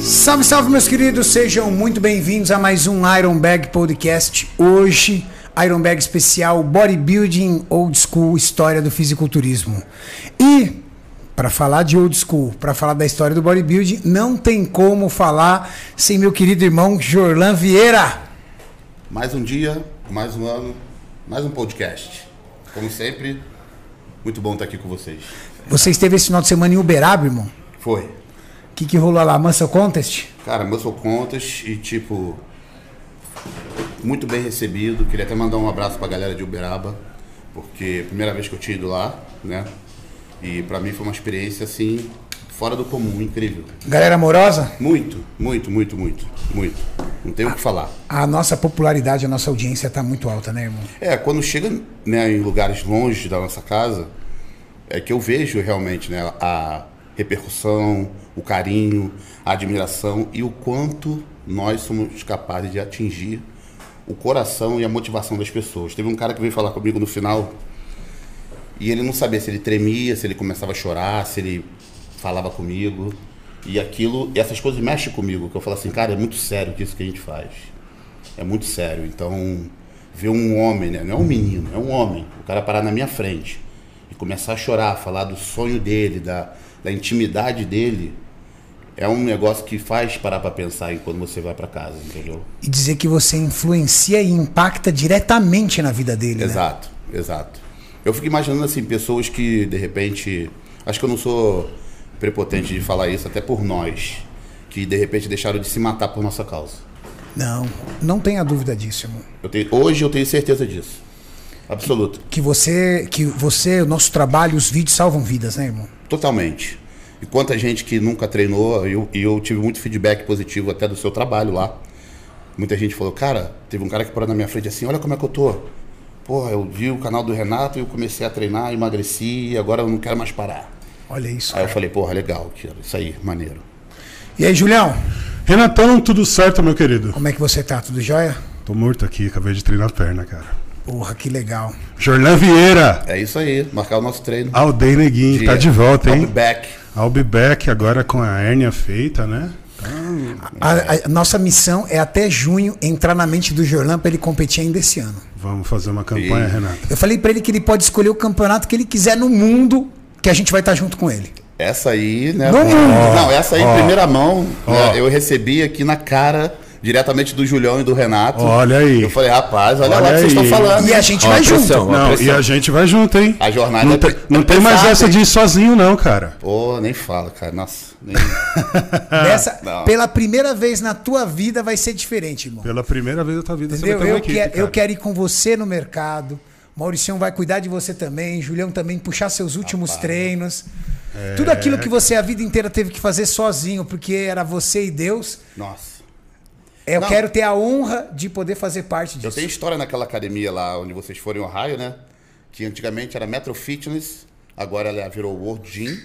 Salve, salve, meus queridos, sejam muito bem-vindos a mais um Iron Bag Podcast. Hoje, Iron Bag especial Bodybuilding Old School História do Fisiculturismo. E para falar de old school, para falar da história do bodybuilding, não tem como falar sem meu querido irmão Jorlan Vieira. Mais um dia, mais um ano, mais um podcast. Como sempre, muito bom estar aqui com vocês. Você esteve esse final de semana em Uberaba, irmão? Foi. O que, que rolou lá? Muscle Contest? Cara, Muscle Contest e tipo. Muito bem recebido. Queria até mandar um abraço pra galera de Uberaba, porque é a primeira vez que eu tinha ido lá, né? E pra mim foi uma experiência assim, fora do comum, incrível. Galera amorosa? Muito, muito, muito, muito, muito. Não tenho o que falar. A nossa popularidade, a nossa audiência tá muito alta, né, irmão? É, quando chega né, em lugares longe da nossa casa, é que eu vejo realmente né, a repercussão, o carinho, a admiração e o quanto nós somos capazes de atingir o coração e a motivação das pessoas. Teve um cara que veio falar comigo no final e ele não sabia se ele tremia, se ele começava a chorar, se ele falava comigo. E aquilo, e essas coisas mexem comigo, que eu falo assim, cara, é muito sério isso que a gente faz. É muito sério. Então, ver um homem, né? Não é um menino, é um homem. O cara parar na minha frente e começar a chorar, falar do sonho dele, da, da intimidade dele, é um negócio que faz parar para pensar em quando você vai para casa, entendeu? E dizer que você influencia e impacta diretamente na vida dele, né? Exato, exato. Eu fico imaginando assim, pessoas que de repente. Acho que eu não sou prepotente de falar isso, até por nós, que de repente deixaram de se matar por nossa causa. Não, não tenha dúvida disso, irmão. Eu tenho, hoje eu tenho certeza disso. Absoluta. Que você, que você, o nosso trabalho, os vídeos salvam vidas, né, irmão? Totalmente. E quanta gente que nunca treinou, e eu, e eu tive muito feedback positivo até do seu trabalho lá. Muita gente falou, cara, teve um cara que parou na minha frente assim, olha como é que eu tô. Porra, eu vi o canal do Renato e eu comecei a treinar, emagreci, e agora eu não quero mais parar. Olha isso. Aí eu cara. falei, porra, legal, cara, isso aí, maneiro. E aí, Julião, Renatão, tudo certo, meu querido? como é que você tá? Tudo jóia? Tô morto aqui, acabei de treinar a perna, cara. Porra, que legal. Jorlan Vieira, É isso aí, marcar o nosso treino. Alden Neguinho, tá de volta, I'll hein? be back. I'll be back agora com a hérnia feita, né? Tá, A, a nossa missão é até junho entrar na mente do Jorlan pra ele competir ainda esse ano. vamos fazer uma campanha, Sim. Renato. Eu falei pra ele que ele pode escolher o campeonato que ele quiser no mundo, que a gente vai estar junto com ele. Essa aí, né? Não, Não, não. essa aí, em primeira mão, né, Ó. eu recebi aqui na cara, diretamente do Julião e do Renato. Olha aí. Eu falei, rapaz, olha, Olha lá o que vocês aí. estão falando. E a gente vai junto. Não, Não, e a gente vai junto, hein? A jornada é não, tem- pe- não é tem mais pesada, essa hein? de ir sozinho, não, cara. Pô, nem fala, cara. Nossa, nem... Dessa- não. pela primeira vez na tua vida vai ser diferente, irmão. Pela primeira vez da tua Tá vida Entendeu? você vai ter uma Eu, equipe, quero, eu é- cara. quero ir com você no mercado. Mauricião vai cuidar de você também. Julião também puxar seus últimos treinos. É. Tudo aquilo que você a vida inteira teve que fazer sozinho, porque era você e Deus. É, Nossa. Eu Não. quero ter a honra de poder fazer parte Eu disso. tenho história naquela academia lá onde vocês foram em Ohio, né? Que antigamente era Metro Fitness, agora ela virou World Gym,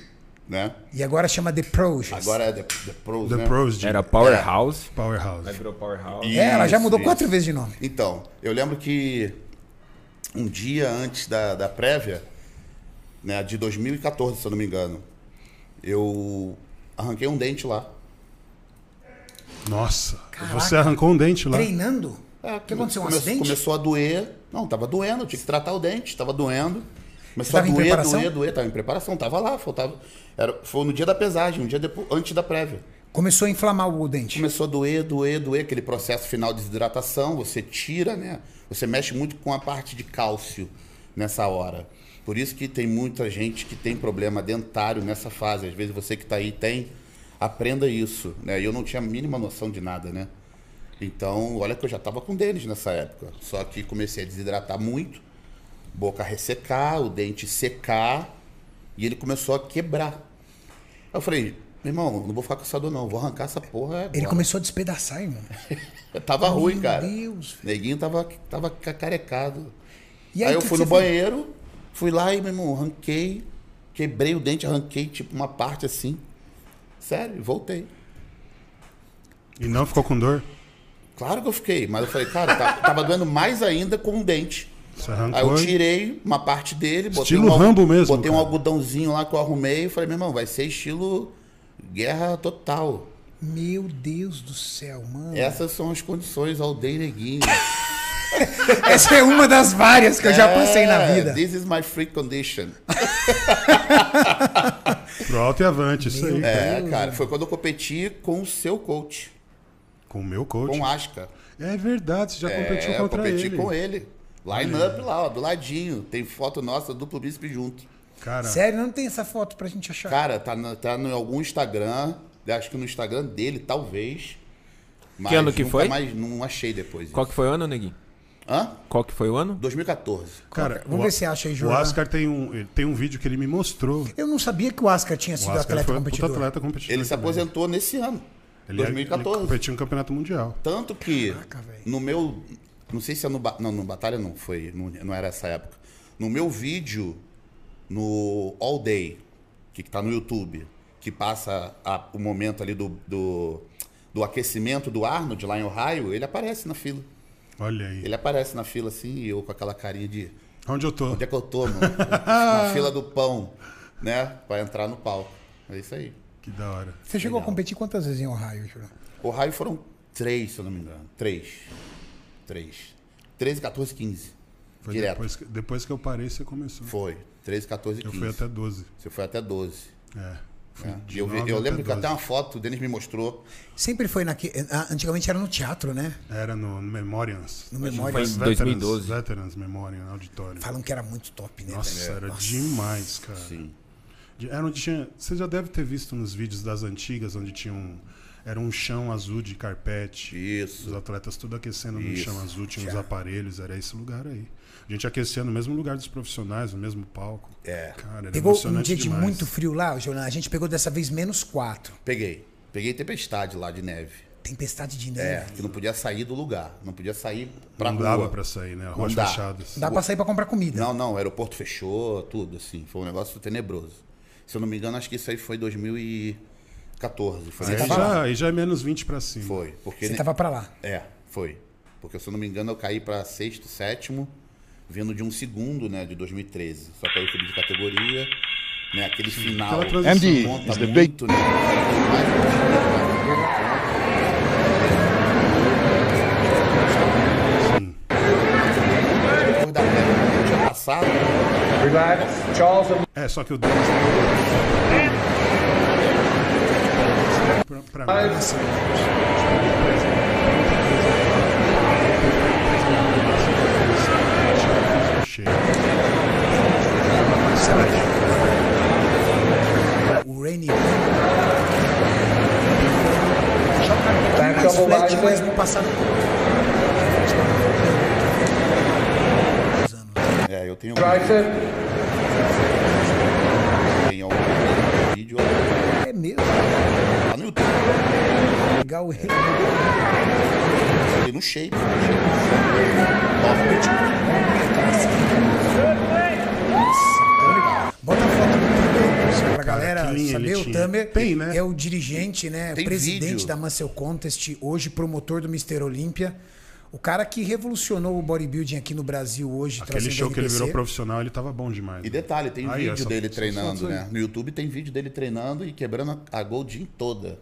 né? E agora chama The Project. Agora é The, The Pros, The né? Pros de É. Era Powerhouse. Aí Powerhouse. virou Powerhouse. É, ela já Isso, mudou isso. quatro vezes de nome. Então, eu lembro que um dia antes da, da prévia, né, de 2014, se eu não me engano, eu arranquei um dente lá. Nossa, Caraca. você arrancou um dente lá. Treinando? É, o que aconteceu? Um come- acidente? Começou a doer. Não, tava doendo, eu tinha que tratar o dente, tava doendo. Começou a tava em doer, preparação? doer, doer, tava em preparação, tava lá, faltava. Era, foi no dia da pesagem, um dia depois, antes da prévia. Começou a inflamar o dente. Começou a doer, doer, doer, aquele processo final de desidratação, você tira, né? Você mexe muito com a parte de cálcio nessa hora. Por isso que tem muita gente que tem problema dentário nessa fase. Às vezes você que está aí tem, aprenda isso, né? E eu não tinha a mínima noção de nada, né? Então, olha que eu já estava com deles nessa época. Só que comecei a desidratar muito, boca ressecar, o dente secar, e ele começou a quebrar. Aí eu falei, meu irmão, não vou ficar com essa dor não, vou arrancar essa porra agora. Ele começou a despedaçar, irmão. Tava ruim, cara. Deus, velho. Neguinho tava, tava cacarecado. E aí, aí, eu o que fui que no você fez? banheiro, fui lá e, meu irmão, arranquei, quebrei o dente, arranquei tipo uma parte assim. Sério, voltei. E não ficou com dor? Claro que eu fiquei, mas eu falei, cara, tá- tava doendo mais ainda com o dente. Você Aí eu arrancou. e- tirei uma parte dele, botei Estilo um algu- Rambo mesmo, Botei um cara. algodãozinho lá que eu arrumei e falei, meu irmão, vai ser estilo guerra total. Meu Deus do céu, mano. Essas são as condições aldeia neguinho. Essa é uma das várias que eu É, já passei na vida. This is my free condition. Pro alto e avante, isso aí. É, cara, foi quando eu competi com o seu coach, Com o meu coach. com o Asca. É verdade, você já competiu É, eu contra competi ele. com ele. Line up lá, ó, do ladinho. Tem foto nossa, duplo bíceps junto. Cara, Sério, não tem essa foto pra gente achar. Cara, tá, na- tá no- em algum Instagram. Acho que no Instagram dele, talvez. Mas Que ano que nunca foi? mais não achei depois. Qual isso. que foi o ano, neguinho? Hã? Qual que foi o ano? 2014. cara é? Vamos o- ver se acha aí, O Jordan. Oscar tem um, ele tem um vídeo que ele me mostrou. Eu não sabia que o Ascar tinha O sido Oscar atleta foi um puta competidor. atleta competidor. Ele se também. aposentou nesse ano. Ele- Ele 2014. competiu no Campeonato Mundial. Tanto que velho. no meu. Não sei se é no. ba- Não, no Batalha não foi. Não, não era essa época. No meu vídeo, no All Day, que, que tá no YouTube, que passa a- o momento ali do, do, do aquecimento do Arnold lá em Ohio, ele aparece na fila. Olha aí. Ele aparece na fila assim, e eu com aquela carinha de. Onde eu tô? Onde é que eu tô, mano? na fila do pão, né? Pra entrar no palco. É isso aí. Que da hora. Você chegou a Legal. competir quantas vezes em Ohio, Jordan? Ohio foram três, se eu não me engano. Três. Três. 13, 14, 15. Foi Direto. depois, que, depois que eu parei, você começou. Foi. 13, 14, 15. Eu fui até 12. Você foi até 12. É. Fui né? de E Eu, vi- nove eu lembro que até 12. uma foto, o Denis me mostrou. Sempre foi naque... ah, Antigamente era no teatro, né? Era no, no Memorians. No foi Memórias. em 2012. Veterans Memorial Auditório. Falam que era muito top, né? Nossa, velho? era Nossa. demais, cara. Sim. De- Era onde tinha. Você já deve ter visto nos vídeos das antigas, onde tinha um. Era um chão azul de carpete. Os Isso. atletas tudo aquecendo no Isso. chão azul, tinha uns aparelhos, era esse lugar aí. A gente aquecia no mesmo lugar dos profissionais, no mesmo palco. É. Cara, era Pegou um emocionante dia de demais. muito frio lá, Jordan. A gente pegou dessa vez menos quatro. Peguei. Peguei tempestade lá de neve. Tempestade de É, neve. que não podia sair do lugar. Não podia sair pra Não rua. dava pra sair, né? Ruas dá. fechadas. Dá pra sair pra comprar comida. Não, não, o aeroporto fechou, tudo, assim. Foi um negócio tenebroso. Se eu não me engano, acho que isso aí foi 2014. Foi Aí nesse ano. já, aí já é menos 20 pra cima. Foi. Porque Você ne- tava pra lá. É, foi. Porque, se eu não me engano, eu caí pra sexto, sétimo, vindo de um segundo, né, de 2013. Só que aí eu subi de categoria, né, aquele final. aquela transição que Andy, conta is the muito, né? Mais um pouquinho, mais um pouquinho. Sim. Depois da guerra né, que tinha passado, né? É, só que o Denis. Pra, pra mim, assim, cheio. O Rainy mais flat, mas no passado. é, eu tenho algum... Tem algum vídeo lá É mesmo. no YouTube, tá Legal. tem no shape, no shape. Top, Bota a foto do pra galera que linha saber. ele O tinha. Tamer Tem, né? é o dirigente, né? Tem presidente vídeo. da Muscle Contest, hoje promotor do Mister Olímpia. O cara que revolucionou o bodybuilding aqui no Brasil hoje. Aquele trazendo show que ele NPC. virou profissional, ele tava bom demais. E né? detalhe, tem Aí, vídeo essa- dele essas treinando, fotos aí. né? No YouTube tem vídeo dele treinando e quebrando a a Goldin toda.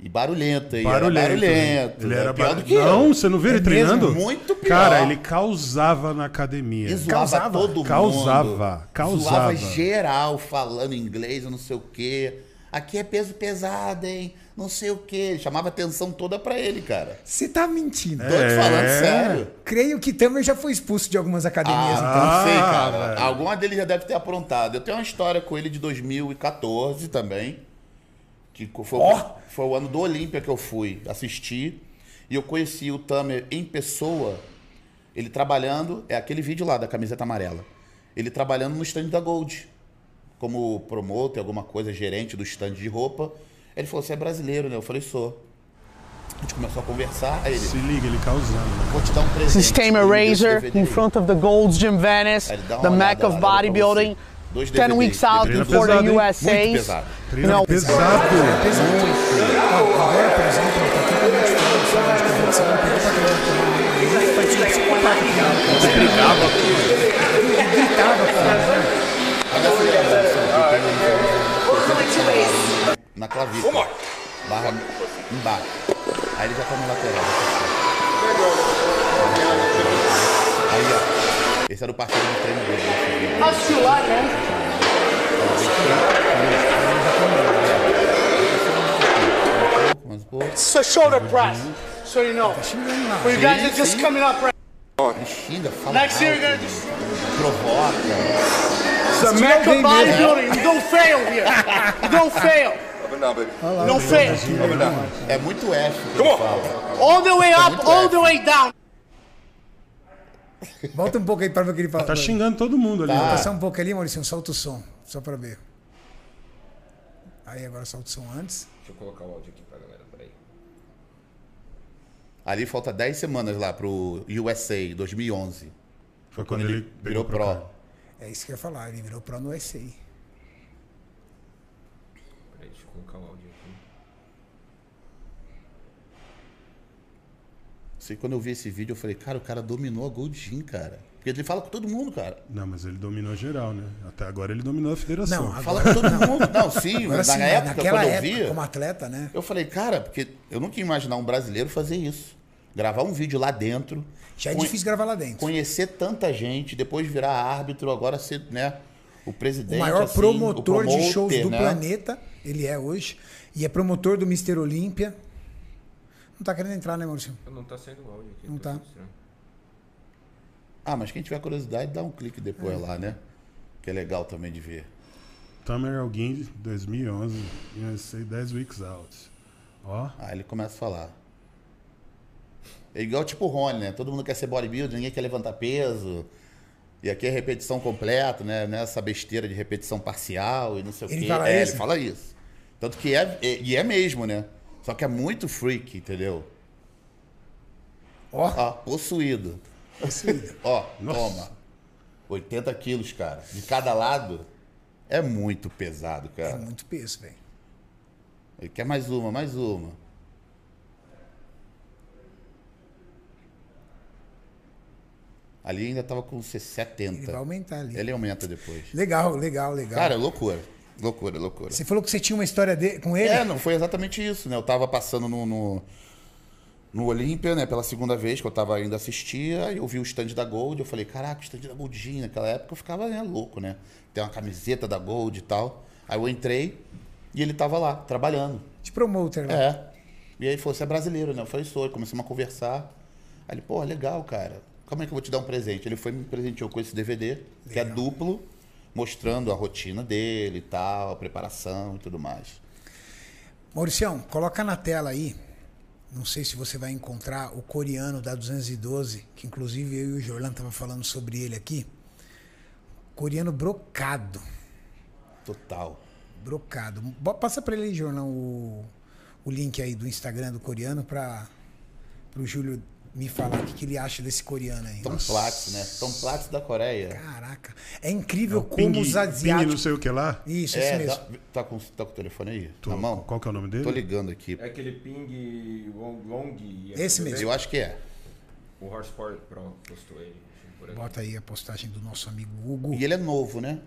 E barulhento, e era Barulhento. barulhento. Ele né? era pior barulhento. do que Não, eu. você não viu ele É mesmo? treinando? Muito pior. Cara, ele causava na academia. E zoava causava, todo mundo. causava, causava. Zoava geral, falando inglês, eu não sei o quê. Aqui é peso pesado, hein? Não sei o quê. Ele Chamava a atenção toda pra ele, cara. Você tá mentindo. Tô te falando É. sério. Creio que Tamer já foi expulso de algumas academias. então. Ah, não sei, Ah, cara. velho. Alguma dele já deve ter aprontado. Eu tenho uma história com ele de 2014 também. Que co- foi, Ó! foi o ano do Olímpia que eu fui assistir. E eu conheci o Tamer em pessoa. Ele trabalhando. É aquele vídeo lá da camiseta amarela. Ele trabalhando no stand da Gold. Como promotor, alguma coisa, gerente do stand de roupa. Ele falou: Você é brasileiro, né? Eu falei: Sou. A gente começou a conversar. Aí ele: Se liga, ele causando. Vou te dar um presente. This is Tamer Ele me deu esse Razor DVD. in front of the Gold's Gym Venice, Aí ele dá uma the olhada Mecca of lá, dá pra bodybuilding, você. Dois 10 DVD, weeks out treino for pesado, the hein? Muito USA. pesado. Treino Não. pesado. Agora, por exemplo, tá totalmente diferente da de competição. Não pegou pra galera tomar uma partida psicopata que dava, cara. Ele gritava, cara. Olha essa ligação, assim, We'll do it two ways. Na clavícula. barra embaixo. Aí ele já tá na lateral. Aí, ó. Esse era o parceiro do treino dele. né? Acho lá, né? Vamos supor. It's a shoulder press, so you know. For you guys are just coming up right Ele xinga, fala Next year, you're alto, gonna just provoca. It's make a bodybuilding. You don't fail here. You don't fail. Up and down, baby. Não fez. Vamos lá. É muito F que ele fala. All the way up, muito all leve. the way down. Volta um pouco aí pra ver o que ele fala. Tá xingando todo mundo ali. Tá. Vou Passar um pouco ali, Maurício, solta o som, só pra ver. Aí agora solta o som antes. Deixa eu colocar o áudio aqui pra galera, peraí. Ali falta 10 semanas lá pro USA 2011. Foi quando ele Virou pegou pro. pro. É isso que eu ia falar, ele virou pro no USA. Peraí, deixa eu colocar o áudio aqui. Sei que quando eu vi esse vídeo, eu falei, cara, o cara dominou a Goldin, cara. Porque ele fala com todo mundo, cara. Não, mas ele dominou geral, né? Até agora ele dominou a federação. Não, Fala com todo mundo. Não, sim, Agora mas sim, né? na época, naquela quando eu época, vi, como atleta, né? eu falei, cara, porque eu nunca ia imaginar um brasileiro fazer isso. Gravar um vídeo lá dentro. Já é conhe- difícil gravar lá dentro. Conhecer tanta gente, depois virar árbitro, agora ser, né, o presidente. o maior assim, promotor o promoter, de shows do né? planeta, ele é hoje, e é promotor do Mr. Olímpia. Não tá querendo entrar, né, Maurício? Não tá saindo o áudio aqui. Não tá. estranho. Ah, mas quem tiver curiosidade, dá um clique depois lá, né? Que é legal também de ver. Tamer Alguin, 2011, USA 10 Weeks Out. Ó, Aí ele começa a falar. É igual tipo o Rony, né? Todo mundo quer ser bodybuilder, ninguém quer levantar peso. E aqui é repetição completa, né? Nessa besteira de repetição parcial e não sei o Ele quê. fala é, isso? ele fala isso. Tanto que é, é- e é mesmo, né? Só que é muito freak, entendeu? Ó. Ó, possuído. Possuído. Ó, Nossa. toma. 80 quilos, cara. De cada lado. É muito pesado, É cara. muito peso, velho. Ele quer mais uma, mais uma. Ali ainda tava com se- 70. Ele vai aumentar ali. Tá. Ele aumenta depois. Legal, legal, legal. Cara, loucura. Loucura, loucura. Você falou que você tinha uma história de- com ele? É, não foi exatamente isso, né? Eu tava passando no, no, no Olímpia, né? Pela segunda vez que eu tava indo assistir, aí eu vi o stand da Gold, eu falei, caraca, o stand da Goldinha. Naquela época eu ficava né, louco, né? Tem uma camiseta da Gold e tal. Aí eu entrei e ele tava lá, trabalhando. De promoter né? lá. É. E aí ele falou, você é brasileiro, né? Eu falei, sou. E começamos a conversar. Aí ele, pô, legal, cara. Como é que eu vou te dar um presente? Ele foi e me presenteou com esse DVD, que é duplo, mostrando a rotina dele e tal, a preparação e tudo mais. Mauricião, coloca na tela aí. Não sei se você vai encontrar o coreano da 212, que inclusive eu e o Jorlan tava falando sobre ele aqui. Coreano brocado. Total. Brocado. Bo- Passa pra ele aí, Jorlan, o, o link aí do Instagram do coreano para o Júlio me falar o que, que ele acha desse coreano aí. Tom Platz, né? Tom Platz da Coreia. Caraca. É incrível o como Ping, os Ping um não asiáticos. sei o que lá. Isso, é, isso mesmo. Tá, tá com, tá com o telefone aí? Tô- na mão? Qual que é o nome Tô dele? ligando aqui. É aquele ping long. long e Esse aquele- mesmo. Eu acho que é. O Horsepower Pro postou ele. deixa eu por aqui. Bota aí a postagem do nosso amigo Hugo. E ele é novo, né?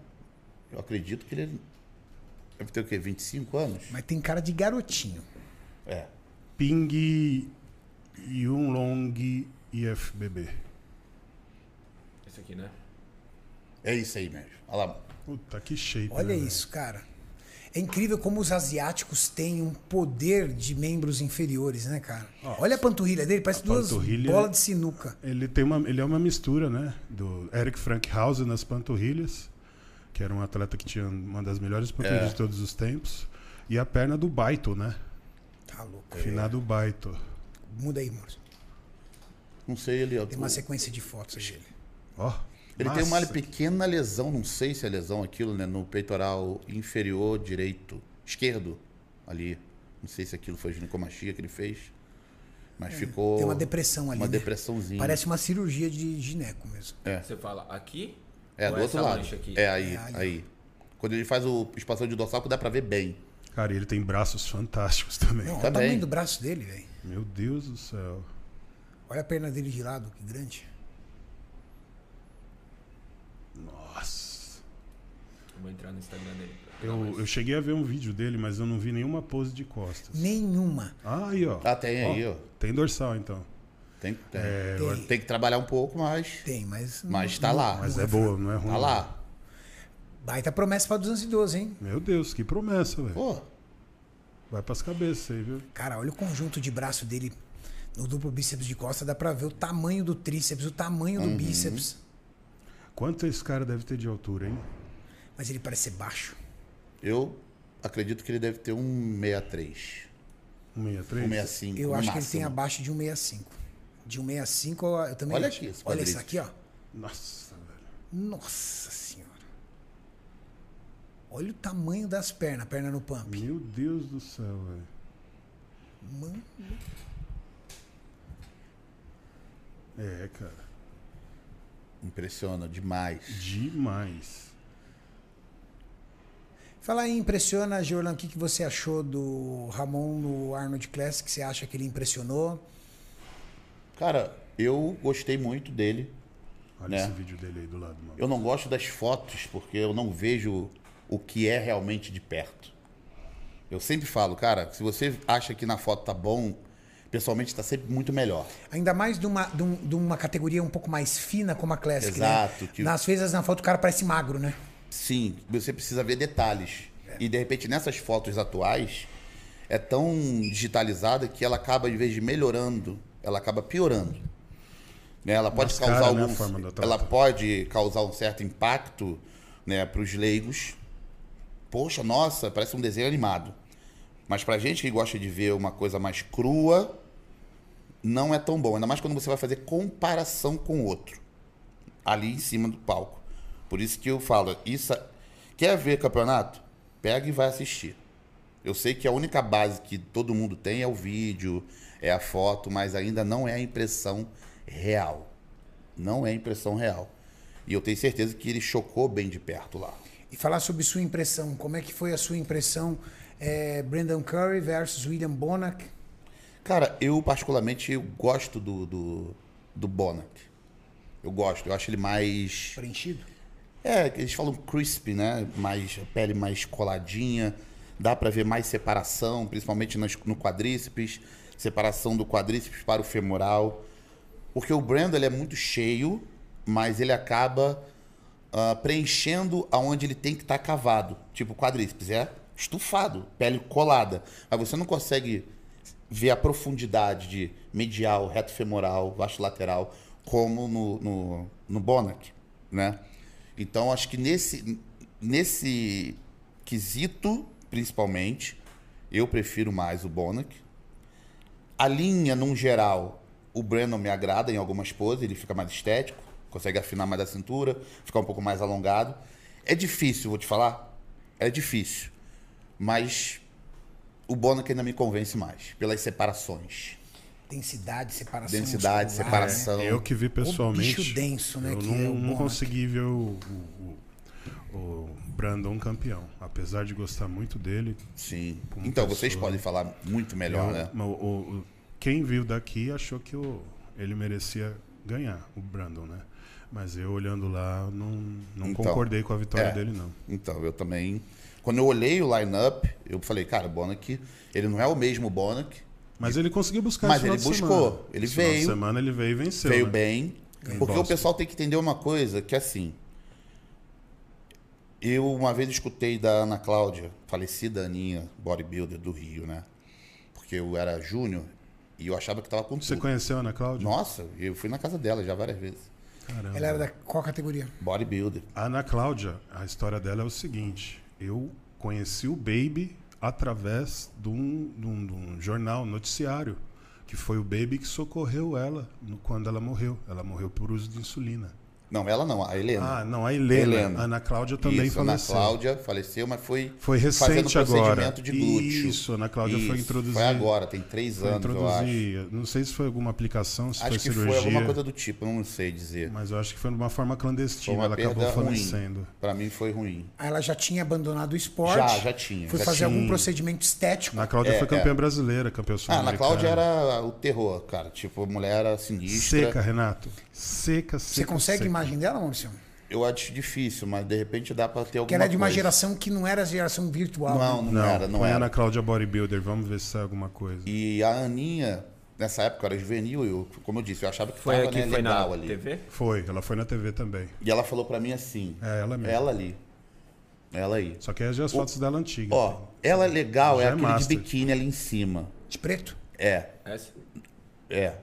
Eu acredito que ele é- deve ter o quê? 25 anos? Mas tem cara de garotinho. É. Ping Yunlong IFBB. Esse aqui, né? É isso aí mesmo. Olha lá. Puta, que shape. Olha né, velho? isso, cara. É incrível como os asiáticos têm um poder de membros inferiores, né, cara? Olha a panturrilha dele, parece duas panturrilha- bolas de sinuca. Ele, tem uma, ele é uma mistura, né? Do Eric Frankhausen nas panturrilhas, que era um atleta que tinha uma das melhores É. panturrilhas de todos os tempos. E a perna do Baito, né? Tá louco. É. Finado Baito. Muda aí, Maurício. Não sei ele. ó, Tem uma o- sequência de fotos aí dele. Ó. Ele tem uma massa. pequena lesão, não sei se é lesão aquilo, né? No peitoral inferior direito, esquerdo, ali. Não sei se aquilo foi ginecomastia que ele fez. Mas ficou. É, Tem uma depressão ali. Uma né? depressãozinha. Parece uma cirurgia de gineco mesmo. Você fala aqui. É, ou do outro essa lado. mancha Aqui? É aí, ali, ó. aí. Quando ele faz o expansão de dorsal, que dá pra ver bem. Cara, e ele tem braços fantásticos também. Não, olha o Também. tamanho do braço dele, velho. Meu Deus do céu. Olha a perna dele de lado, que grande. Nossa. Eu Vou entrar no Instagram dele. pra- Eu, eu cheguei a ver um vídeo dele, mas eu não vi nenhuma pose de costas. Nenhuma. Ah, aí, ó. Ah, tem aí, ó. Tem dorsal, então. Tem, tem. É, tem. que trabalhar um pouco, mas. Tem, mas. Mas tá lá. Mas é boa, não é ruim. Tá lá. né? Baita promessa pra 212, hein? Meu Deus, que promessa, velho. Pô, Vai pras cabeças aí, viu? Cara, olha o conjunto de braço dele no duplo bíceps de costa, dá pra ver o tamanho do tríceps, o tamanho do Uhum. bíceps. Quanto esse cara deve ter de altura, hein? Mas ele parece ser baixo. eu acredito que ele deve ter um 63. 1,63? Um 65. Eu no acho que ele máximo. tem abaixo de 1,65. De 1,65 eu- eu também Olha acho. aqui esse Olha isso aqui, quadríceps. ó. Nossa, velho. Nossa senhora. Olha o tamanho das pernas, perna no pump. Uhum. Meu Deus do céu, velho. Mano, É, cara. Impressiona demais. Demais. Fala aí, impressiona, Jorlan, o que, que você achou do Ramon no Arnold Classic? Você acha que ele impressionou? Cara, eu gostei muito dele. Olha Né? esse vídeo dele aí do lado, mano. Eu não gosto das fotos porque eu não vejo o que é realmente de perto. Eu sempre falo, cara, se você acha que na foto tá bom, pessoalmente tá sempre muito melhor. Ainda mais de uma, de um- de uma categoria um pouco mais fina como a Classic, Exato, né? que- Nas vezes na foto o cara parece magro, né? Sim, você precisa ver detalhes. É. E de repente nessas fotos atuais é tão digitalizada que ela acaba em vez de melhorando, ela acaba piorando. Né? Ela pode Mascara, causar né, a algum, forma da torta. ela pode causar um certo impacto, né, para os leigos. Poxa, nossa, parece um desenho animado. Mas pra gente que gosta de ver uma coisa mais crua, não é tão bom, ainda mais quando você vai fazer comparação com o outro ali em cima do palco. Por isso que eu falo, isso quer ver campeonato? Pega e vai assistir. Eu sei que a única base que todo mundo tem é o vídeo, é a foto, mas ainda não é a impressão real. Não é a impressão real. E eu tenho certeza que ele chocou bem de perto lá. E falar sobre sua impressão. Como é que foi a sua impressão? É, Brandon Curry versus William Bonac. Cara, eu particularmente eu gosto do, do, do Bonac. Eu gosto, eu acho ele mais. Preenchido? É, que eles falam crisp, né? Mais a pele mais coladinha, dá pra ver mais separação, principalmente nas- no quadríceps, separação do quadríceps para o femoral. Porque o Brando ele é muito cheio, mas ele acaba ah, preenchendo aonde ele tem que estar cavado, tipo quadríceps, é estufado, pele colada. Mas você não consegue ver a profundidade de medial, reto femoral, baixo lateral, como no, no, no Bonac, né? Então, acho que nesse, nesse quesito, principalmente, eu prefiro mais o Bonac. A linha, num geral, o Brandon me agrada em algumas poses, ele fica mais estético, consegue afinar mais a cintura, ficar um pouco mais alongado. É difícil, vou te falar. É difícil. Mas o Bonac ainda me convence mais, pelas separações. Densidade, separação. Densidade, muscular, né? separação. Ah, é? Eu que vi pessoalmente. bicho denso, né, Eu que não, é o não Bonac. consegui ver o, o, o- o Brandon campeão. Apesar de gostar muito dele. Sim. Como Então, vocês pessoa. podem falar muito melhor, eu- né? mas o- o- o- quem viu daqui achou que o- ele merecia ganhar, o Brandon, né? Mas eu olhando lá, não, não Então, concordei com a vitória é. dele, não. Então, eu também. Quando eu olhei o lineup, eu falei, cara, o Bonac, ele não é o mesmo Bonac. Mas ele conseguiu buscar Mas esse ele final de buscou, semana. ele Esse final de veio. semana ele veio e venceu. veio né? bem. Ganhou Porque o Boston. pessoal tem que entender uma coisa, que assim. Eu uma vez escutei da Ana Cláudia, falecida Aninha, bodybuilder do Rio, né? Porque eu era júnior e eu achava que tava com Você tudo. conheceu a Ana Cláudia? Nossa, eu fui na casa dela já várias vezes. Caramba. ah, é. Ela era da qual categoria? Bodybuilder. A Ana Cláudia, a história dela é o seguinte: eu conheci o Baby através de um, de um- de um jornal noticiário, que foi o Baby que socorreu ela no- quando ela morreu. Ela morreu por uso de insulina. Não, ela não, a Helena. Ah, não, a Helena. Helena. A Ana Cláudia também Isso, faleceu. Ana Cláudia faleceu, mas foi, Foi fazendo recente procedimento agora. de glúteo. Isso, a Ana Cláudia foi introduzir- Foi agora, tem três Foi anos, eu acho. introduzir, não sei se foi alguma aplicação, se Acho foi que cirurgia, foi alguma coisa do tipo, eu não sei dizer. mas eu acho que foi de uma forma Foi clandestina. uma ela acabou perda ruim. falecendo. Pra mim foi ruim. Aí Ah, Ela já tinha abandonado o esporte. Já, já tinha, Foi já fazer tinha. um algum procedimento estético. Ana Cláudia É, foi campeã é. brasileira, campeã Ah, Ana sul-americana. Cláudia era o terror, cara. Tipo, a mulher era sinistra. Seca, Renato. Seca, seca. Você consegue seca. imagem dela, Maurício? eu acho difícil, mas de repente dá para ter alguma Que ela é de uma coisa. geração que não era geração virtual. Não, né? não, Não, era, não põe era. Ana Cláudia Bodybuilder, vamos ver se sai alguma coisa. E a Aninha, nessa época, eu era juvenil, eu, como eu disse, eu achava que Foi tava, aqui, né, foi legal na ali. TV? Foi, ela foi na TV também. E ela falou pra mim assim. É, ela mesmo. Ela ali. Ela aí. Só que é as fotos dela antigas. Ó, ela é legal, Já é é aquele de master. biquíni ali em cima. De preto. É, Essa? é.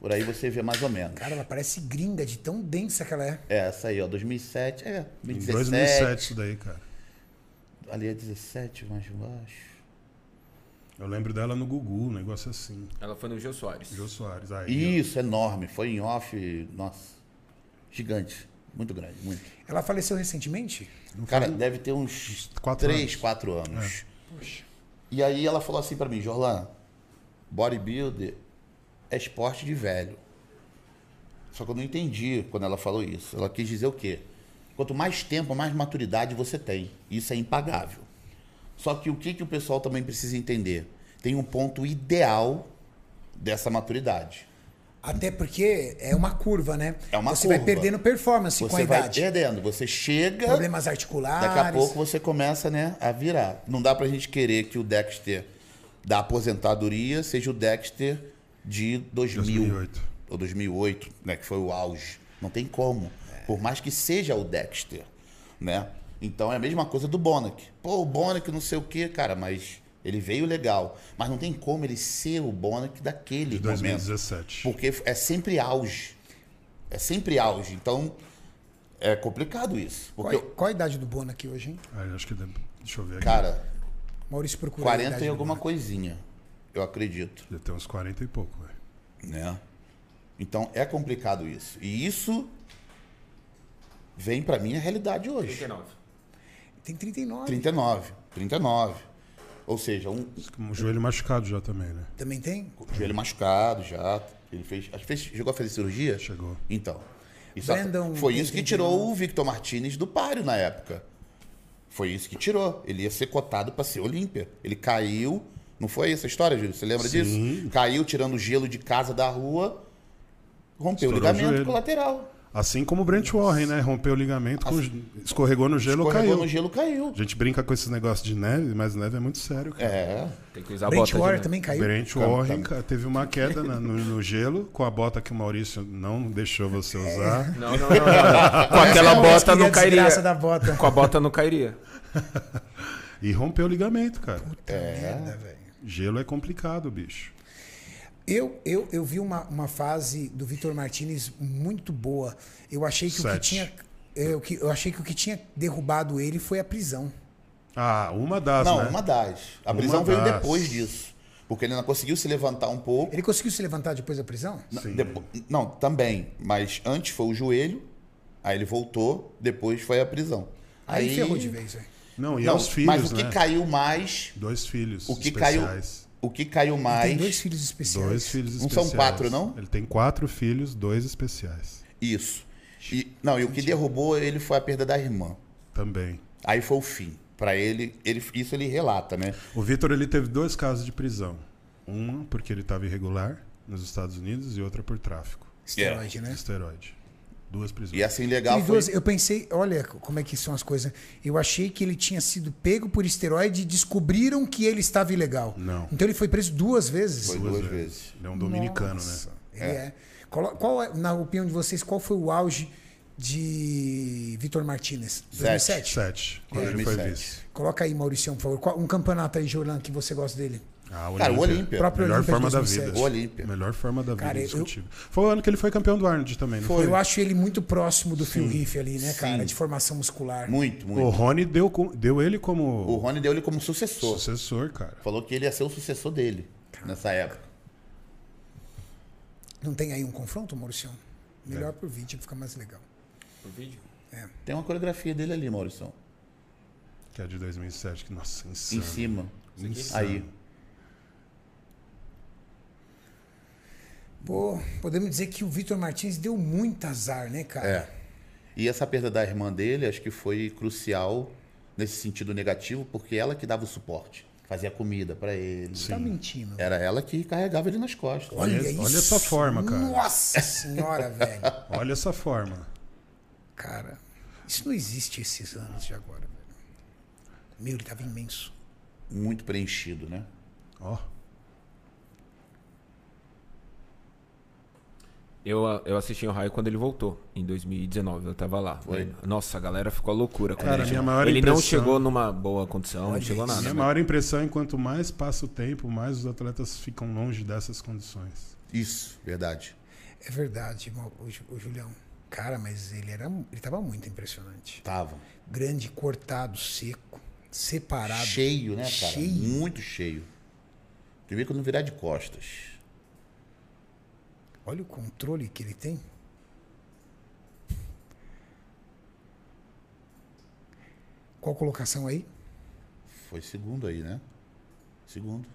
Por aí você vê mais ou menos. Cara, ela parece gringa de tão densa que ela é. É, essa aí, ó, 2007. É, Em 2017. 2007 isso daí, cara. Ali é 17, mais baixo. Eu lembro dela no Gugu, um negócio assim. Ela foi no Gil Soares. Jô Soares. Aí, Isso, é enorme. Foi em off, nossa. Gigante. Muito grande, muito. Ela faleceu recentemente? Cara, deve ter uns quatro 3, anos. É. 4 anos. E aí ela falou assim pra mim, Jorlan, bodybuilder é esporte de velho. Só que eu não entendi quando ela falou isso. Ela quis dizer o quê? Quanto mais tempo, mais maturidade você tem. Isso é impagável. Só que o que, que o pessoal também precisa entender? Tem um ponto ideal dessa maturidade. Até porque é uma curva, né? É uma você vai curva. perdendo performance com a Você vai idade. perdendo, você chega. Problemas articulares. Daqui a pouco você começa, né, a virar. Não dá pra gente querer que o Dexter da aposentadoria seja o Dexter de 2000 2008. ou 2008, né, que foi o auge. Não tem como. Por mais que seja o Dexter, né? Então é a mesma coisa do Bonac. Pô, o Bonac não sei o quê, cara, mas ele veio legal, mas não tem como ele ser o Bonac daquele de momento. 2017. Porque é sempre auge. É sempre auge. Então, é complicado isso. Qual, Porque, qual a idade do Bono aqui hoje, hein? Aí, acho que deve- deixa eu ver aqui. cara, Maurício procurou. 40 e alguma coisinha, eu acredito. Deve ter uns 40 e pouco, velho. Né? Então, é complicado isso. E isso vem pra mim a realidade hoje. 39. Tem 39. 39, 39. Ou seja, um Com o joelho machucado já também, né? Também tem? joelho machucado já. Ele fez, acho que fez, chegou a fazer cirurgia? Chegou. Então. Isso Brandon foi tem isso que 39. tirou o Victor Martinez do páreo na época. Foi isso que tirou. Ele ia ser cotado pra ser Olímpia. Ele caiu. Não foi essa história, Júlio? Você lembra disso? Caiu tirando gelo de casa da rua, rompeu Estourou o o ligamento joelho. colateral. Assim como o Brent Warren, né? Rompeu o ligamento, com- escorregou no gelo, Escorregou caiu. no gelo, caiu. A gente brinca com esses negócios de neve, mas neve é muito sério, cara. É. Tem que usar a bota. Brent né? de Warren novo. também caiu. Brent Warren cara, teve uma queda na- no, no gelo com a bota que o Maurício não deixou você usar. Não, não, não. não. Com aquela Parece bota que ele é não a desgraça cairia. da bota. Com a bota não cairia. E rompeu o ligamento, cara. É. Merda, velho. Gelo é complicado, bicho. Eu, eu, eu vi uma, uma fase do Vitor Martinez muito boa. Eu achei que o que Sete. tinha. Eu, que- eu achei que o que tinha derrubado ele foi a prisão. Ah, uma das, Não, né? uma das. A Uma prisão veio das. depois disso. Porque ele não conseguiu se levantar um pouco. Ele conseguiu se levantar depois da prisão? Não, Sim. depo- não, também. Mas antes foi o joelho, aí ele voltou, depois foi a prisão. Aí, ferrou de vez, velho. Não, e Não, aos filhos, mas o que né? caiu mais. Dois filhos O que especiais. caiu. O que caiu Tem mais. dois filhos especiais. Dois filhos Não especiais. Um são quatro, não? Ele tem quatro filhos, dois especiais. Isso. E, não, e o que derrubou ele foi a perda da irmã. Também. Aí foi o fim. Pra ele, ele, isso ele relata, né? O Vitor ele teve dois casos de prisão. Um porque ele estava irregular nos Estados Unidos e outra por tráfico. Esteroide, né? Esteroide. Duas prisões. E assim, legal Teve foi. duas- eu pensei, olha como é que são as coisas. Eu achei que ele tinha sido pego por esteroide e descobriram que ele estava ilegal. Não. Então ele foi preso duas vezes. Foi duas vezes. Ele é um dominicano, né? Ele é. Qual, qual é- na opinião de vocês, qual foi o auge de Vitor Martinez? 2007? Sete. Quando ele foi 2007. vice. Coloca aí, Mauricião, por favor. Qual- um campeonato aí, Jorlan, que você gosta dele. Ah, o Cara, o Olímpia. Olímpia. Próprio Melhor Olímpia forma de da 2007. vida. O Olímpia. Melhor forma da vida, Cara, eu- indiscutível. Foi o ano que ele foi campeão do Arnold também, não foi? Eu acho ele muito próximo do Phil Riff ali, né, Sim. cara? De formação muscular. Muito, muito. O Rony deu, com- deu ele como O Rony deu ele como sucessor. sucessor, cara. Falou que ele ia ser o sucessor dele nessa época. Não tem aí um confronto, Mauricião? Melhor por vídeo, fica mais legal. O vídeo? Tem uma coreografia dele ali, Maurício. Que é de 2007. Que, nossa, Em insano. cima. Insano. Aí. Pô, podemos dizer que o Vitor Martins deu muito azar, né, cara? É. E essa perda da irmã dele, acho que foi crucial nesse sentido negativo, porque ela que dava o suporte, fazia comida pra ele. Tá mentindo. Era ela que carregava ele nas costas. Olha, Olha- isso. olha essa forma, cara. Nossa senhora, velho. Olha essa forma. Cara, isso não existe esses anos de agora. velho. Meu, ele tava imenso. Muito preenchido, né? Ó. Eu, eu assisti o Raio quando ele voltou, em 2019, eu tava lá. Foi. Nossa, a galera ficou loucura. Quando Cara, ele minha chegou. maior ele não impressão- chegou numa boa condição, não chegou nada. Minha né? maior impressão é quanto mais passa o tempo, mais os atletas ficam longe dessas condições. Isso, verdade. É verdade, irmão, o, Ju- o Julião. Cara, mas ele era, ele tava muito impressionante. Tava. Grande, cortado, seco, separado. Cheio, né, cara? Cheio. Muito cheio. Tu vê que eu não virar de costas. Olha o controle que ele tem. Qual colocação aí? Foi segundo aí, né? Segundo.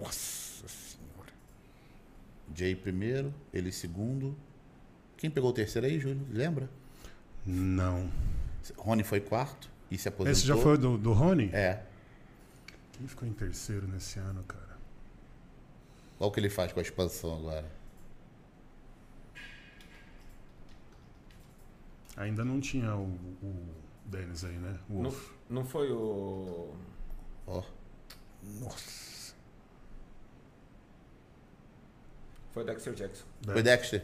Nossa senhora. Jay primeiro, ele segundo. Quem pegou o terceiro aí, Júlio? Lembra? Não. Rony foi quarto e se aposentou. Esse já foi o do, do Rony? É. Quem ficou em terceiro nesse ano, cara? Olha o que ele faz com a expansão agora. Ainda não tinha o, o Denis aí, né? O Não, Wolf. não foi o. Ó. Nossa. Foi o Dexter Jackson. Foi Dexter?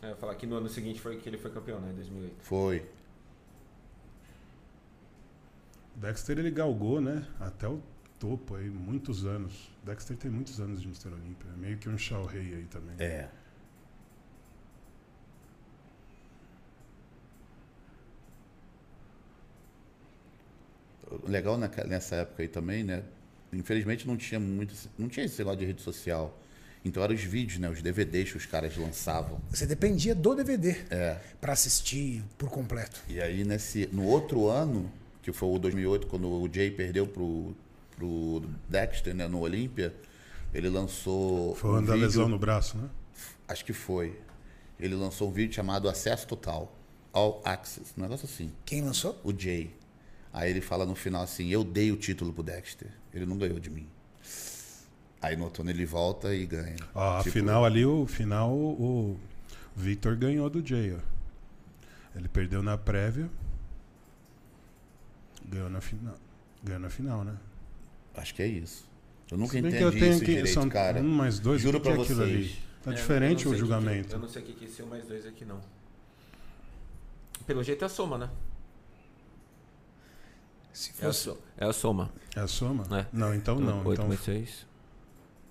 É, eu ia falar que no ano seguinte foi que ele foi campeão, né? Em 2008. É É, Foi. Dexter ele galgou, né? Até o topo aí, muitos anos. Dexter tem muitos anos de Mr. Olympia. É Meio que um Shao Rei aí também. É. O Legal naca- nessa época aí também, né? Infelizmente não tinha muito. esse- Não tinha esse negócio de rede social. Então eram os vídeos, né? Os DVDs que os caras lançavam. Você dependia do DVD É. pra assistir por completo. E aí nesse, no outro ano, que foi o 2008, quando o Jay perdeu pro, pro Dexter, né? No Olímpia, ele lançou. um Foi o ano da vídeo- lesão no braço, né? Acho que foi. Ele lançou um vídeo chamado Acesso Total. All Access. Um negócio assim. Quem lançou? O Jay. Aí ele fala no final assim: Eu dei o título pro Dexter. Ele não ganhou de mim. Aí no outono ele volta e ganha. Ó, Tipo, Ah, afinal ali, o final, o Victor ganhou do Jay, ó. Ele perdeu na prévia. Ganhou na final. Ganhou na final, né? Acho que é isso. Eu Se nunca bem entendi que eu tenho isso que- direito, são cara. um mais dois, o Juro que que é pra aquilo vocês. ali? Tá É, diferente o eu não sei o que julgamento. que- eu não sei o que que é esse um mais dois aqui, não. Pelo jeito é a soma, né? Se É a, fosse. so- é a soma. É a soma? É. Não, então não. 8 Então, mais 6.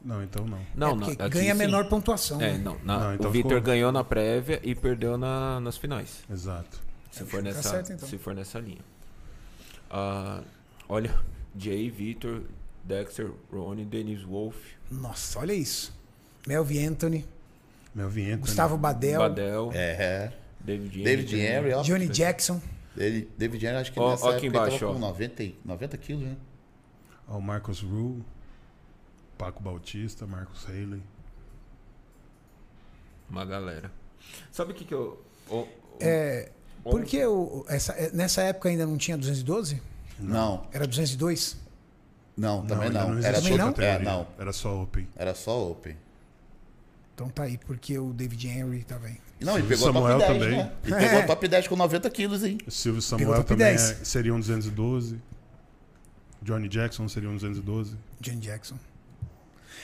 não, então não. Não, É não. porque aqui ganha sim. menor pontuação. um. É, né? não. na- Não, então o Victor ficou- ganhou na prévia e perdeu na, nas finais. Exato. Se É, for, tá nessa, certo, então. se for nessa linha. Ah, olha, Jay, Victor, Dexter, Ronnie, Dennis Wolf, Nossa, olha isso. Melvin Anthony, Melvin Anthony. Gustavo Badel, Badel, É. David Henry. David Henry, ó. Johnny Jackson. Ele- David Henry, acho que Ó, nessa ó época aqui ele embaixo, tava ó. com 90, e- 90 quilos, né? Ó, o Marcos Rule. Paco Bautista, Marcos Haley. Uma galera. Sabe o que que eu... o- o- É, por que o- essa- é, nessa época ainda não tinha 212? Não, Era 202? não, também ainda não. existia Era, Também só, não? É, categoria. não. Era só Open. Era só Open. Então tá aí, porque o David Henry tá bem. E Não, ele Silvio pegou o top Samuel 10, também. É. né? Ele pegou o top 10 com 90 quilos, hein? O Silvio Pegou Samuel top também é, 10. seria um 212. Johnny Jackson seria um 212. Johnny Jackson.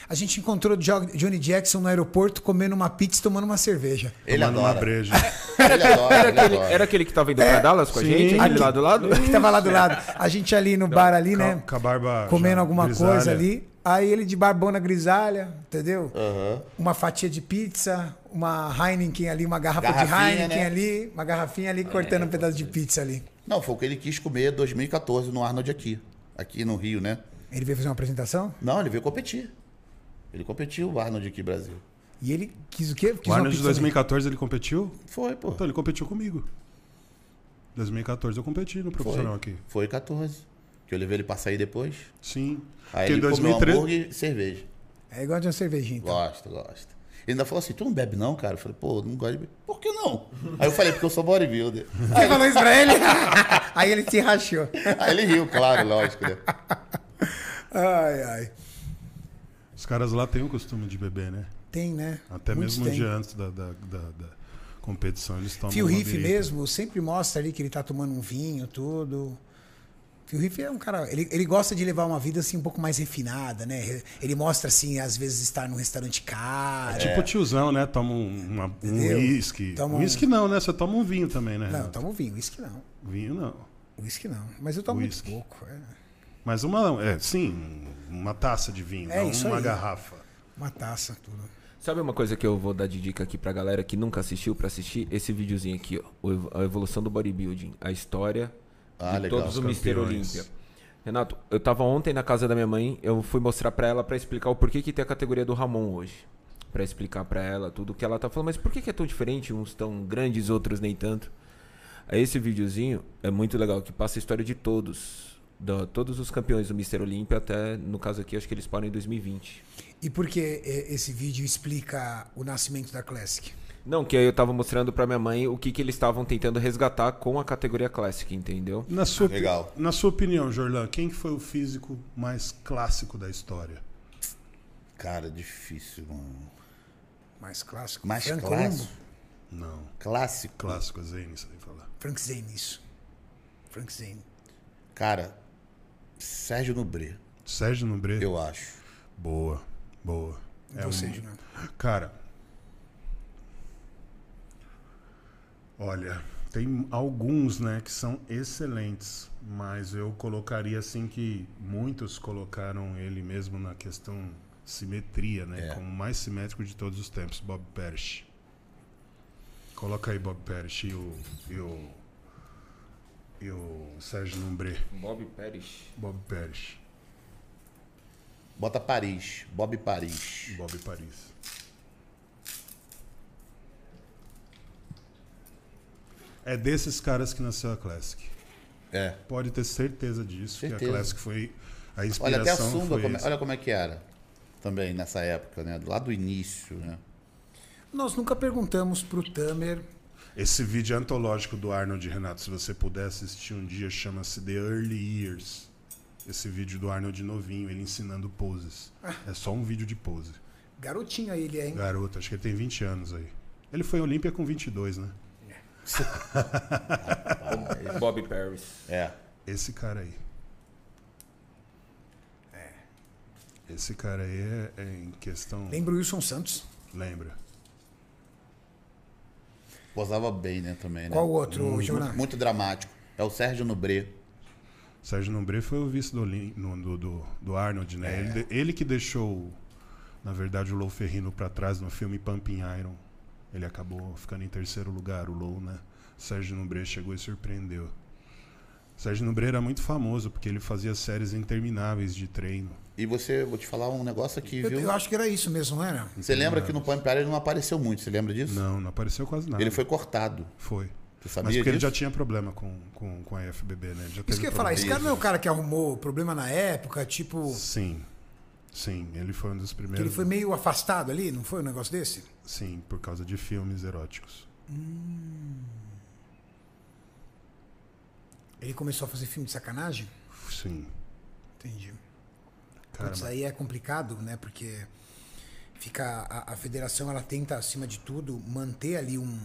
A gente encontrou o Jo- Johnny Jackson no aeroporto comendo uma pizza e tomando uma cerveja. Ele Tomando uma adora. breja. Ele adora, ele Aquele- adora. era aquele que tava indo É, pra Dallas com sim. a gente? Aquele Aqui. lá do lado? Que tava lá do lado. A gente ali no bar ali, né? Com a barba Comendo já alguma grisalha. coisa ali. Aí ele de barbona grisalha, entendeu? Uma fatia de pizza, uma Heineken ali, uma garrafa Garrafinha, de Heineken né? ali, uma garrafinha ali cortando um pedaço de pizza ali. Não, foi o que ele quis comer em 2014 no Arnold aqui. Aqui no Rio, né? Ele veio fazer uma apresentação Não, ele veio competir. Ele competiu o Arnold aqui Brasil. e ele quis o quê? Quis O uma Arnold de pizza também. 2014 ele competiu? Foi, pô. Então ele competiu comigo. 2014 eu competi Foi. no profissional aqui. Foi 14. Que eu levei ele pra sair depois. Sim. Aí Porque ele 2013 comeu hambúrguer e cerveja. É igual de uma cervejinha. Então. Gosta, gosta. Ele ainda falou assim, tu não bebe não, cara? Eu falei, pô, eu não gosto de beber. Por que não? Aí eu falei, porque eu sou bodybuilder. Você falou isso pra ele? Aí ele se rachou. Aí ele riu, claro, lógico, né? Ai, ai. Os caras lá têm o costume de beber, né? Tem, né? Até Muitos mesmo um têm. dia antes da, da, da- da competição eles tomam Phil uma Riff birita. mesmo, sempre mostra ali que ele tá tomando um vinho, tudo. Phil Riff é um cara. Ele, ele gosta de levar uma vida assim um pouco mais refinada, né? Ele mostra, assim, às vezes estar num restaurante caro. É. Tipo tiozão, né? Toma um- uma- um Entendeu? uísque. Toma Um um- uísque não, né? Você toma um vinho também, né? Não, Renato? tomo vinho, uísque não. Vinho não. Uísque não. Mas eu tomo Whisky. muito pouco. É. Mas uma, é, sim, uma taça de vinho, É não isso uma aí. garrafa. Uma taça, tudo. Sabe uma coisa que eu vou dar de dica aqui pra galera que nunca assistiu pra assistir? Esse videozinho aqui, ó. o ev- A evolução do bodybuilding. A história Ah, de legal, todos os o Mister campeões. Olímpia. Renato, eu tava ontem na casa da minha mãe, eu fui mostrar pra ela pra explicar o porquê que tem a categoria do Ramon hoje. Pra explicar pra ela tudo que ela tá falando, mas por que, que é tão diferente? Uns tão grandes, outros nem tanto. Aí Esse videozinho é muito legal, que passa a história de todos. da- todos os campeões do Mister Olímpia, até no caso aqui, acho que eles param em 2020. E por que eh, esse vídeo explica o nascimento da Classic? Não, que aí eu tava mostrando pra minha mãe o que, que eles estavam tentando resgatar com a categoria Classic, entendeu? Na sua, Legal. na sua opinião, Jorlan, quem que foi o físico mais clássico da história? Cara, difícil, mano. Mais clássico. Mais é Frank clássico. Colombo? Não, Clássico. clássico, Zane, você tem que falar. Frank Zane, isso. Frank Zane. Cara, Sérgio Nobre, Sérgio Nobre? eu acho. Boa, boa. um É Você, Juliano. Cara, olha, tem alguns, né, que são excelentes, mas eu colocaria assim que muitos colocaram ele mesmo na questão simetria, É. né, como o mais simétrico de todos os tempos, Bob Parrish. Coloca aí Bob Parrish e o e o, e o Sérgio Nombré, Bob Pérez. Bob Parrish, Bota Paris, Bob Paris. Bob Paris. É desses caras que nasceu a Classic. É. Pode ter certeza disso, que a Certeza. Classic foi a inspiração. Olha, até a Sumba, foi como, essa. olha como é que era. Também nessa época, né? Lá do início, né? Nós nunca perguntamos pro Tamer. Esse vídeo é antológico do Arnold, Renato, se você puder assistir um dia, chama-se The Early Years. Esse vídeo do Arnold novinho, ele ensinando poses. É só um vídeo de pose. Garotinho aí ele é, hein? Garoto, acho que ele tem 20 anos aí. Ele foi à Olímpia com 22, né? Bob Paris. É. Esse cara aí. É. Esse cara aí é, é em questão. Lembra o Wilson Santos? Lembra. Posava bem, né? É. Também, né? Qual o outro, Jonas? muito, muito dramático. É o Sérgio Nobre. Sérgio Nombré foi o vice do, Olin- no- do, do- do Arnold, né? Ele, de- ele que deixou, na verdade, o Lou Ferrino pra trás no filme Pumping Iron. Ele acabou ficando em terceiro lugar, o Lou, né? Sérgio Nombré chegou e surpreendeu. Sérgio Nombré era muito famoso porque ele fazia séries intermináveis de treino. E você, vou te falar um negócio aqui, Eu, viu? eu acho que era isso mesmo, não era? Você lembra que no Pump Iron ele não apareceu muito, você lembra disso? Não, não apareceu quase nada. Ele foi cortado. Foi. Tu Mas sabia porque ele disso? já tinha problema com, com, com a FBB, né? Ele já Isso teve que eu ia falar, esse problema. cara não é o cara que arrumou problema na época, tipo. Sim. Sim, ele foi um dos que primeiros. ele foi meio afastado ali, não foi um negócio desse? Sim, por causa de filmes eróticos. Ele começou a fazer filme de sacanagem? Sim. Entendi. Cara, Isso aí é complicado, né? Porque fica a, a federação ela tenta acima de tudo manter ali um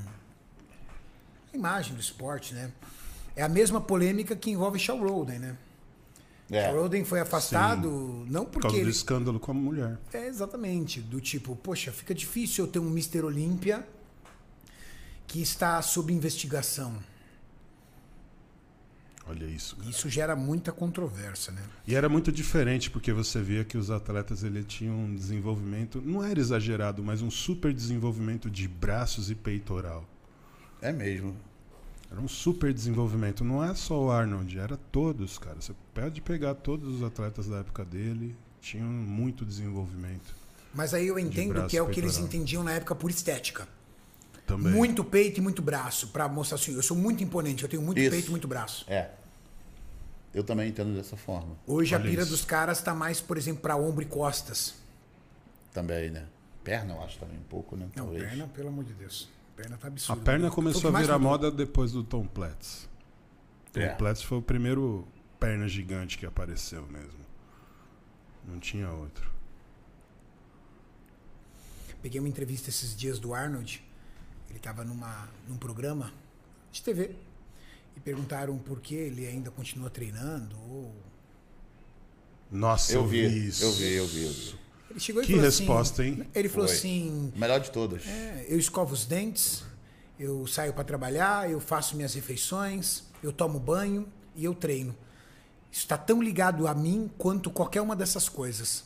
uma imagem do esporte, né? É a mesma polêmica que envolve Shaw Roden, né? É. Shaw Roden foi afastado não por porque causa do ele escândalo com a mulher. é exatamente do tipo, poxa, fica difícil eu ter um Mr. Olímpia que está sob investigação. Olha isso. cara. Isso gera muita controvérsia, né? E era muito diferente porque você via que os atletas ele tinham um desenvolvimento, não era exagerado, mas um super desenvolvimento de braços e peitoral. É mesmo. Era um super desenvolvimento. Não é só o Arnold, era todos, cara. Você pode pegar todos os atletas da época dele, tinham muito desenvolvimento Mas aí eu entendo braço que é o que eles peitoral. entendiam na época por estética. também. Muito peito e muito braço, pra mostrar assim, eu sou muito imponente, eu tenho muito Isso. peito e muito braço. É. Eu também entendo dessa forma. Hoje a Olha pira isso. dos caras tá mais, por exemplo, pra ombro e costas. Também, né? Perna, eu acho também um pouco, né? Não, Talvez. perna, pelo amor de Deus. Perna tá A absurda. perna Foi começou o que a mais virar mudou. moda depois do Tom Platz. Tom É. Platz foi o primeiro perna gigante que apareceu mesmo. Não tinha outro. Peguei uma entrevista esses dias do Arnold. Ele estava num programa de TV. E perguntaram por que ele ainda continua treinando. Ou... Nossa, eu, Eu vi, isso. eu vi, eu vi, eu vi. Ele chegou e Que falou resposta, assim, hein? Ele falou Foi. assim: Melhor de todas. É, Eu escovo os dentes, eu saio para trabalhar, eu faço minhas refeições, eu tomo banho e eu treino. Isso está tão ligado a mim quanto qualquer uma dessas coisas.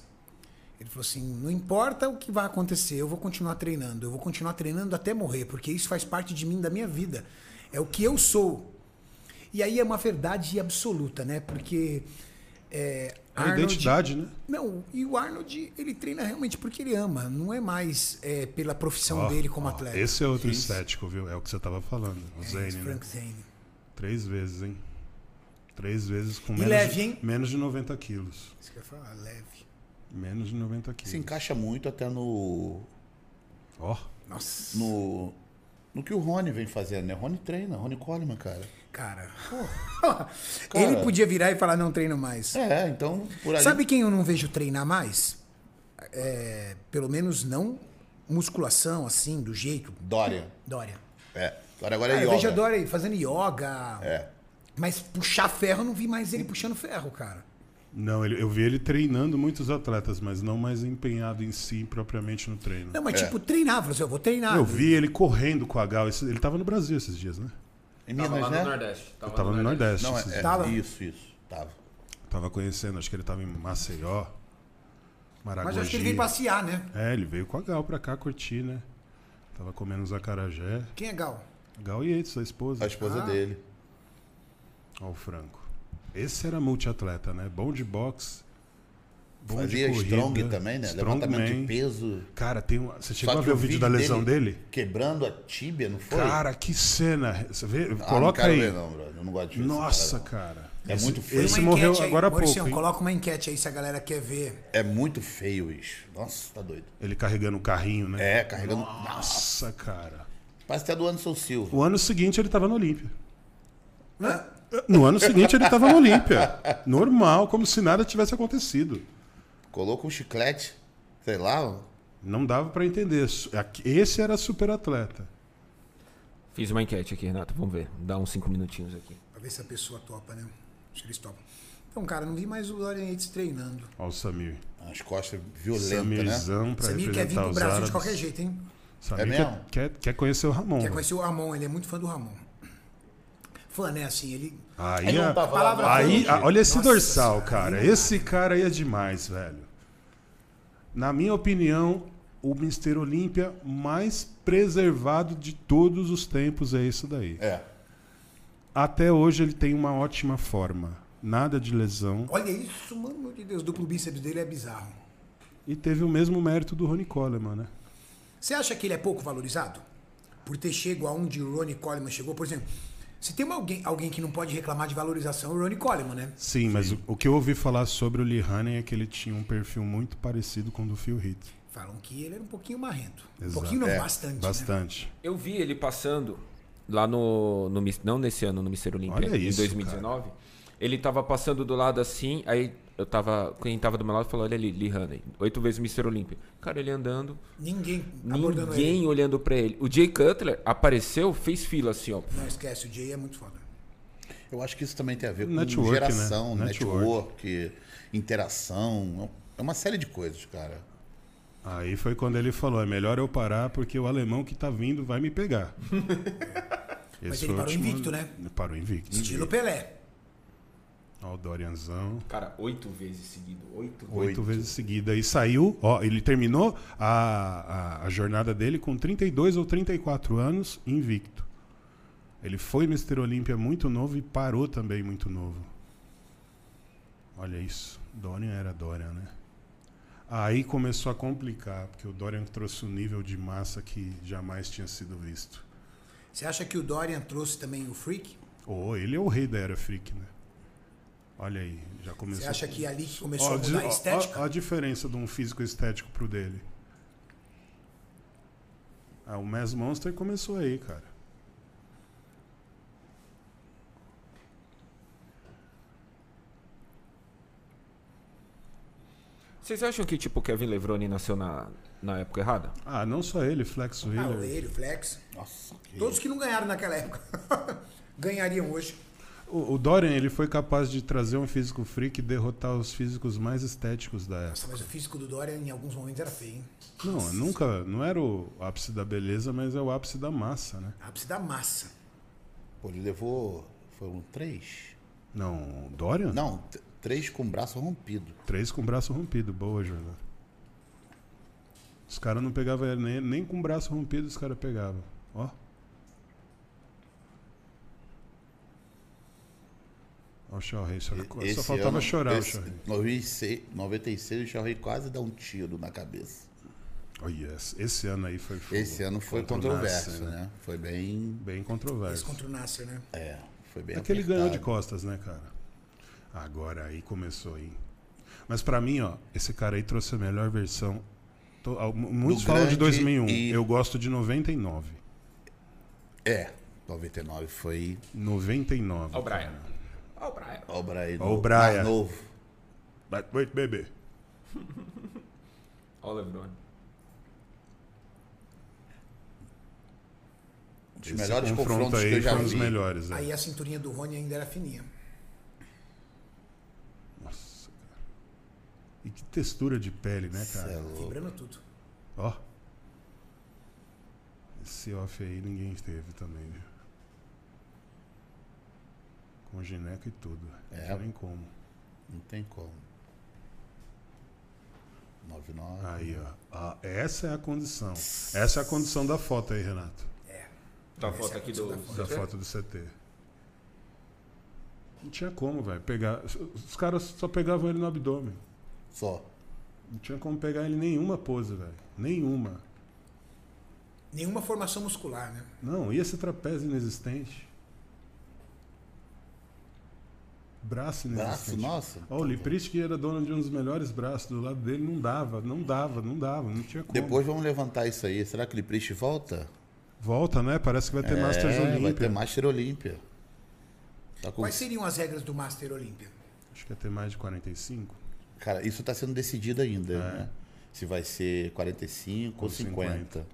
Ele falou assim: não importa o que vai acontecer, eu vou continuar treinando, eu vou continuar treinando até morrer, porque isso faz parte de mim, da minha vida. É o que eu sou. E aí é uma verdade absoluta, né? Porque. É, É a identidade, né? não, e o Arnold, ele treina realmente porque ele ama, não é mais é, pela profissão Ó, dele como ó, atleta. Ah, Esse é outro estético, viu? É o que você tava falando. O É, Zane, né? Frank Zane. Três vezes, hein? Três vezes com E menos, leve, de, hein? menos de 90 quilos. Isso que eu ia falar, leve. Menos de 90 quilos. Se encaixa muito até no. Ó, Nossa, no. No que o Rony vem fazendo, né? O Rony treina, Rony Coleman, cara. cara. Cara. Ele podia virar e falar, não treino mais. É, então, por ali. Sabe quem eu não vejo treinar mais? É, pelo menos não musculação, assim, do jeito. Dória. Dória. É. Dória agora é Cara, eu yoga. vejo a Dória aí fazendo yoga. É. Mas puxar ferro, eu não vi mais ele puxando ferro, cara. não, ele- eu vi ele treinando muitos atletas, mas não mais empenhado em si propriamente no treino. Não, mas É. tipo, treinar, falou assim, eu vou treinar. Eu vi ele correndo com a Gal. esse- Ele tava no Brasil esses dias, né? Em Tava Minas, lá né? no Nordeste. Tava, Tava no Nordeste. Não, esses é, é, Tava? Isso, isso. Tava. Tava conhecendo, acho que ele tava em Maceió, Maragogi. Mas acho que ele veio passear, né? É, ele veio com a Gal pra cá curtir, né? Tava comendo os acarajé. Quem é Gal? Gal Yates, a esposa. A esposa dele. Ó, o Franco. Esse era multiatleta, né? Bom de boxe. Bom Fazia de corrida, strong também, né? Levantamento strongman. de peso. Cara, tem um... você chegou Só a que ver o vídeo da lesão dele? Quebrando a tíbia, não foi? Cara, que cena. Você vê? Ah, Coloca não quero aí. Ver, não, brother. Eu não gosto de ver essa Nossa, parada, cara. É Esse- muito feio. Esse Uma morreu enquete aí. agora há pouco. Mauricião, hein? coloca uma enquete aí se a galera quer ver. não. É muito feio isso. Nossa, tá doido. Ele carregando o carrinho, né? É, carregando. Nossa. Nossa, cara. Parece até do Anderson Silva. O ano seguinte ele tava no Olímpia. No ano seguinte ele tava no Olímpia. Normal, como se nada tivesse acontecido. Coloca um chiclete, sei lá. Não dava pra entender. Su- aqui- Esse era super atleta. Fiz uma enquete aqui, Renato. Vamos ver. Dá uns cinco minutinhos aqui. Pra ver se a pessoa topa, né? Acho que eles topam. Então, cara, não vi mais o Dorian Yates treinando. Ó, o Samir. As costas violentas, né? Samirzão pra Samir quer vir representar pro os Brasil árabes. Uhum. de qualquer jeito, hein? Samir É quer, mesmo? quer, quer conhecer o Ramon. Quer conhecer o Ramon, ele é muito fã do Ramon. Fã, né? Assim, ele. Aí, Ele a- não tava lá, palavra- não. Aí, a- olha esse Nossa dorsal, senhora, cara. aí não Esse cara aí é demais, velho. Na minha opinião, o Mister Olímpia mais preservado de todos os tempos é esse daí. É. Até hoje ele tem uma ótima forma. Nada de lesão. Olha isso, mano de Deus. Duplo bíceps dele é bizarro. E teve o mesmo mérito do Rony Coleman, né? Você acha que ele é pouco valorizado? Por ter chego aonde o Ronnie Coleman chegou, por exemplo. Se tem uma alguém, alguém que não pode reclamar de valorização, é o Ronnie Coleman, né? Sim, mas o, o que eu ouvi falar sobre o Lee Haney é que ele tinha um perfil muito parecido com o do Phil Heath. Falam que ele era um pouquinho marrento. Um Exato. pouquinho não, É, bastante. né? Bastante. Eu vi ele passando lá no, no Mis- não nesse ano no Mister Olímpia, Olha em isso, 2019. Ele tava passando do lado assim, aí eu tava, quem tava do meu lado falou: "Olha ali, Lee Haney, oito vezes Mister Olímpia". Cara, ele andando, Ninguém abordando ninguém ele. olhando pra ele. O Jay Cutler apareceu, fez fila assim, ó. Não esquece, o Jay é muito foda. Eu acho que isso também tem a ver com Network, geração, né? network. interação. É uma série de coisas, cara. Aí foi quando ele falou: é melhor eu parar porque o alemão que tá vindo vai me pegar. Esse Mas ele foi o parou último- invicto, né? Parou invicto. Estilo Pelé. Ó, o Dorianzão. Cara, oito vezes seguido, oito. Oito, vezes seguida. E saiu, ó, ele terminou a, a, a jornada dele com 32 ou 34 anos, invicto. Ele foi Mr. Olímpia muito novo e parou também muito novo. Olha isso. Dorian era Dorian, né? Aí começou a complicar, porque o Dorian trouxe um nível de massa que jamais tinha sido visto. Você acha que o Dorian trouxe também o Freak? Oh, ele é o rei da era freak, né? Olha aí, já começou. Você acha que ali que começou Ó, a di- mudar ó, a estética? ó, ó a diferença de um físico estético pro dele. Ah, o Mass Monster começou aí, cara. Vocês acham que, tipo, o Kevin Levrone nasceu na, na época errada? Ah, não só ele, Flex Ah, Wheeler. o Leiro, Flex. Nossa, que... Todos que não ganharam naquela época ganhariam hoje. O, o Dorian ele foi capaz de trazer um físico freak e derrotar os físicos mais estéticos da época. Nossa, mas o físico do Dória em alguns momentos era feio, hein? Não, nunca, não era o ápice da beleza, mas é o ápice da massa, né? Ápice Ah, da massa. Pô, ele levou. Foram três? Não, o Dorian? Não, t- três com o braço rompido. Três com o braço rompido, boa, Jordan. Os caras não pegavam ele, nem, nem com o braço rompido os caras pegavam. Ó. Ó o Shao Rei, só, só faltava ano, chorar esse- o Shao Rei. 96, 96, o Charlie quase dá um tiro na cabeça. Oh, yes. Esse ano aí foi fogo. Esse ano foi Contra o controverso, Nasser, né? Foi bem. Bem Esse controverso. contra o Nasser, né? É, foi bem. É que ele ganhou de apertado. costas, né, cara? Agora aí começou, hein? Mas pra mim, ó, esse cara aí trouxe a melhor versão. Tô- al- mu- muitos Do falam de grande 2001. e- Eu gosto de 99. É, 99 foi 99. Ó o cara. Brian. Ó o Brian. obra aí. Ó o Brian. Novo. But wait, baby. Ó o Levrone. Um dos melhores confrontos aí que eu já foi um dos vi. melhores. É. Aí a cinturinha do Rony ainda era fininha. Nossa, cara. E que textura de pele, né, Cê é cara? louco. Quebrando tudo. Ó. Esse off aí ninguém teve também, viu? Com gineca e tudo. É. Não tem como. Não tem como. 99. Aí, ó. Ah, essa é a condição. Essa é a condição da foto aí, Renato. Tá a foto aqui do. Da foto do CT. Não tinha como, velho. Pegar. Os caras só pegavam ele no abdômen. Só. Não tinha como pegar ele em nenhuma pose, velho. Nenhuma. Nenhuma formação muscular, né? Não, e esse trapézio inexistente? Braço Braço, inexistente. nossa. Ó, o Liprist, que era dono de um dos melhores braços do lado dele, não dava, não dava, não dava, não tinha como. Depois vamos levantar isso aí. Será que o Liprist volta? Volta, né? Parece que vai ter Masters é, vai ter Olímpia. Master Olímpia. Só com... Quais seriam as regras do Master Olímpia? Acho que ia ter mais de 45. Cara, isso tá sendo decidido ainda, né? Se vai ser 45 ou É. Ou 50. 50.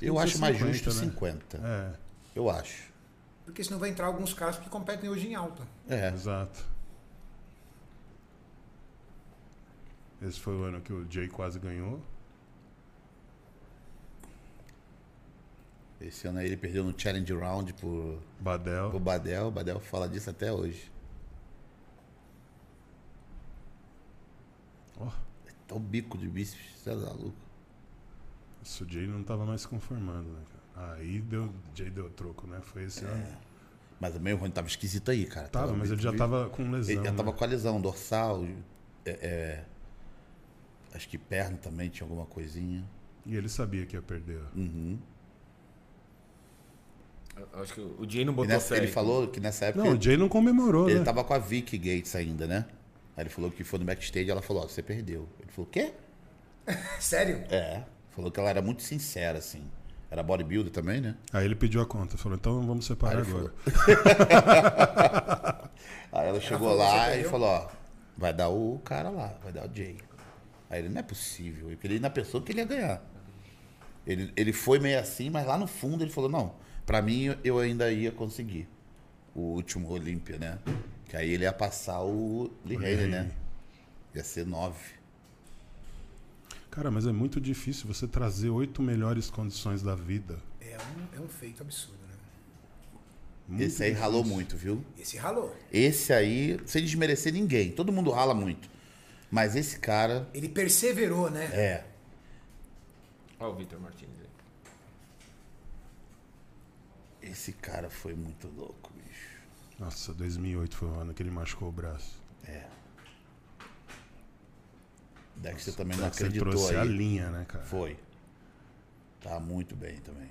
Eu acho mais justo né? 50. É, Eu acho. Porque senão vai entrar alguns caras que competem hoje em alta. É. exato. Esse foi o ano que o Jay quase ganhou. Esse ano aí ele perdeu no Challenge Round pro, Badel. pro Badel. O Badel fala disso até hoje. Ó. Tá o bico de bíceps, você é maluco. Isso o Jay não tava mais se conformando, né, cara? Aí deu, Jay deu troco, né? Foi esse É, ano. Mas também o Rony tava esquisito aí, cara. Tava, mas ele já bico- tava com lesão. Ele já tava né? com a lesão dorsal. é, é, acho que perna também tinha alguma coisinha. E ele sabia que ia perder. ó. Hum. Eu Acho que o Jay não E botou nessa- fé. ele falou que nessa época Não, o Jay não comemorou, ele né? tava com a Vicky Gates ainda, né? Aí ele falou que foi no backstage ela falou, ó, você perdeu. Ele falou, quê? Sério? É. Falou que ela era muito sincera, assim. Era bodybuilder também, né? Aí ele pediu a conta, falou, então vamos separar Aí ele agora. Aí ela chegou falou, "Você lá e perdeu?" falou, ó, vai dar o cara lá, vai dar o Jay. Aí ele, não é possível. Porque ele na pessoa que ele ia ganhar. Ele, ele foi meio assim, mas lá no fundo ele falou, não, pra mim eu ainda ia conseguir o último Olímpia, né? Que aí ele ia passar o Lee Haley, né? Ia ser nove. Cara, mas é muito difícil você trazer oito melhores condições da vida. É um, é um feito absurdo, né? Muito Esse aí ralou difícil. muito, viu? Esse ralou. Esse aí, sem desmerecer ninguém. Todo mundo rala muito. Mas esse cara, Ele perseverou, né? é. Ó o Vitor Martins aí. Esse cara foi muito louco, bicho. Nossa, 2008 foi o ano que ele machucou o braço. É. Dexter também não Você acreditou trouxe a aí. linha, né, cara? Foi. Tá muito bem também.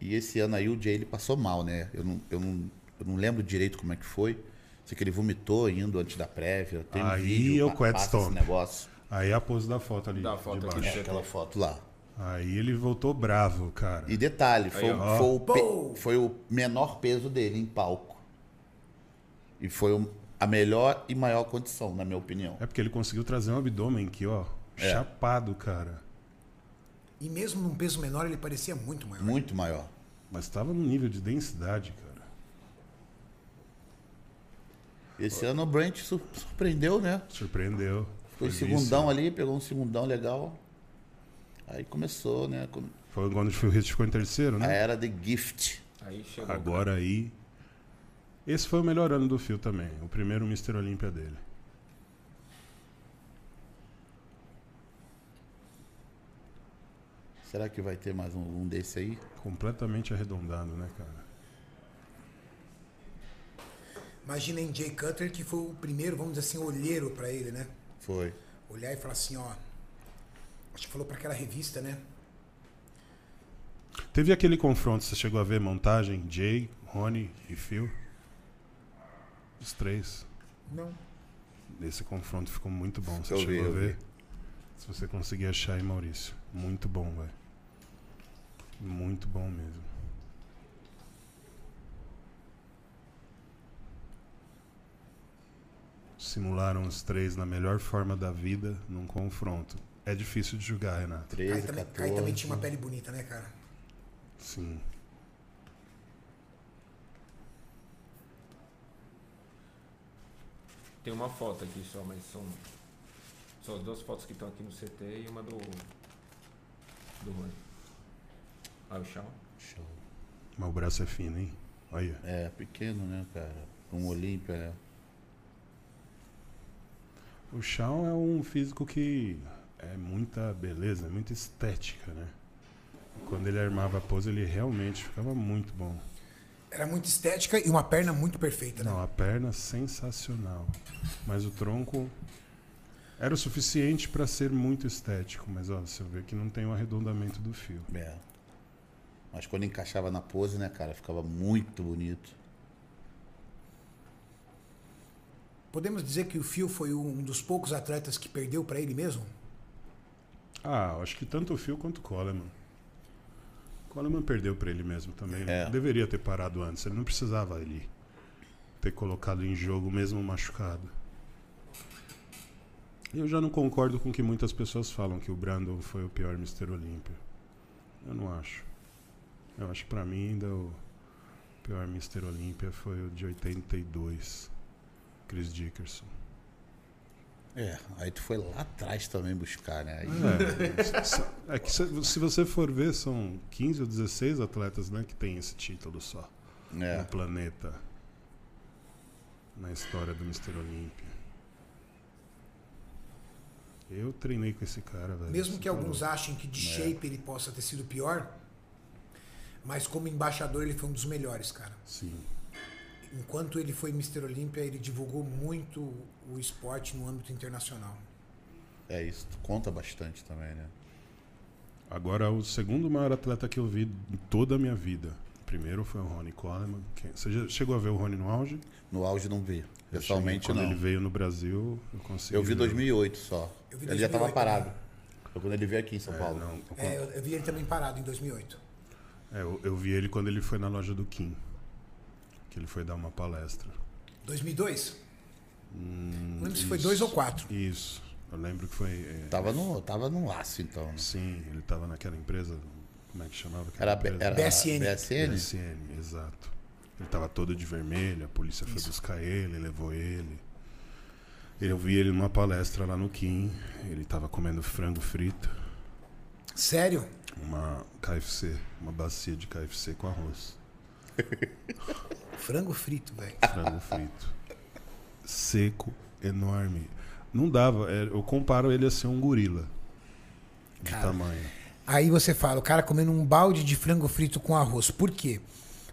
E esse ano aí o Jay ele passou mal, né? Eu não, eu, não, eu não lembro direito como é que foi. Sei que ele vomitou indo antes da prévia. Tem um Aí vídeo, eu pa- quit passa stomp. esse negócio. Aí a pose da foto ali Da de foto aqui. baixo. É, aquela foto lá. Aí ele voltou bravo, cara. E detalhe, foi, ó. foi o, pe- Pou! foi o menor peso dele em palco. E foi o, a melhor e maior condição, na minha opinião. É porque ele conseguiu trazer um abdômen que, ó, É. chapado, cara. E mesmo num peso menor, ele parecia muito maior. Muito maior. Mas estava num nível de densidade, cara. Esse ano o Brent sur- surpreendeu, né? Surpreendeu. Foi segundão ali, pegou um segundão legal. Aí começou, né? Come- Foi quando o Phil Heath ficou em terceiro, A né? era de gift. Aí chegou. Agora aí. Esse foi o melhor ano do Phil também. O primeiro Mr. Olímpia dele. Será que vai ter mais um, um desse aí? Completamente arredondado, né, cara? Imagina em Jay Cutler, que foi o primeiro, vamos dizer assim, olheiro pra ele, né? Foi. Olhar e falar assim, ó. Acho que falou pra aquela revista, né? Teve aquele confronto, você chegou a ver montagem? Jay, Rony e Phil? Os três. Não. Esse confronto ficou muito bom. Você Eu chegou vi, a eu ver? Se você conseguir achar aí, Maurício. Muito bom, velho. Muito bom mesmo. Simularam os três na melhor forma da vida num confronto. É difícil de julgar, Renato. Kai 13, também, 14. Kai também tinha uma pele bonita, né, cara? Sim. Tem uma foto aqui só, mas são. São as duas fotos que estão aqui no CT e uma do. Do Rony. Ah, o chão. Show. Mas o braço é fino, hein? Olha. É, pequeno, né, cara? Um Olímpia, né? O Shawn é um físico que é muita beleza, é muita estética, né? Quando ele armava a pose, ele realmente ficava muito bom. Era muito estética e uma perna muito perfeita, né? Não, a perna sensacional, mas o tronco era o suficiente para ser muito estético, mas ó, você vê que não tem o arredondamento do fio. É. Mas quando encaixava na pose, né, cara? Ficava muito bonito. Podemos dizer que o Phil foi um dos poucos atletas que perdeu pra ele mesmo? Ah, eu acho que tanto o fio quanto o Coleman. O Coleman perdeu para ele mesmo também. né? É. Deveria ter parado antes, ele não precisava ele ter colocado em jogo mesmo machucado. Eu já não concordo com o que muitas pessoas falam que o Brandon foi o pior Mr. Olímpia. Eu não acho. Eu acho que pra mim ainda o pior Mr. Olímpia foi o de 82, Chris Dickerson. É. Aí tu foi lá atrás também buscar, né? Aí- É, é que se, se você for ver, são 15 ou 16 atletas né, que tem esse título só É. no planeta. Na história do Mr. Olímpia. Eu treinei com esse cara, velho. Mesmo Você que tá alguns louco. achem que de shape ele possa ter sido pior, mas como embaixador ele foi um dos melhores, cara. Sim. Enquanto ele foi Mr. Olímpia, ele divulgou muito o esporte no âmbito internacional. É isso. Conta bastante também, né? Agora, o segundo maior atleta que eu vi em toda a minha vida. O primeiro foi o Rony Coleman. Quem- Você já chegou a ver o Rony no auge? No auge não vi. Eu Pessoalmente cheguei- não. Quando ele veio né? no Brasil, eu consegui. Eu vi ver. 2008 só. Eu vi ele já tava 2008 parado. Foi quando ele veio aqui em São Paulo. Não, eu- É, eu, eu vi ele também parado em 2008. É, eu, eu vi ele quando ele foi na loja do Kim. Que ele foi dar uma palestra. 2002? não lembro se foi dois ou quatro. Isso. Eu lembro que foi. é, Tava no, tava no laço, então. né? Sim, ele tava naquela empresa. Como é que chamava? aquela Era, empresa? era BSN. BSN? BSN, exato. Ele tava todo de vermelho, a polícia foi buscar ele, levou ele. Eu vi ele numa palestra lá no Kim. Ele tava comendo frango frito, Sério? uma KFC, uma bacia de KFC com arroz. Frango frito, velho. frango frito. Seco, enorme. Não dava. é, Eu comparo ele a ser um gorila. De tamanho. Aí você fala, o cara comendo um balde de frango frito com arroz. Por quê?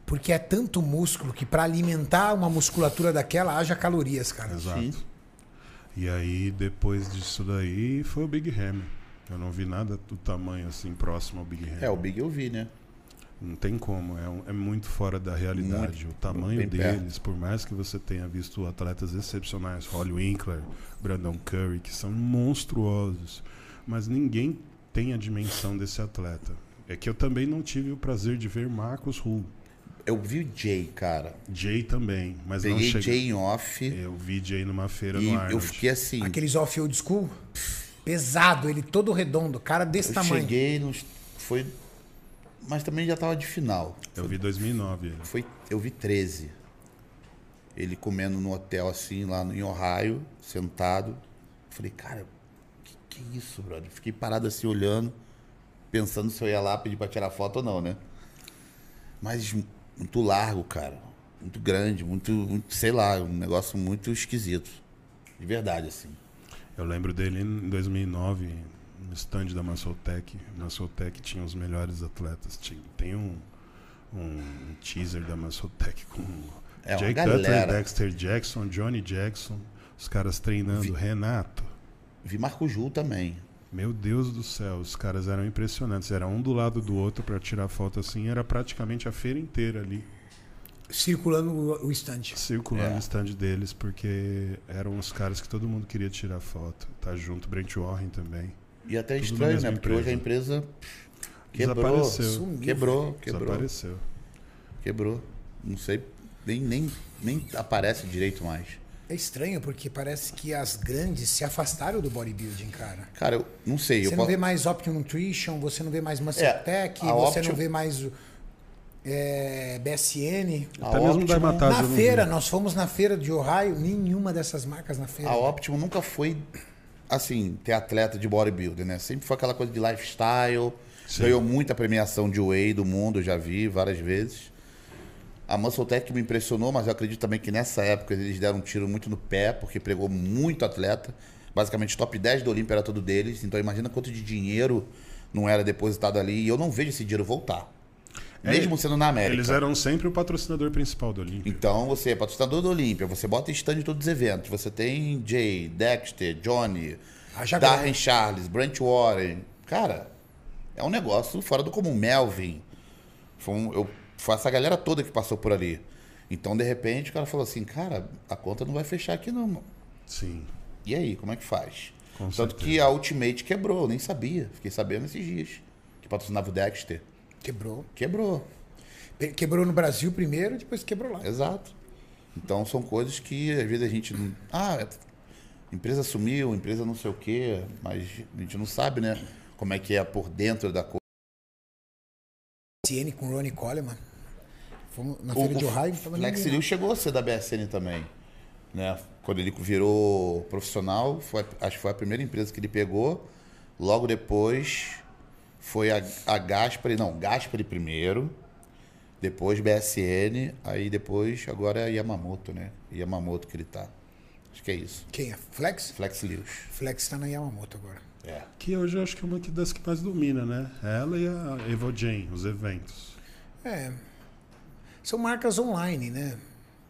Porque é tanto músculo que para alimentar uma musculatura daquela haja calorias, cara. Exato. E aí, depois disso daí, foi o Big Ham. Eu não vi nada do tamanho assim próximo ao Big Ham. É, o Big eu vi, né? Não tem como, é, um- é muito fora da realidade. o tamanho bem deles, por mais que você tenha visto atletas excepcionais, Holly Winkler, Brandon Curry, que são monstruosos, mas ninguém tem a dimensão desse atleta. É que eu também não tive o prazer de ver Marcos Hull. Eu vi o Jay, cara. Jay também, mas não Peguei cheguei. Jay em off Eu vi Jay numa feira e no Arnold. eu fiquei assim. Aqueles off old school, pesado, ele todo redondo, cara desse eu tamanho. cheguei, não- foi. Mas também já tava de final. Eu vi 2009. ele. Foi, eu vi 13. Ele comendo no hotel, assim, lá no- em Ohio, sentado. Falei, cara, que que é isso, brother? Fiquei parado assim, olhando, pensando se eu ia lá pedir pra tirar foto ou não, né? Mas mu- muito largo, cara. Muito grande, muito, muito sei lá, um negócio muito esquisito. De verdade, assim. Eu lembro dele em 2009, no stand da Massoltec. Na Massoltec tinha os melhores atletas. Tinha- tem um, um teaser da Massoltec com É, uma Jay Cutler, galera. Dexter Jackson, Johnny Jackson, os caras treinando, Renato. Vi Marco Ju também. Meu Deus do céu, os caras eram impressionantes. Era um do lado do outro pra tirar foto assim, era praticamente a feira inteira ali, Circulando o, o stand. circulando É. o stand deles, porque eram os caras que todo mundo queria tirar foto. Tá junto, Brent Warren também. E até Tudo na estranho, mesma né? Porque hoje a empresa pff, quebrou. Desapareceu. Sumiu, Quebrou, quebrou. Desapareceu. Quebrou. Não sei, nem, nem, nem aparece direito mais. É estranho, porque parece que as grandes se afastaram do bodybuilding, cara. Cara, eu não sei. Você eu não po- vê mais Optimum Nutrition, você não vê mais Muscle É, Tech, a você Optimum- não vê mais o, é, BSN. A Até mesmo Optimum- da Imataz, na eu não vi. feira, né, nós fomos na feira de Ohio, nenhuma dessas marcas na feira. A Optimum nunca foi, assim, ter atleta de bodybuilder, né? Sempre foi aquela coisa de lifestyle. Ganhou muita premiação de Whey do mundo, eu já vi várias vezes. A Muscle Tech me impressionou, mas eu acredito também que nessa época eles deram um tiro muito no pé, porque pregou muito atleta. Basicamente, top 10 do Olímpia era todo deles. Então, imagina quanto de dinheiro não era depositado ali. E eu não vejo esse dinheiro voltar. mesmo sendo na América. Eles eram sempre o patrocinador principal do Olímpia. Então você é patrocinador do Olímpia, você bota stand em todos os eventos. Você tem Jay, Dexter, Johnny, Ah, Haja Darren Charles, Brent Warren. Cara, é um negócio fora do comum. Melvin. Foi, um- eu, foi essa galera toda que passou por ali. Então, de repente, o cara falou assim, cara, a conta não vai fechar aqui não. mano. Sim. E aí, como é que faz? Com Tanto certeza. que a Ultimate quebrou, eu nem sabia. Fiquei sabendo esses dias. Que patrocinava o Dexter. Quebrou. Quebrou. Pe- Quebrou no Brasil primeiro, depois quebrou lá. Exato. Então são coisas que às vezes a gente não. Ah, empresa sumiu, empresa não sei o quê, mas a gente não sabe, né? Como é que é por dentro da coisa. BSN com o Ronnie Coleman. Fomos na feira O, de Ohio, não o tava Flex ninguém. Liu chegou a ser da BSN também. Né? Quando ele virou profissional, foi- acho que foi a primeira empresa que ele pegou. Logo depois foi a, a Gaspari, não, Gaspari primeiro, depois BSN, aí depois agora é Yamamoto, né? Yamamoto que ele tá. Acho que é isso. Quem é? Flex? Flex Lewis. Flex tá na Yamamoto agora. É. Que hoje eu acho que é uma que- das que mais domina, né? Ela e a Evo Jane, os eventos. É. São marcas online, né?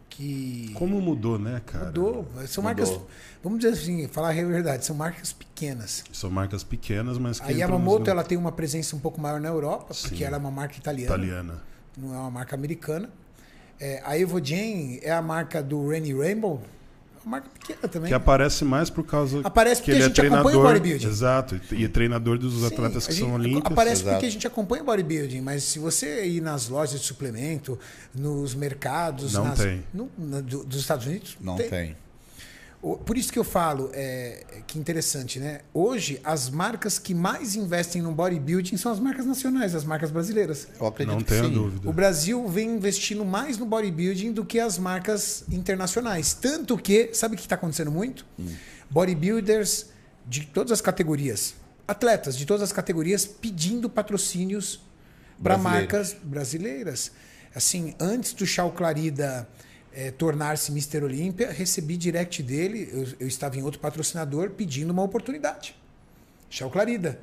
Que. Como mudou, né, cara? Mudou. São marcas. Vamos dizer assim, falar a verdade, são marcas pequenas. São marcas pequenas, mas que A entram nos Yamamoto no- ela tem é uma presença um pouco maior na Europa, porque Sim. ela é uma marca italiana, italiana. não é uma marca americana. É, a Evo Jane é a marca do Rennie Rainbow, é uma marca pequena também. Que aparece mais por causa Aparece que porque ele a é gente acompanha o treinador. bodybuilding. Exato, e e treinador dos Sim, atletas que a são gente- olímpicos. Aparece exato. porque a gente acompanha o bodybuilding, mas se você ir nas lojas de suplemento, nos mercados, Não nas- tem. no- na- do- dos Estados Unidos, Não tem. O- Por isso que eu falo é, que interessante, né? Hoje, as marcas que mais investem no bodybuilding são as marcas nacionais, as marcas brasileiras. Eu acredito Não que tenha sim. dúvida. O Brasil vem investindo mais no bodybuilding do que as marcas internacionais. Tanto que, sabe o que está acontecendo muito? Bodybuilders de todas as categorias, atletas de todas as categorias pedindo patrocínios para Brasileiros. marcas brasileiras. Assim, antes do Chau Clarida eh, tornar-se Mr. Olímpia, recebi direct dele, eu- eu estava em outro patrocinador, pedindo uma oportunidade. Chau Clarida.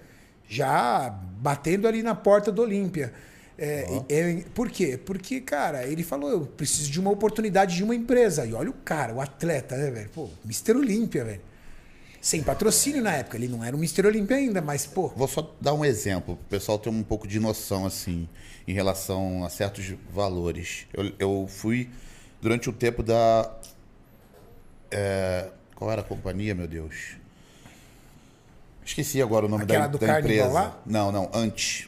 Já batendo ali na porta do Olímpia. É, é, por quê? Porque, cara, ele falou: eu preciso de uma oportunidade de uma empresa. E olha o cara, o atleta, né, velho? Pô, Mr. Olímpia, velho. Sem patrocínio na época. Ele não era um Mr. Olímpia ainda, mas, pô. Vou só dar um exemplo, para o pessoal ter um pouco de noção, assim, em relação a certos valores. Eu, eu fui durante o tempo da. é, qual era a companhia, meu Deus? Esqueci agora o nome da, Aquela do da carne empresa. lá? Não, não, antes.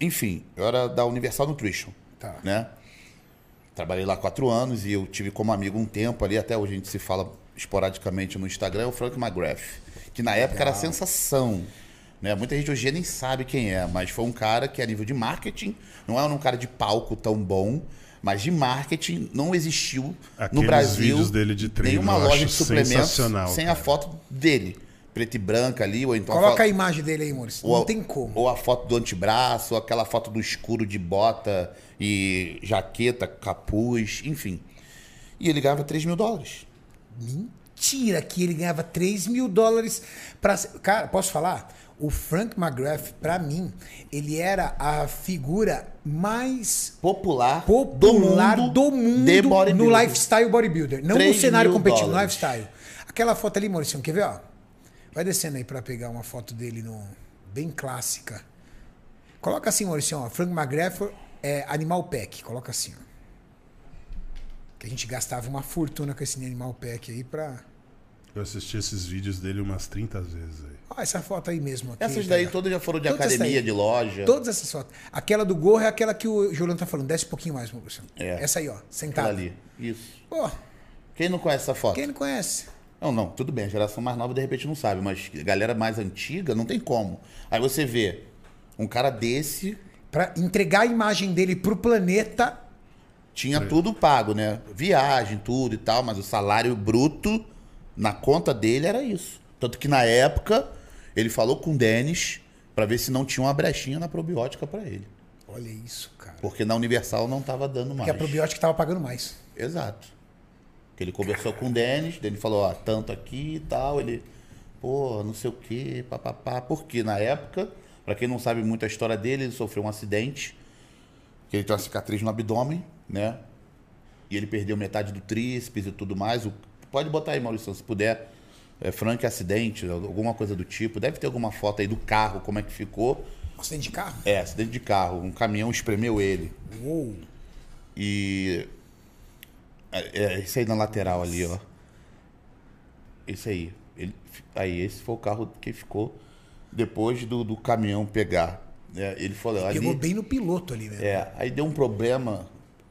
Enfim, eu era da Universal Nutrition. Tá. Né? Trabalhei lá quatro anos e eu tive como amigo um tempo ali, até hoje a gente se fala esporadicamente no Instagram, o Frank McGrath, que na época era a sensação. Né? Muita gente hoje em dia nem sabe quem é, mas foi um cara que a nível de marketing, não era um cara de palco tão bom, mas de marketing não existiu Aqueles no Brasil vídeos dele de trigo, nenhuma eu loja acho de suplementos sem sensacional, a cara. foto dele, preto e branca ali, ou então a Coloca foto- a imagem dele aí, Maurício. ou Não a- tem como. Ou a foto do antebraço, ou aquela foto do escuro de bota e jaqueta, capuz, enfim. E ele ganhava 3 mil dólares. Tira que ele ganhava 3 mil dólares pra. ser- Cara, posso falar? O Frank McGrath, pra mim, ele era a figura mais Popular, popular do mundo, de bodybuilding. no lifestyle bodybuilder. Não no 3 cenário mil competindo, no dólares. lifestyle. Aquela foto ali, Maurício, quer ver? Ó? Vai descendo aí pra pegar uma foto dele no, bem clássica. Coloca assim, Maurício, ó, Frank McGrath é Animal Pack. Coloca assim, ó. Que a gente gastava uma fortuna com esse Animal Pack aí pra... Eu assisti esses vídeos dele umas 30 vezes aí. Ó, essa foto aí mesmo. Aqui, Essas tá daí ligado? todas é. já foram de Todas academia, essas de daí. loja. Todas essas fotos. Aquela do gorro é aquela que o Juliano tá falando. Desce um pouquinho mais, Maurício. É. Essa aí, ó. Aquela Sentada. ali. Isso. Pô, Quem não conhece essa foto? tá. quem não conhece? Não, não, tudo bem, a geração mais nova de repente não sabe, mas a galera mais antiga não tem como. Aí você vê um cara desse, Pra entregar a imagem dele pro planeta. tinha tudo pago, né? Viagem, tudo e tal, mas o salário bruto na conta dele era isso. Tanto que na época ele falou com o Denis pra ver se não tinha uma brechinha na probiótica pra ele, Olha isso, cara. porque na Universal não tava dando mais. Porque a probiótica tava pagando mais. Exato. Que ele conversou com o Denis, Denis falou, ó, tanto aqui e tal, ele, pô, não sei o quê, papapá. Porque na época, pra quem não sabe muito a história dele, ele sofreu um acidente, que ele tem uma cicatriz no abdômen, né? E ele perdeu metade do tríceps e tudo mais. O- Pode botar aí, Maurício, se puder. É, Frank acidente, alguma coisa do tipo. Deve ter alguma foto aí do carro, como é que ficou. Acidente de carro? É, acidente de carro. Um caminhão espremeu ele. Uou. E. É, é, esse aí na lateral ali, ó. Esse aí. Ele, aí, esse foi o carro que ficou depois do, do caminhão pegar. né? ele falou. ali, Pegou bem no piloto ali, né? É, aí deu um problema.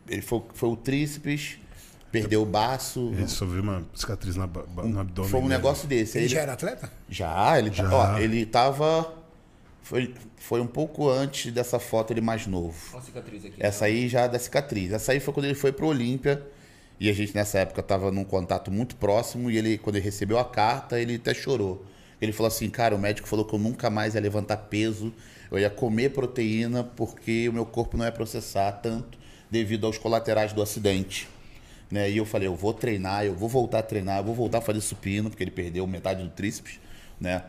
Ele foi, foi o tríceps, perdeu o baço. Uhum. Ele só viu uma cicatriz na, ba- ba- no abdômen. Foi um dele. negócio desse. Aí né? Ele Ele, já era atleta? já, ele tá- Já. ó, ele tava. Foi, foi um pouco antes dessa foto, ele mais novo. Olha a cicatriz aqui. Essa aí já é da cicatriz. Essa aí foi quando ele foi pro Olímpia. E a gente nessa época tava num contato muito próximo e ele quando ele recebeu a carta, ele até chorou. Ele falou assim: "Cara, o médico falou que eu nunca mais ia levantar peso, eu ia comer proteína porque o meu corpo não ia processar tanto devido aos colaterais do acidente". Né? E eu falei: "Eu vou treinar, eu vou voltar a treinar, eu vou voltar a fazer supino, porque ele perdeu metade do tríceps, né?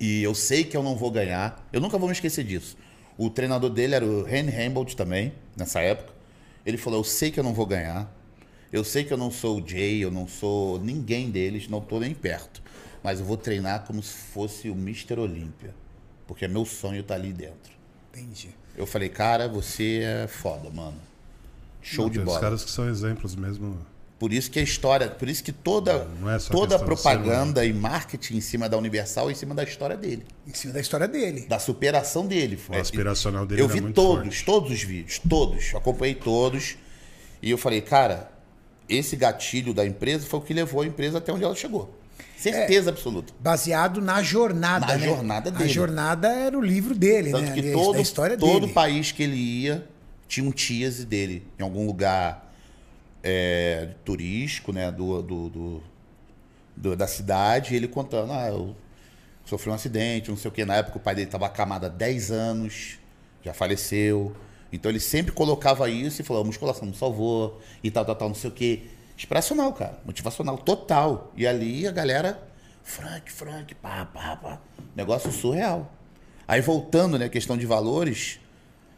E eu sei que eu não vou ganhar. Eu nunca vou me esquecer disso. O treinador dele era o Ren Hambold também, nessa época. Ele falou: Eu sei que eu não vou ganhar. Eu sei que eu não sou o Jay, eu não sou ninguém deles, não tô nem perto. Mas eu vou treinar como se fosse o Mr. Olímpia. Porque meu sonho tá ali dentro. Entendi. Eu falei, cara, você é foda, mano. Show Não, de tem bola. Os caras que são exemplos mesmo. Por isso que a história, por isso que toda, Não é só toda a questão de ser um humano. propaganda e marketing em cima da Universal e em cima da história dele Em cima da história dele. da superação dele. Foi. O aspiracional dele Eu era vi muito todos, forte. todos os vídeos, todos. Acompanhei todos. E eu falei, cara, esse gatilho da empresa foi o que levou a empresa até onde ela chegou. É. Certeza absoluta. Baseado na jornada, Na né? jornada A dele. jornada era o livro dele, Tanto né? que Ali, todo, da história todo dele. país que ele ia tinha um tíase dele, em algum lugar é, turístico, né? Do, do, do- do- da cidade, e ele contando, ah, eu sofri um acidente, não sei o que. Na época o pai dele estava acamado há 10 anos, já faleceu. Então ele sempre colocava isso e falou, a musculação me salvou, e tal, tal, tal, não sei o que. Inspiracional, cara. Motivacional total. E ali a galera, Frank, Frank, pá, pá, pá. Negócio surreal. Aí voltando, né, questão de valores,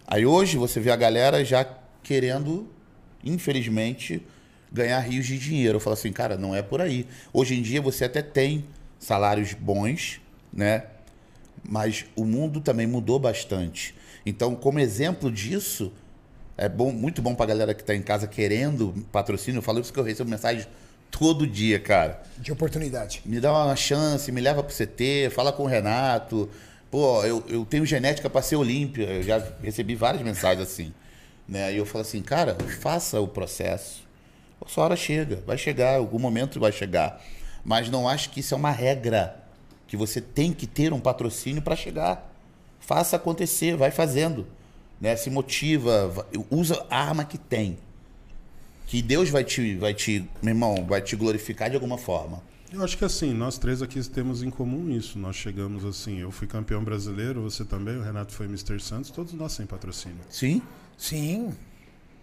aí hoje você vê a galera já querendo, infelizmente, ganhar rios de dinheiro. Eu falo assim, cara, não é por aí. Hoje em dia você até tem salários bons, né? Mas o mundo também mudou bastante. Então, como exemplo disso, é bom, muito bom pra galera que tá em casa querendo patrocínio. Eu falo isso que eu recebo mensagem todo dia, cara De oportunidade. me dá uma chance, me leva pro CT, fala com o Renato. Pô, eu, eu tenho genética para ser Olímpia. Eu já recebi várias mensagens assim. Né? E eu falo assim, cara, faça o processo. A sua hora chega, vai chegar, em algum momento vai chegar. Mas não acho que isso é uma regra, que você tem que ter um patrocínio para chegar. Faça acontecer, vai fazendo. Né? Se motiva, va- usa a arma que tem. Que Deus vai te, vai te, meu irmão, vai te glorificar de alguma forma. Eu acho que assim, nós três aqui temos em comum isso. Nós chegamos assim, eu fui campeão brasileiro, você também, o Renato foi Mr. Santos, todos nós sem patrocínio. Sim? Sim.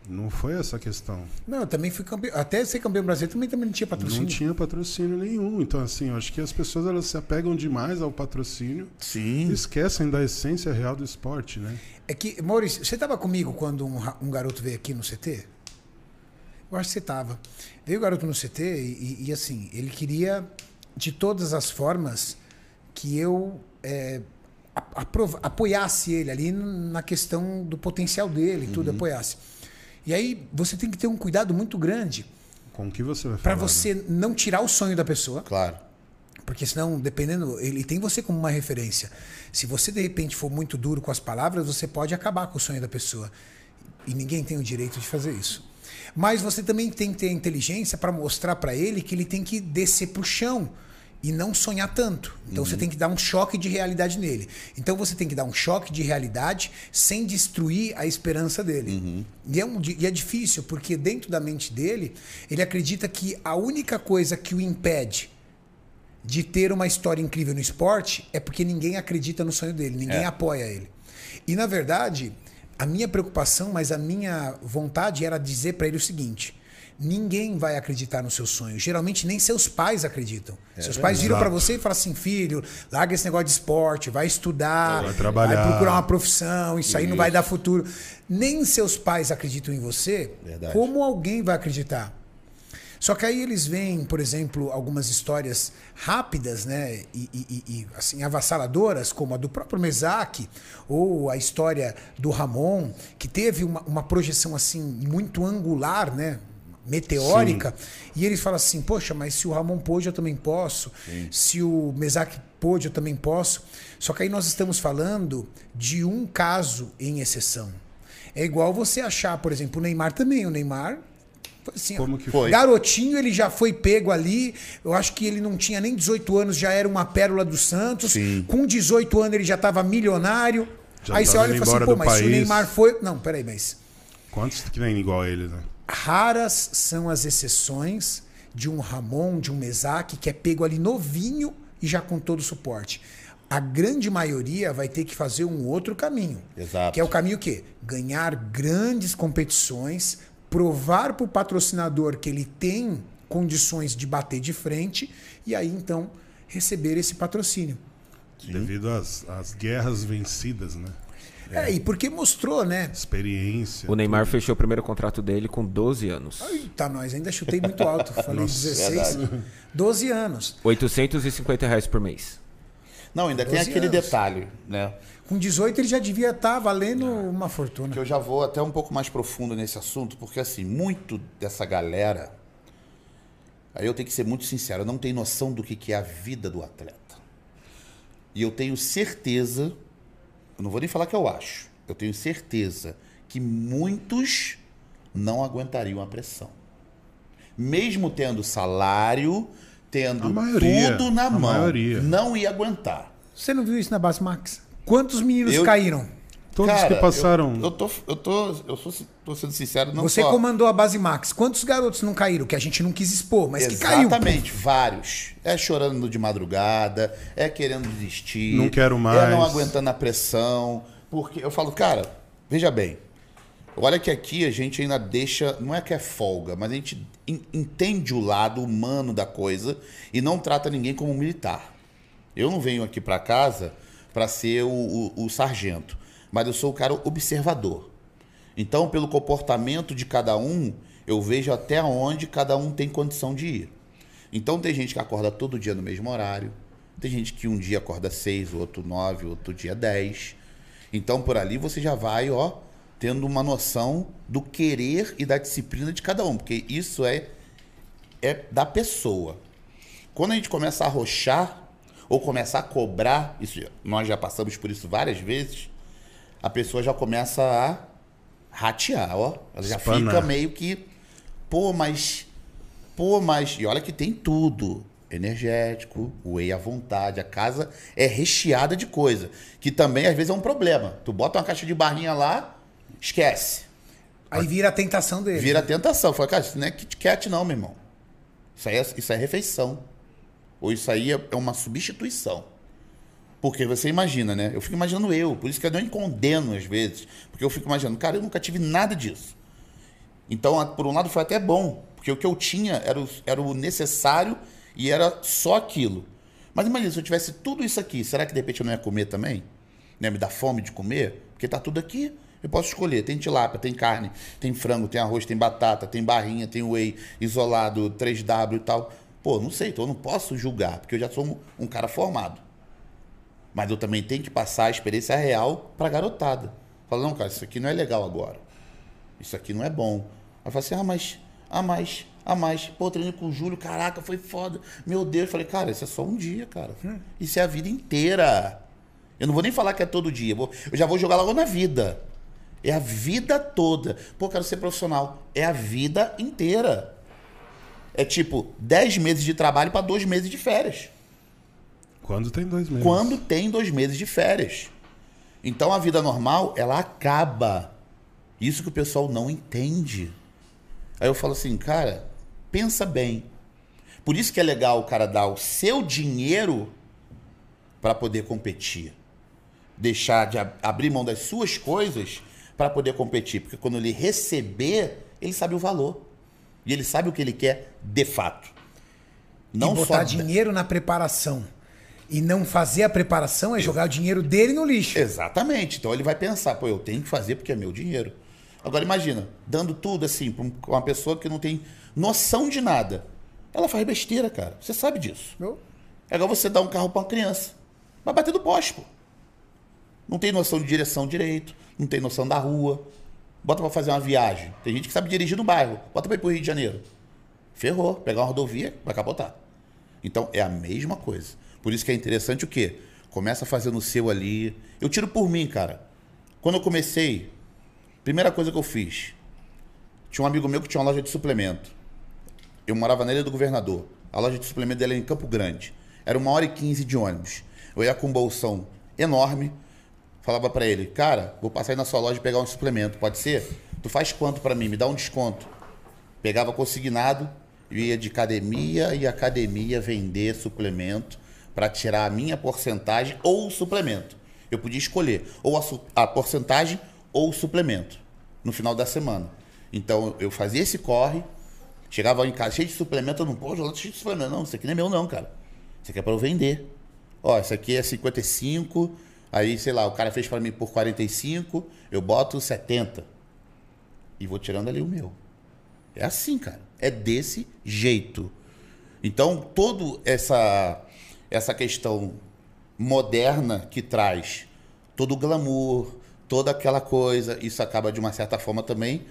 Não foi essa a questão. Não, eu também fui campeão. Até ser campeão brasileiro também, também não tinha patrocínio. Não tinha patrocínio nenhum. Então, assim, eu acho que as pessoas elas se apegam demais ao patrocínio e Sim. esquecem da essência real do esporte, né? É que, Maurício, você estava comigo quando um, ra- um garoto veio aqui no CT? Eu acho que você estava. Veio o garoto no CT e, e- e, assim, ele queria, de todas as formas, que eu é, a- aprova- apoiasse ele ali n- na questão do potencial dele, e tudo, apoiasse. E aí você tem que ter um cuidado muito grande Com o que você vai para falar? você né? não tirar o sonho da pessoa. Claro. Porque senão, dependendo, ele tem você como uma referência. Se você de repente for muito duro com as palavras, você pode acabar com o sonho da pessoa. E ninguém tem o direito de fazer isso. Mas você também tem que ter a inteligência para mostrar para ele que ele tem que descer pro chão e não sonhar tanto. Então você tem que dar um choque de realidade nele. Então você tem que dar um choque de realidade sem destruir a esperança dele. E, é um di- e é difícil, porque dentro da mente dele, ele acredita que a única coisa que o impede de ter uma história incrível no esporte é porque ninguém acredita no sonho dele, ninguém apoia ele. E na verdade, a minha preocupação, mas a minha vontade era dizer para ele o seguinte: ninguém vai acreditar no seu sonho. Geralmente nem seus pais acreditam. seus pais viram para você e falam assim: "Filho, larga esse negócio de esporte, vai estudar, Vai trabalhar. procurar uma profissão, isso aí não vai dar futuro". Nem seus pais acreditam em você. Verdade. Como alguém vai acreditar? Só que aí eles veem, por exemplo, algumas histórias rápidas, né? E, e- e- e, assim, avassaladoras, como a do próprio Mesaque, ou a história do Ramon, que teve uma, uma projeção assim muito angular, né? Meteórica. E eles falam assim: Poxa, mas se o Ramon pôde, eu também posso. Se o Mesaque pôde, eu também posso. Só que aí nós estamos falando de um caso em exceção. É igual você achar, por exemplo, o Neymar também. O Neymar. foi Assim, ó, Como que Foi. Garotinho, ele já foi pego ali. Eu acho que ele não tinha nem 18 anos, já era uma pérola do Santos. Sim. Com 18 anos, ele já estava milionário. Já Aí você tava olha e indo fala assim, embora pô, do mas se o país. Neymar foi. Não, peraí, mas. Quantos que vêm igual a ele, né? Raras são as exceções de um Ramon, de um Mesaque, que é pego ali novinho e já com todo o suporte. A grande maioria vai ter que fazer um outro caminho. Exato. Que é o caminho o quê? Ganhar grandes competições, provar para o patrocinador que ele tem condições de bater de frente e aí então receber esse patrocínio. Devido às, às guerras vencidas, né? É, e porque mostrou, né? Experiência. O Neymar fechou o primeiro contrato dele com 12 anos. Tá, nós ainda chutei muito alto. Falei 16, verdade. 12 anos. 850 reais por mês. Não, ainda tem 12 aquele anos. detalhe, né? Com 18 ele já devia estar valendo uma fortuna. Que eu já vou até um pouco mais profundo nesse assunto, porque assim, muito dessa galera. Aí eu tenho que ser muito sincero, não tem noção do que que é a vida do atleta. E eu tenho certeza, eu não vou nem falar que eu acho, eu tenho certeza que muitos não aguentariam a pressão. Mesmo tendo salário, tendo A maioria, tudo na a mão, maioria. não ia aguentar. Você não viu isso na Base Max? Quantos meninos Eu- caíram? Todos Cara, que passaram. Eu, eu tô, eu tô, eu sou, tô sendo sincero, não Você só- comandou a Base Max. Quantos garotos não caíram? Que a gente não quis expor, mas que caiu. Exatamente, vários. É chorando de madrugada, é querendo desistir. Não quero É não mais. aguentando a pressão. Porque eu falo, cara, veja bem. Olha que aqui a gente ainda deixa, não é que é folga, mas a gente en- entende o lado humano da coisa e não trata ninguém como militar. Eu não venho aqui pra casa pra ser o, o- o sargento, mas eu sou o cara observador. Então, pelo comportamento de cada um, eu vejo até onde cada um tem condição de ir. Então, tem gente que acorda todo dia no mesmo horário, tem gente que um dia acorda seis, o outro nove, o outro dia dez. Então, por ali você já vai, ó, tendo uma noção do querer e da disciplina de cada um, porque isso é é da pessoa. Quando a gente começa a arrochar ou começar a cobrar, isso já- nós já passamos por isso várias vezes, a pessoa já começa a ratear, ó. Ela já Espanar. fica meio que. Pô, mas. Pô, mas. E olha que tem tudo. Energético, whey à vontade. A casa é recheada de coisa. Que também, às vezes, é um problema. Tu bota uma caixa de barrinha lá, esquece. Aí vira a tentação dele. Vira tentação. Fala, cara, isso não é Kit Kat, não, meu irmão. Isso aí é, isso é refeição. Ou isso aí é é uma substituição. Porque você imagina, né? Eu fico imaginando eu. Por isso que eu não condeno às vezes. Porque eu fico imaginando, cara, eu nunca tive nada disso. Então, a- por um lado, foi até bom. Porque o que eu tinha era o, era o necessário e era só aquilo. Mas imagina, se eu tivesse tudo isso aqui, será que de repente eu não ia comer também? Né? Me dá fome de comer? Porque tá tudo aqui. Eu posso escolher. Tem tilápia, tem carne, tem frango, tem arroz, tem batata, tem barrinha, tem whey isolado, 3W e tal. Pô, não sei, então eu não posso julgar, porque eu já sou um- um cara formado. Mas eu também tenho que passar a experiência real pra garotada. Fala, não, cara, isso aqui não é legal agora. Isso aqui não é bom. Aí fala assim, ah, mas, ah, mas, ah, mas. Pô, treino com o Júlio, caraca, foi foda. Meu Deus. Eu falei, cara, isso é só um dia, cara. Isso é a vida inteira. Eu não vou nem falar que é todo dia. vou- Eu já vou jogar logo na vida. É a vida toda. Pô, quero ser profissional. É a vida inteira. É tipo 10 meses de trabalho pra dois meses de férias Quando tem dois meses. quando tem dois meses de férias. Então a vida normal, ela acaba. Isso que o pessoal não entende. Aí eu falo assim, cara, pensa bem. Por isso que é legal o cara dar o seu dinheiro para poder competir. Deixar de ab- abrir mão das suas coisas para poder competir. Porque quando ele receber, ele sabe o valor. E ele sabe o que ele quer de fato. Não e só botar da- dinheiro na preparação. E não fazer a preparação é jogar o dinheiro dele no lixo. Exatamente. Então ele vai pensar, pô, eu tenho que fazer porque é meu dinheiro. Agora imagina, dando tudo assim pra um- pra uma pessoa que não tem noção de nada. Ela faz besteira, cara. Você sabe disso. Eu- É igual você dar um carro pra uma criança. Vai bater do poste, pô. Não tem noção de direção direito, não tem noção da rua. Bota pra fazer uma viagem. Tem gente que sabe dirigir no bairro. Bota pra ir pro Rio de Janeiro. Ferrou. Pegar uma rodovia, vai capotar. Então é a mesma coisa. Por isso que é interessante o quê? Começa fazendo o seu ali. Eu tiro por mim, cara. Quando eu comecei, primeira coisa que eu fiz. Tinha um amigo meu que tinha uma loja de suplemento. Eu morava na Ilha do Governador. A loja de suplemento dela era em Campo Grande. Era uma hora e quinze de ônibus. Eu ia com um bolsão enorme. Falava pra ele, cara, vou passar aí na sua loja e pegar um suplemento, pode ser? Tu faz quanto pra mim? Me dá um desconto. Pegava consignado, eu ia de academia e academia vender suplemento pra tirar a minha porcentagem ou o suplemento. Eu podia escolher ou a, su- a porcentagem ou o suplemento no final da semana. Então eu fazia esse corre, chegava em casa cheio de suplemento, eu não pô, Jolanda, cheio de suplemento. Não, isso aqui não é meu não, cara. Isso aqui é pra eu vender. Ó, isso aqui é 55, aí sei lá, o cara fez pra mim por 45, eu boto 70 e vou tirando ali o meu. É assim, cara. É desse jeito. Então, toda essa, essa questão moderna que traz todo o glamour, toda aquela coisa, isso acaba de uma certa forma também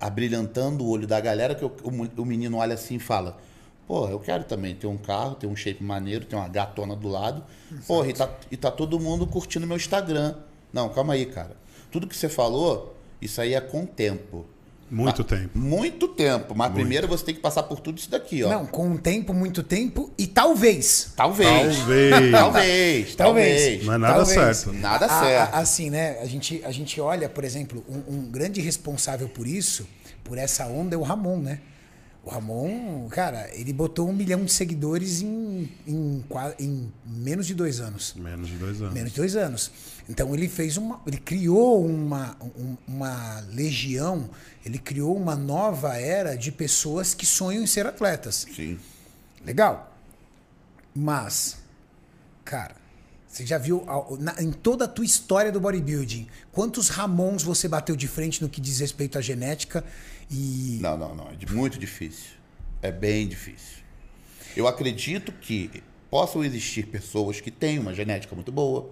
abrilhantando o olho da galera que o, o mu- o menino olha assim e fala: Pô, eu quero também ter um carro, ter um shape maneiro, ter uma gatona do lado. Porra, e tá, e tá todo mundo curtindo meu Instagram. Não, calma aí, cara. Tudo que você falou, isso aí é com tempo. Muito Ah, tempo. Muito tempo. Mas primeiro você tem que passar por tudo isso daqui, ó. Não, com um tempo, muito tempo e talvez. Talvez. Talvez. Talvez. Talvez. Talvez. Não é nada Talvez. certo. Nada A- a- certo. assim, né? A gente, a gente olha, por exemplo, um, um grande responsável por isso, por essa onda, é o Ramon, né? O Ramon, cara, ele botou um milhão de seguidores em, em, qua- em menos de dois anos. Menos de dois anos. Menos de dois anos. Então ele fez uma. Ele criou uma, um- uma legião, ele criou uma nova era de pessoas que sonham em ser atletas. Sim. Legal. Mas, cara, você já viu a- na- em toda a tua história do bodybuilding, quantos Ramons você bateu de frente no que diz respeito à genética e Não, não, não. É de- muito difícil. É bem difícil. Eu acredito que possam existir pessoas que têm uma genética muito boa,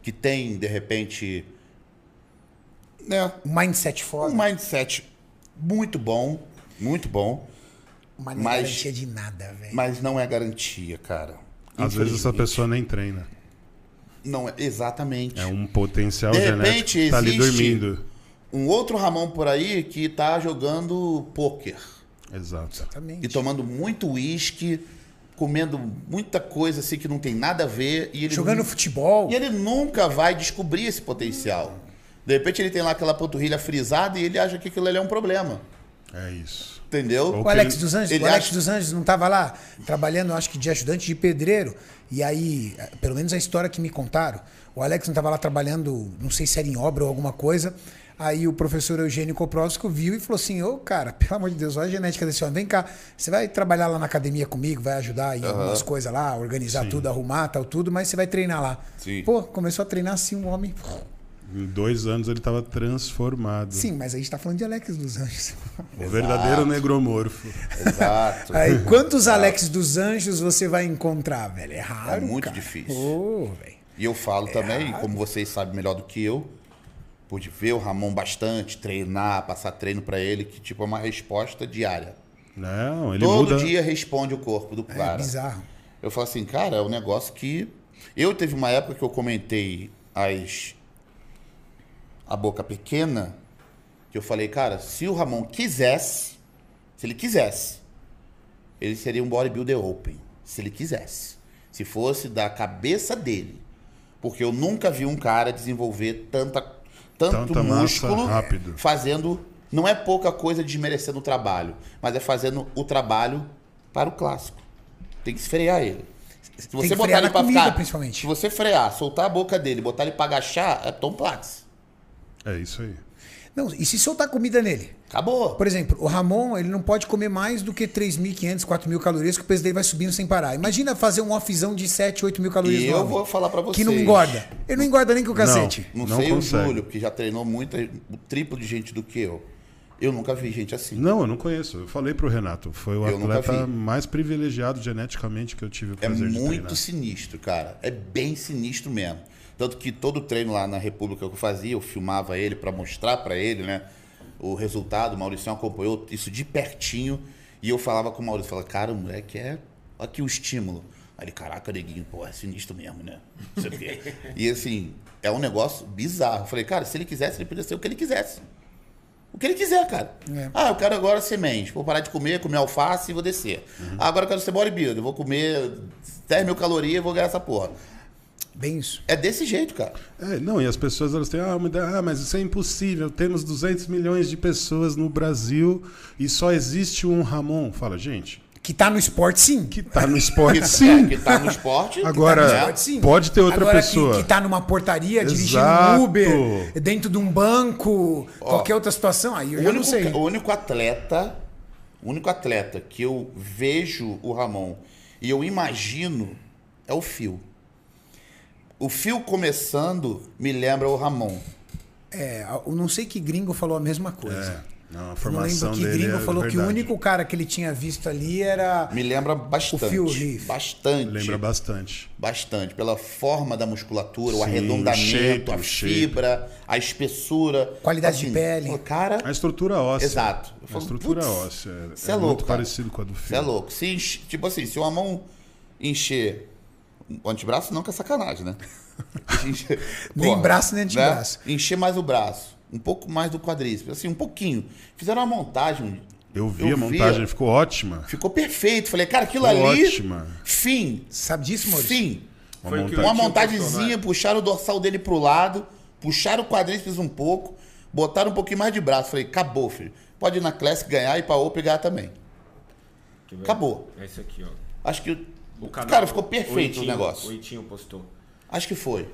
que têm, de repente, né, um mindset foda? um mindset muito bom, muito bom, mas não mas- garantia de nada, velho. mas não é garantia, cara. Às vezes essa Infelizmente. pessoa nem treina. Não, é- exatamente. É um potencial De genético repente que tá ali existe dormindo. um outro Ramon por aí que tá jogando pôquer Exato. e Exatamente. tomando muito uísque, comendo muita coisa assim que não tem nada a ver. E ele Jogando futebol. E ele nunca vai descobrir esse potencial. De repente ele tem lá aquela panturrilha frisada e ele acha que aquilo ali é um problema. É isso. Entendeu? O Alex dos Anjos, Ele o Alex acha- dos Anjos não estava lá trabalhando, acho que de ajudante de pedreiro. E aí, eh, pelo menos a história que me contaram, o Alex não estava lá trabalhando, não sei se era em obra ou alguma coisa. Aí o professor Eugênio Koprovski viu e falou assim: Ô, cara, pelo amor de Deus, olha a genética desse homem, vem cá, você vai trabalhar lá na academia comigo, vai ajudar em algumas coisas lá, organizar tudo, arrumar tal, tudo, mas você vai treinar lá. Sim. Pô, começou a treinar assim um homem. Em dois anos ele estava transformado. Sim, mas a gente tá falando de Alex dos Anjos. O verdadeiro negromorfo. Exato. Aí, quantos Alex dos Anjos você vai encontrar, velho? É raro. É muito cara. difícil. Ô, velho. E eu falo também, como vocês sabem melhor do que eu, pude ver o Ramon bastante, treinar, passar treino pra ele, que tipo é uma resposta diária. Não, ele Todo muda. dia responde o corpo do É cara. bizarro. Eu falo assim, cara, é um negócio que. Eu teve uma época que eu comentei as. A boca pequena, que eu falei, cara, se o Ramon quisesse, se ele quisesse, ele seria um bodybuilder open. Se ele quisesse. Se fosse da cabeça dele. Porque eu nunca vi um cara desenvolver tanta, tanto Tanta massa músculo rápido. fazendo. Não é pouca coisa desmerecendo o trabalho, mas é fazendo o trabalho para o clássico. Tem que esfrear ele. Se que frear na pra comida, principalmente. Se você frear, soltar a boca dele, botar ele pra agachar, é Tom Platz. É isso aí. Não, e se soltar comida nele? Acabou. Por exemplo, o Ramon, ele não pode comer mais do que 3.500, 4.000 calorias, que o peso dele vai subindo sem parar. Imagina fazer um offzão de 7, 8 mil calorias E no eu homem, vou falar pra Que não vocês. engorda. Ele não engorda nem com o cacete. Não, Não sei consegue. o Júlio, que já treinou muito, o triplo de gente do que eu. Eu nunca vi gente assim. Não, eu não conheço. Eu falei pro Renato. Foi o Eu nunca atleta vi. mais privilegiado geneticamente que eu tive o É prazer de né? treinar. muito sinistro, cara. É bem sinistro mesmo. Tanto que todo treino lá na República que eu fazia, eu filmava ele pra mostrar pra ele, né? O resultado, o Mauricião acompanhou isso de pertinho. E eu falava com o Maurício, falava, cara, o moleque é. Olha aqui o estímulo. Aí ele, caraca, neguinho, pô, é sinistro mesmo, né? Não sei o quê. e assim, é um negócio bizarro. Eu falei, cara, se ele quisesse, ele podia ser o que ele quisesse. O que ele quiser, cara. É. Ah, eu quero agora semente. Vou parar de comer, comer alface e vou descer. Uhum. Ah, agora eu quero ser bodybuilder. Vou comer 10 mil calorias e vou ganhar essa porra. Bem isso. É desse jeito, cara. É, não, e as pessoas elas têm, ah, uma ideia, ah, mas isso é impossível. Temos 200 milhões de pessoas no Brasil e só existe um Ramon. Fala, gente, Que tá no esporte, sim. que tá no esporte É, sim. que tá no esporte. Agora, que tá no esporte. Pode sim. Pode ter outra Agora, pessoa. Que, que tá numa portaria, dirigindo um Exato. Uber, dentro de um banco, qualquer outra situação, aí eu o já único, não sei. o único atleta, o único atleta que eu vejo o Ramon e eu imagino é o Fio. O Fio começando me lembra o Ramon. É, eu não sei que gringo falou a mesma coisa. É, Não, a Eu não lembro formação que dele gringo é falou que o verdade. único cara que ele tinha visto ali era. Me lembra Phil bastante. Heath. Bastante. Lembra bastante. Bastante, pela forma da musculatura, o Sim, arredondamento, o shape, a o shape. fibra, a espessura. Assim, Qualidade de pele. pô, Cara, A estrutura óssea. Exato. Eu A falo, estrutura "Putz, óssea. cê É, é louco, muito cara. parecido com a do você é filho. louco. Se enche- tipo assim, se uma mão encher o antebraço, não que é sacanagem, né? Encher- Nem porra, braço, nem antebraço. Né? Encher mais o braço, um pouco mais do quadríceps, assim, um pouquinho. Fizeram uma montagem. Eu vi a montagem, é. ficou ótima. Ficou perfeito. Falei, cara, aquilo Ficou ali. ótima. Fim. Sabe disso, Maurício? Fim. Uma Foi o que Uma montagem. Tinha um montagemzinha, personagem. puxaram o dorsal dele pro lado, puxaram o quadríceps um pouco, botaram um pouquinho mais de braço. Falei, acabou, filho. Pode ir na Classic ganhar e pra Open ganhar também. Quer ver? Acabou. É esse aqui, ó. Acho que. O canal, cara, ficou perfeito Itinho- o, O negócio. Itinho postou. Acho que foi.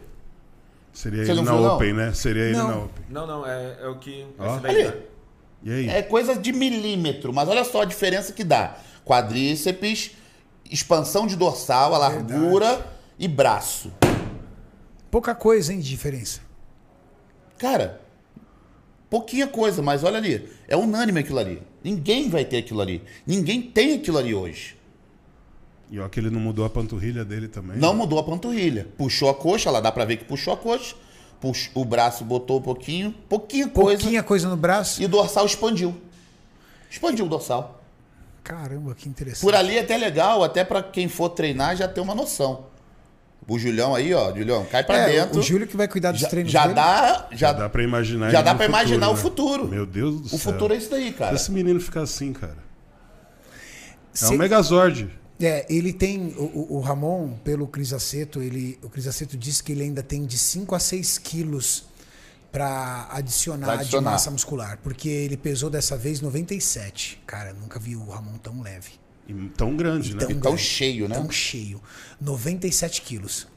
Seria Você ele não na viu, não? Open, né? Seria ele Não. na Open. Não, não, é, é o que. Ó. Essa daí, Ali. né? E aí? É coisa de milímetro, mas olha só a diferença que dá: quadríceps, expansão de dorsal, a largura e braço. Pouca coisa, hein, de diferença. Cara, pouquinha coisa, mas olha ali. É unânime aquilo ali. Ninguém vai ter aquilo ali. Ninguém tem aquilo ali hoje. E ó, que ele não mudou a panturrilha dele também. Não mudou a panturrilha. Puxou a coxa, lá dá pra ver que puxou a coxa. Pux- o braço botou um pouquinho, pouquinha coisa. Pouquinha coisa no braço. E o dorsal expandiu. Expandiu o dorsal. Caramba, que interessante. Por ali é até legal, até pra quem for treinar já ter uma noção. O Julião aí, ó, Julião, cai pra É, dentro. o Júlio que vai cuidar dos já, treinos já dele. dá, já, Já dá pra imaginar já ele dá no pra imaginar o né? futuro. Meu Deus do O céu. futuro é isso daí, Se cara. esse menino ficar assim, cara. É Se- um Megazord. É, ele tem. o- O, o Ramon, pelo Cris Aceto, ele, o Cris Aceto disse que ele ainda tem de 5 a 6 quilos para adicionar, Pra adicionar. de massa muscular. Porque ele pesou dessa vez 97. Cara, nunca vi o Ramon tão leve. E tão grande, né? E tão grande, cheio, né? é um Tão cheio. 97 quilos.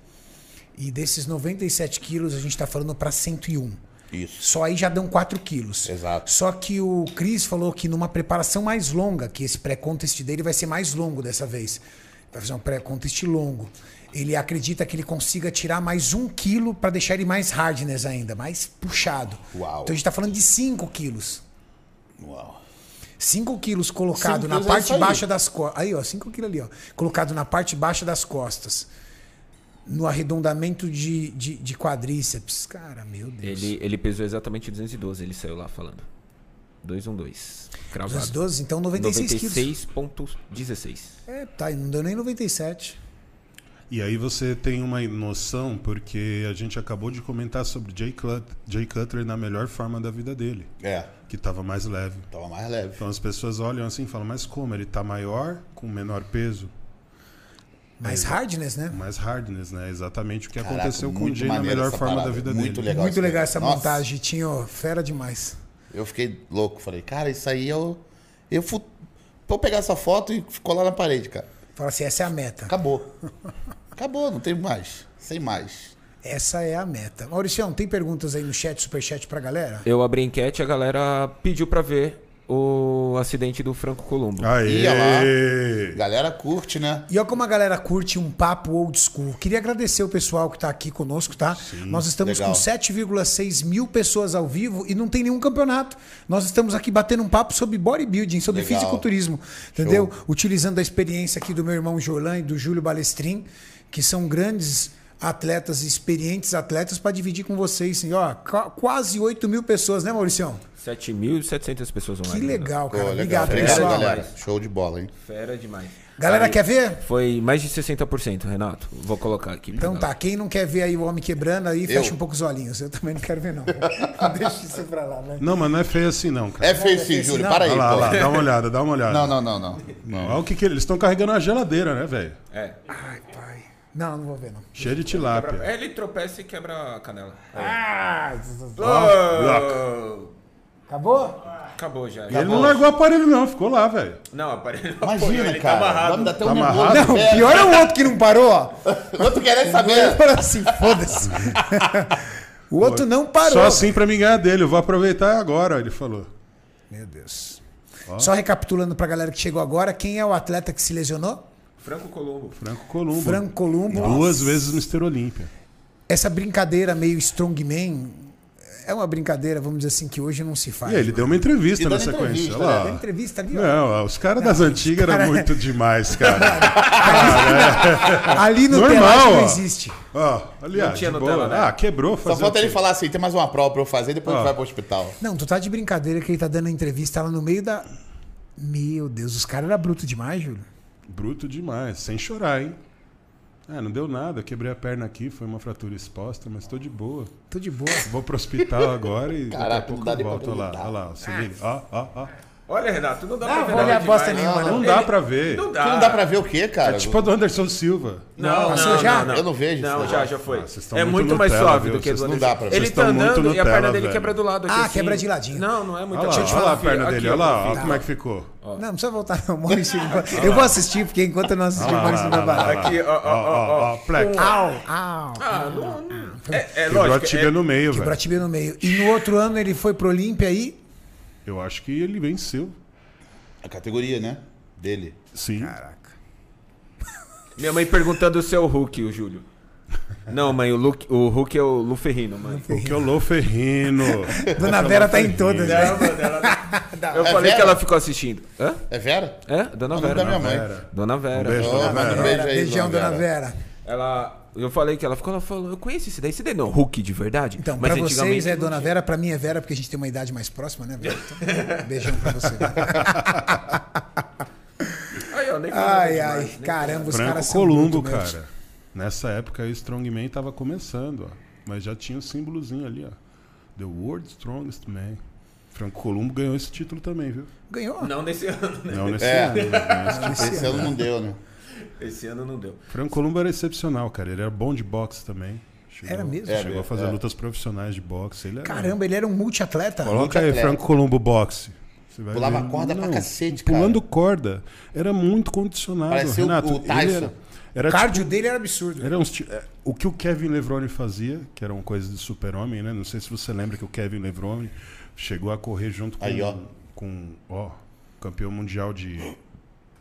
E desses 97 quilos, a gente tá falando para 101. Isso. Só aí já dão 4 quilos. Exato. Só que o Cris falou que numa preparação mais longa, que esse pré-contest dele vai ser mais longo dessa vez. Vai fazer um pré-contest longo. Ele acredita que ele consiga tirar mais um quilo para deixar ele mais hardness ainda, mais puxado. Uau. Então a gente tá falando de 5 quilos. Uau. 5 quilos colocado Cinco na quilos é isso parte aí. baixa das costas. Aí, ó, 5 quilos ali, ó. Colocado na parte baixa das costas. No arredondamento de, de, de quadríceps. Cara, meu Deus. Ele, ele pesou exatamente 212, ele saiu lá falando. 212. Cravado. 212, então 96 quilos. 96,16. É, tá, e não deu nem 97. E aí você tem uma noção, porque a gente acabou de comentar sobre Jay, Cut Jay Cutler na melhor forma da vida dele, É, que tava mais leve. tava mais leve. Então as pessoas olham assim e falam, mas como? Ele tá maior, com menor peso, Mais hardness, né? mais hardness, né? Exatamente o que Caraca, aconteceu com o muito Jay na maneiro melhor essa forma parada, da vida muito dele. legal. Muito isso legal daí. essa Nossa. montagem, Tinho. Fera demais. Eu fiquei louco, falei, cara, isso aí eu. Eu fu... Vou pegar essa foto e ficou lá na parede, cara. Fala assim, essa é a meta. Acabou. Acabou, não tem mais. Sem mais. Essa é a meta. Mauricião, tem perguntas aí no chat, superchat pra galera? Eu abri a enquete, a galera pediu pra ver o acidente do Franco Colombo. Ah. Aê! Ia lá. Galera curte, né? E olha como a galera curte um papo old school. Queria agradecer o pessoal que tá aqui conosco, tá? Nós estamos legal. com 7,6 mil pessoas ao vivo e não tem nenhum campeonato. Nós estamos aqui batendo um papo sobre bodybuilding, sobre Legal. fisiculturismo, entendeu? Utilizando a experiência aqui do meu irmão Jolan e do Júlio Balestrin, que são grandes atletas, experientes atletas, para dividir com vocês. Assim, ó, qua- quase 8 mil pessoas, né, Mauricião? 7.700 pessoas Que online. legal, Pô, cara. Obrigado, legal. Obrigado, pessoal. galera. Show de bola, hein? Fera demais. Galera, Aí, quer ver? Foi mais de 60%, Renato. Vou colocar aqui. pra Então tá, galera. quem não quer ver aí o homem quebrando aí, fecha Eu. um pouco os olhinhos. Eu também não quero ver, não. Deixa isso pra lá, né? Não, mas não é feio assim não, cara. É feio sim, Júlio. Para aí, Olha lá, olha lá, pô. dá uma olhada, dá uma olhada. Não, não, não, não. não. Olha o que que eles estão carregando uma geladeira, né, velho? Ai, pai. Não, não vou ver, não. Cheia de tilápia. É, Ele tropeça e quebra a canela. Ah, Bloco. acabou? Acabou já. Ele não largou o aparelho não, ficou lá, velho. Não, aparelho. Imagina, cara. Vai me dar até um Tá nervoso. amarrado? Não, É, pior é o outro que não parou, ó. O outro querendo saber. Agora assim, foda-se. O outro não parou. Só assim pra me ganhar dele, eu vou aproveitar agora, ele falou. Meu Deus. Só recapitulando pra galera que chegou agora, quem é o atleta que se lesionou? Franco Colombo. Franco Columbo. Franco Columbo. Duas vezes Mr. Olímpia. Essa brincadeira meio strongman é uma brincadeira, vamos dizer assim, que hoje não se faz. E aí, ele deu uma entrevista E na dando sequência. entrevista, olha lá. Dá entrevista ali, ó. Não, os caras das antigas cara- eram muito demais, cara. Ali no Normal, Normal, não ó. existe. Ó, aliás, Não tinha de Nutella, boa. né? Ah, quebrou. Só fazer falta o ele quê? falar assim: tem mais uma prova pra eu fazer, depois a Ó. Ah. gente vai pro hospital. Não, tu tá de brincadeira que ele tá dando a entrevista lá no meio da. Meu Deus, os caras eram brutos demais, Júlio. Bruto demais, sem chorar, hein? Ah, não deu nada, eu quebrei a perna aqui, foi uma fratura exposta, mas tô de boa. Tô de boa. Vou pro hospial agora e Caraca, não daqui a pouco dá eu nem pra Ah. volto. Olha lá, acreditar. olha lá, se liga. Ó, ó, ó. Olha, Renato, não dá Não, vou pra olhar nada bosta demais. nenhuma, não. Não dá pra ver. Não Não dá. Que não dá pra ver o quê, cara? É tipo a do Anderson Silva. Não, Passou não, já? não, Eu não vejo Não, isso, já, não. já foi. Ah, vocês estão é muito muito mais Nutella, suave viu? do que Vocês do não Anderson. dá pra ver. Ele Vocês tá estão muito andando e a Nutella, perna dele velho. quebra do lado aqui. Ah, assim. quebra de ladinho. Não, não é muito Olha lá, assim. olha lá a Aqui, perna ó, dele, aqui, olha ó, lá, filho. olha como é que ficou. Não, não precisa voltar, não. Maurício, eu vou assistir, porque enquanto eu não assistir, o Maurício vai parar. Aqui, ó, ó, ó, ó. pleca. Au, au. Ah, não, não. É, é Quebrou a lógico. tibia é- no meio, Quebrou a velho. tibia no meio. E no outro ano ele foi pro Olímpia aí. Eu acho que ele venceu. A categoria, né? Dele. Sim. Minha mãe perguntando se é o Hulk, o Júlio. Não, mãe, o, Luke, o Hulk é o Luferrino, mãe. O que é o Loferrino. Dona Vera tá em todas, né? Eu É falei que Vera? ela ficou assistindo. Hã? É Vera? É, Dona O nome da minha Vera. mãe. Vera. Dona Vera. Um beijo, Ô, dona manda Vera. um beijo aí, Beijão, dona Dona Vera. Ela, eu falei que ela ficou, ela falou, eu conheço esse daí, esse daí não, é o Hulk de verdade. Então, Mas pra vocês antigamente é não Dona tinha. Vera, pra mim é Vera, porque a gente tem uma idade mais próxima, né, Vera? Então, beijão pra você. Ai, ó, nem falei Ai, demais, ai, nem falei. caramba, os caras Franco são Columbo, muito bons. cara. Nessa época, o Strongman estava começando, ó, mas já tinha o símbolozinho ali, ó. The World Strongest Man. Franco Columbo ganhou esse título também, viu? Ganhou. Não nesse ano, né? Não nesse É. ano. mas ganhou esse título. Esse ano não deu, né? Esse ano não deu. Franco Columbo era excepcional, cara. Ele era bom de boxe também. Chegou- Era mesmo? Chegou Era, a fazer é. lutas profissionais de boxe. Ele era- Caramba, ele era um multiatleta. Coloca aí, Atleta. Franco Colombo Boxe. Você vai Pulava corda pra cacete, cara. Pulando corda. Era muito condicionado. Parecia o- Renato, o Tyson. Ele era, O era cardio dele era absurdo. era uns ti- é, o que o Kevin Levrone fazia, que era uma coisa de super-homem, né? Não sei se você lembra que o Kevin Levrone chegou a correr junto com Aí, ó. com ó, campeão mundial de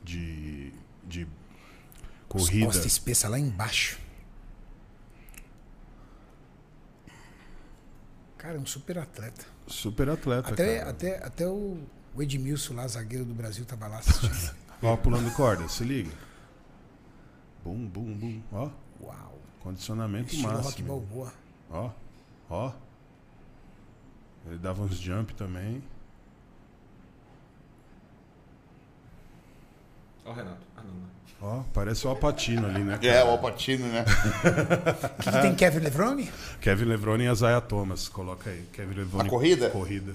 de, de corrida. Costa espessa lá embaixo. Cara, um super atleta. Super atleta, Até, cara. até, até o, o Edmilson lá, zagueiro do Brasil, tava lá assistindo. Ó, pulando corda, se liga. Bum, bum, bum. Ó, Uau. condicionamento Estilo Rock máximo. Balboa. Ó, ó. Ele dava uns jump também. Ó, o Renato. Ah, não, não. Ó, parece o Alpatino ali, né? É, o Alpatino, né? O que, que tem Kevin Levrone? Kevin Levrone e Isaiah Thomas, coloca aí. Kevin Levrone. É. A corrida? Corrida.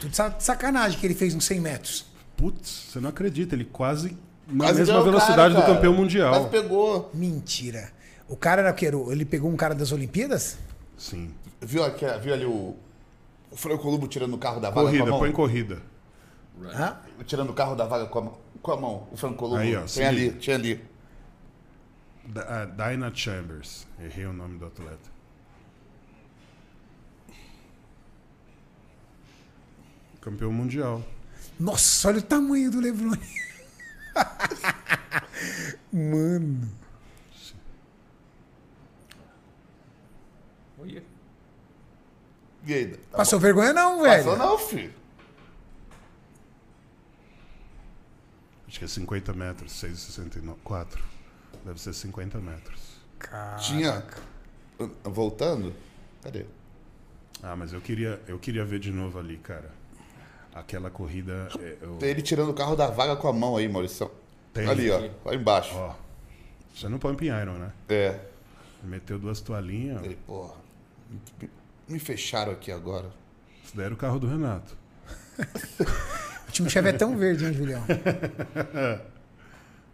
Tu tá de sacanagem que ele fez uns 100 metros. Putz, você não acredita, ele quase na Quase ganhou mesma o cara, velocidade do cara. campeão mundial. Quase pegou. Mentira. O cara era o quê? Era o- Ele pegou um cara das Olimpíadas? Sim. Viu, aqui, viu ali o, o Franco Columbo tirando o carro da vaga Corrida, com a mão? põe corrida. Hã? Tirando o carro da vaga com a, mão- com a mão. O Franco Columbo. Aí, ó, se Tinha ali, liga. tinha ali. Da- ah, Dinah Chambers. Errei o nome do atleta. Campeão mundial. Nossa, olha o tamanho do Levrone. Mano. Olha. E aí? tá Passou vergonha não, velho? Passou não, filho. Acho que é 50 metros, 6,64. Deve ser 50 metros. Tinha. Voltando? Cadê? Ah, mas eu queria, eu queria ver de novo ali, cara. Aquela corrida. é, eu- Tem ele tirando o carro da vaga com a mão aí, Maurício. Tem. Ali, ó. Lá embaixo. Ó. Isso é no Pump Iron, né? É. Meteu duas toalhinhas, Ele, porra. me- Me fecharam aqui agora. isso daí era o carro do Renato. O time chave é tão verde, hein, Julião?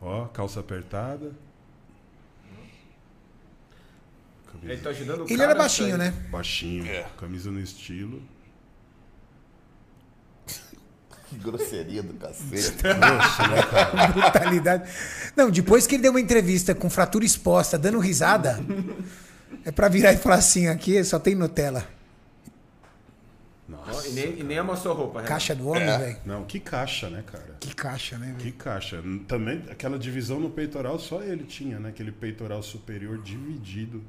Ó, calça apertada. Camisa Ele tá ajudando o Ele cara tá era baixinho, a né? sair. baixinho, É. camisa no estilo. Que grosseria do cacete. Brutalidade. Não, depois que ele deu uma entrevista com fratura exposta, dando risada, é pra virar e falar assim, aqui só tem Nutella. Ó, e, nem, e nem amassou a roupa, Renato. Caixa do homem, velho. Não, que caixa, né, cara? Que caixa, né, Que velho? caixa. N- Também aquela divisão no peitoral só ele tinha, né? Aquele peitoral superior dividido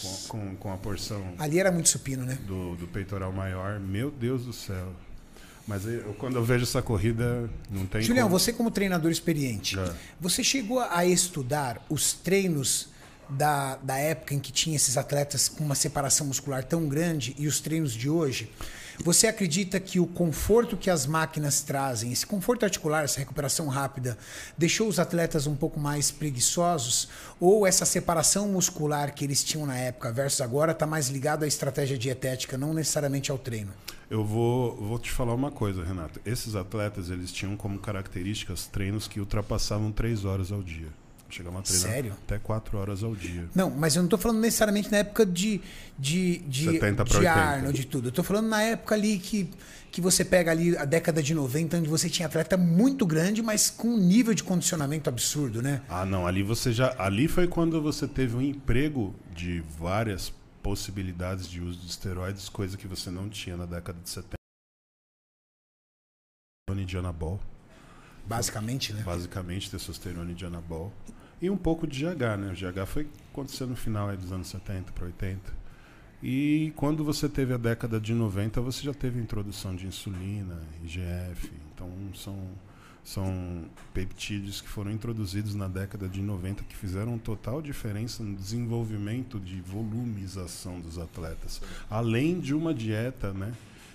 com, com, com a porção Ali era muito supino, né? do, do peitoral maior. Meu Deus do céu. Mas eu, quando eu vejo essa corrida, não tem. Julião, como- você como treinador experiente, É. você chegou a estudar os treinos da, da época em que tinha esses atletas com uma separação muscular tão grande e os treinos de hoje? Você acredita que o conforto que as máquinas trazem, esse conforto articular, essa recuperação rápida, deixou os atletas um pouco mais preguiçosos? Ou essa separação muscular que eles tinham na época versus agora está mais ligado à estratégia dietética, não necessariamente ao treino? Eu vou, vou te falar uma coisa, Renato. Esses atletas, eles tinham como características treinos que ultrapassavam três horas ao dia. Chegavam a treinar Sério? até quatro horas ao dia. Não, mas eu não tô falando necessariamente na época de de de, 70 pra de 80. Arnold e tudo. Eu tô falando na época ali que que você pega ali a década de 90, onde você tinha atleta muito grande, mas com um nível de condicionamento absurdo, né? Ah, não. Ali você já. Ali foi quando você teve um emprego de várias possibilidades de uso de esteroides, coisa que você não tinha na década de 70. Tony de anabol. Basicamente, né? basicamente testosterona e dianabol e um pouco de GH, né? O GH foi acontecendo no final aí dos anos 70 para 80. E quando você teve a década de 90, você já teve introdução de insulina, IGF, então são são peptídeos que foram introduzidos na década de 90 que fizeram total diferença no desenvolvimento de volumização dos atletas, além de uma dieta, né,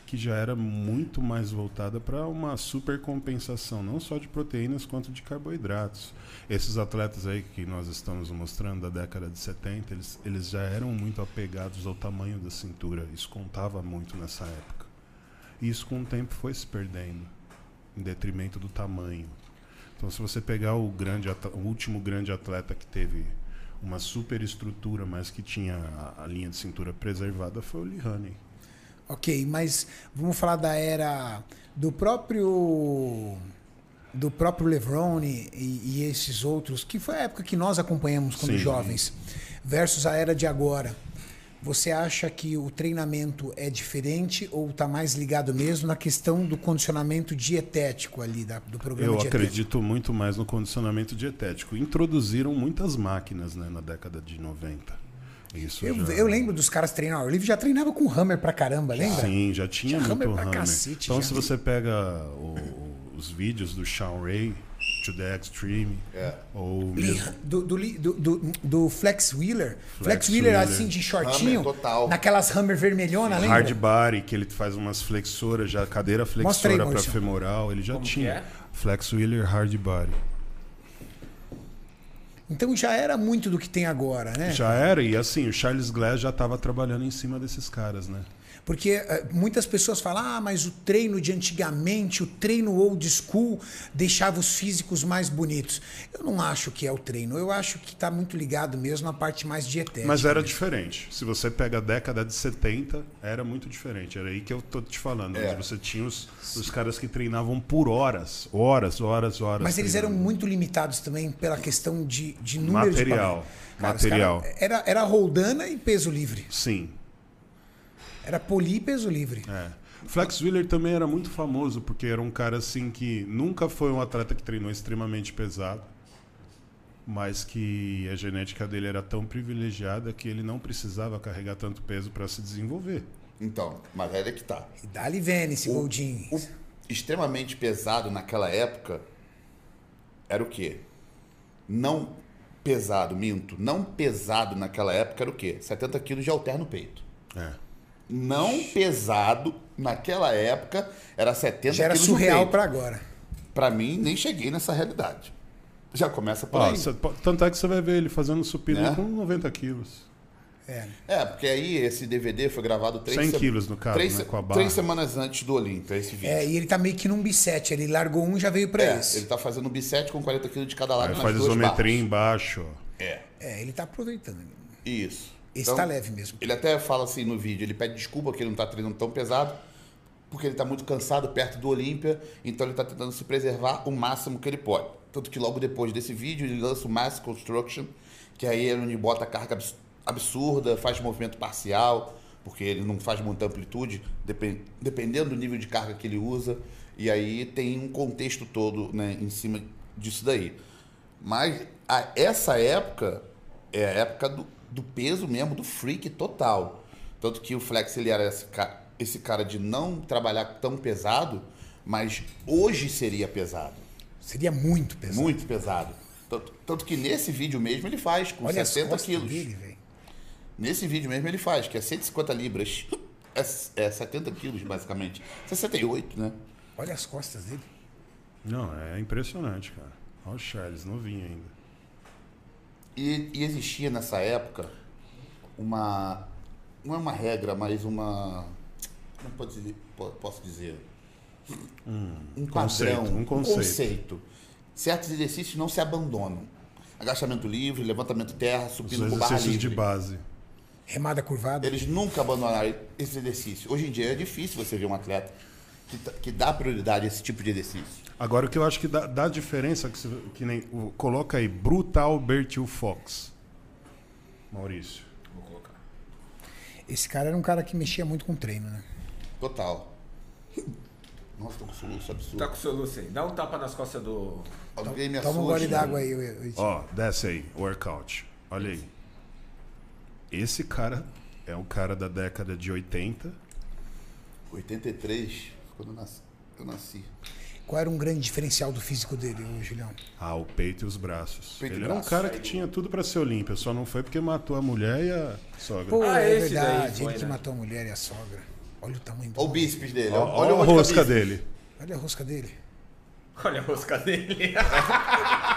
que já era muito mais voltada para uma supercompensação, não só de proteínas quanto de carboidratos. Esses atletas aí que nós estamos mostrando da década de 70, eles, eles já eram muito apegados ao tamanho da cintura, isso contava muito nessa época. E isso com o tempo foi se perdendo, em detrimento do tamanho. Então, se você pegar o, grande, atleta- o último grande atleta que teve uma superestrutura, mas que tinha a, a linha de cintura preservada, foi o Lee Honey. Ok, mas vamos falar da era do próprio do próprio Levrone e, e esses outros, que foi a época que nós acompanhamos quando Sim. jovens, versus a era de agora. Você acha que o treinamento é diferente ou está mais ligado mesmo na questão do condicionamento dietético ali da- do programa Eu dietético? acredito muito mais no condicionamento dietético. Introduziram muitas máquinas né, na década de 90. Isso Eu, já- eu lembro dos caras treinando. O livro já treinava com hammer pra caramba, lembra? Sim, já tinha Tinha muito Hammer pra Hammer. cacete, então, já. se você pega o- os vídeos do Shawn Ray, To The Extreme, ou Li- mesmo Do, do, li- do, do- do Flex Wheeler. Flex, Flex Wheeler, Wheeler. assim, de shortinho. Hammer, total. Naquelas Hammer vermelhona, lembra? Hard Body, que ele faz umas flexoras, já cadeira Mostra aí, flexora para Maurício. femoral, ele já que tinha. é? Flex Wheeler Hard Body. Então já era muito do que tem agora, né? Já era, e assim, o Charles Glass já estava trabalhando em cima desses caras, né? Porque eh, muitas pessoas falam, ah, mas o treino de antigamente, o treino old school, deixava os físicos mais bonitos. Eu não acho que é o treino. Eu acho que tá muito ligado mesmo à parte mais dietética. Mas era diferente. Se você pega a década de 70, era muito diferente. Era aí que eu tô te falando. É. onde Você tinha os, os caras que treinavam por horas, horas, horas, horas. Mas eles eram treinando. muito limitados também pela questão de, de número de Material, pagamento. os material. cara- era, era roldana e peso livre. Sim. Era poli e peso livre. É. Flex Wheeler também era muito famoso, porque era um cara assim que nunca foi um atleta que treinou extremamente pesado, mas que a genética dele era tão privilegiada que ele não precisava carregar tanto peso para se desenvolver. Então, mas aí é que tá. E Dali Vênice, Goldin. O extremamente pesado naquela época era o quê? Não pesado, minto. Não pesado naquela época era o quê? 70 quilos de halter no peito. É. Não pesado naquela época era 70 Já era quilos surreal no peito. pra agora. Pra mim, nem cheguei nessa realidade. Já começa por Ó, aí. cê po- tanto é que você vai ver ele fazendo supino Né? com 90 quilos. É. É, porque aí esse DVD foi gravado três 100 se- quilos, no caso, três, né, se- com a barra. três semanas antes do Olímpia, esse vídeo. É, e ele tá meio que num bisete. Ele largou um e já veio pra É, esse. ele tá fazendo bisete com 40 quilos de cada Aí lado. nas faz duas isometria barras. embaixo. ó. É, É, ele tá aproveitando. isso. Esse Então, tá leve mesmo. Ele até fala assim no vídeo, ele pede desculpa que ele não tá treinando tão pesado, porque ele tá muito cansado perto do Olímpia, então ele tá tentando se preservar o máximo que ele pode. Tanto que logo depois desse vídeo ele lança o Mass Construction, que aí ele onde bota carga abs- absurda, faz movimento parcial, porque ele não faz muita amplitude, depen- dependendo do nível de carga que ele usa, e aí tem um contexto todo né, em cima disso daí. Mas a- essa época é a época do, do peso mesmo, do freak total. Tanto que o Flex ele era esse, ca- esse cara de não trabalhar tão pesado, mas hoje seria pesado. Seria muito pesado. Muito pesado. Tanto, tanto que nesse vídeo mesmo ele faz com Olha as 60 costas quilos. dele, velho. Nesse vídeo mesmo ele faz, que é 150 libras. É, s- é 70 quilos, basicamente. 68, né? Olha as costas dele. Não, é impressionante, cara. Olha o Charles, novinho ainda. E, e existia nessa época uma. Não é uma regra, mas uma. Não pode dizer, po- posso dizer. Um, padrão, Hum, conceito, um conceito. Certos exercícios não se abandonam. Agachamento livre, levantamento terra, Os supino com barra exercícios de livre. base. Remada curvada. Eles nunca abandonaram esse exercício. Hoje em dia é difícil você ver um atleta que, tá- que dá prioridade a esse tipo de exercício. Agora, o que eu acho que dá, dá diferença, é que, se- que nem. o- Coloca aí, Brutal Bertil Fox. Maurício. Esse cara era um cara que mexia muito com treino, né? Total. Nossa, tô com soluço absurdo. Tá com soluço aí. Dá um tapa nas costas do. Alguém me Toma um assusta. gole d'água aí. Eu, eu, eu- Ó, desce aí, workout. Olha aí. Esse cara é o cara da década de 80. 83, quando eu nasci. Eu nasci. Qual era um grande diferencial do físico dele, ô, Julião? Ah, o peito e os braços. Peito e Ele era um braço. cara que tinha tudo pra ser olímpia, só não foi porque matou a mulher e a sogra. Pô, Ah, é esse daí verdade. foi, ele que né? matou a mulher e a sogra. Olha o tamanho do. Olha o bíceps dele. ó. Olha, o a rosca dele. Olha a rosca dele. Olha a rosca dele.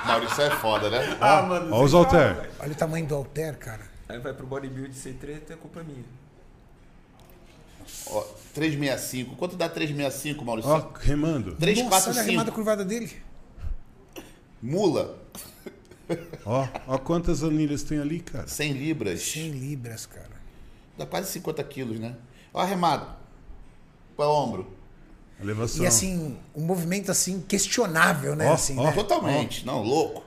Maurício é foda, né? Ah, mano. Olha os halter. Olha o tamanho do alter, cara. Aí vai pro bodybuild sem treta, é culpa minha. Ó, 365. Quanto dá 365, Maurício? Ó, remando. 3, Nossa, 4, olha a remada 5. curvada dele. Mula, Ó, ó quantas anilhas tem ali, cara. 100 libras. 100 libras, cara. Dá quase 50 quilos, né? Ó, arremado. Pra ombro. Elevação. E assim, um movimento assim, questionável, né? Então. Ó, assim, ó. né? Totalmente. Não, louco.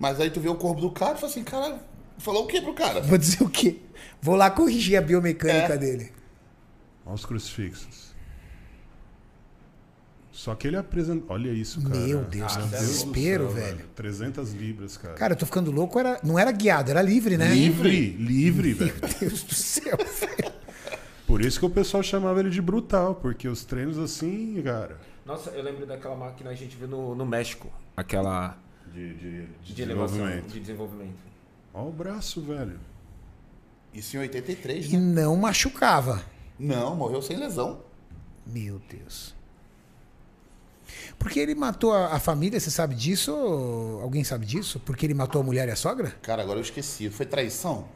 Mas aí tu vê o corpo do cara e fala assim, cara, falou o que pro cara? Vou dizer o quê? Vou lá corrigir a biomecânica É. dele. Ó os crucifixos. Só que ele apresenta. Olha isso, cara. Meu Deus, que desespero, do velho. 300 libras, cara. Cara, eu tô ficando louco, era, não era guiado, era livre, né? livre, livre, velho. Meu Deus do céu, velho. Por isso que o pessoal chamava ele de brutal, porque os treinos assim, cara. Nossa, eu lembro daquela máquina que a gente viu no, no México. Aquela De, de, de, elevação, de desenvolvimento. Ó o braço, velho. Isso em 83, E né? não machucava. Não, morreu sem lesão. Meu Deus. Porque ele matou a, a família, você sabe disso? Alguém sabe disso? Porque ele matou a mulher e a sogra? Cara, agora eu esqueci. Foi traição?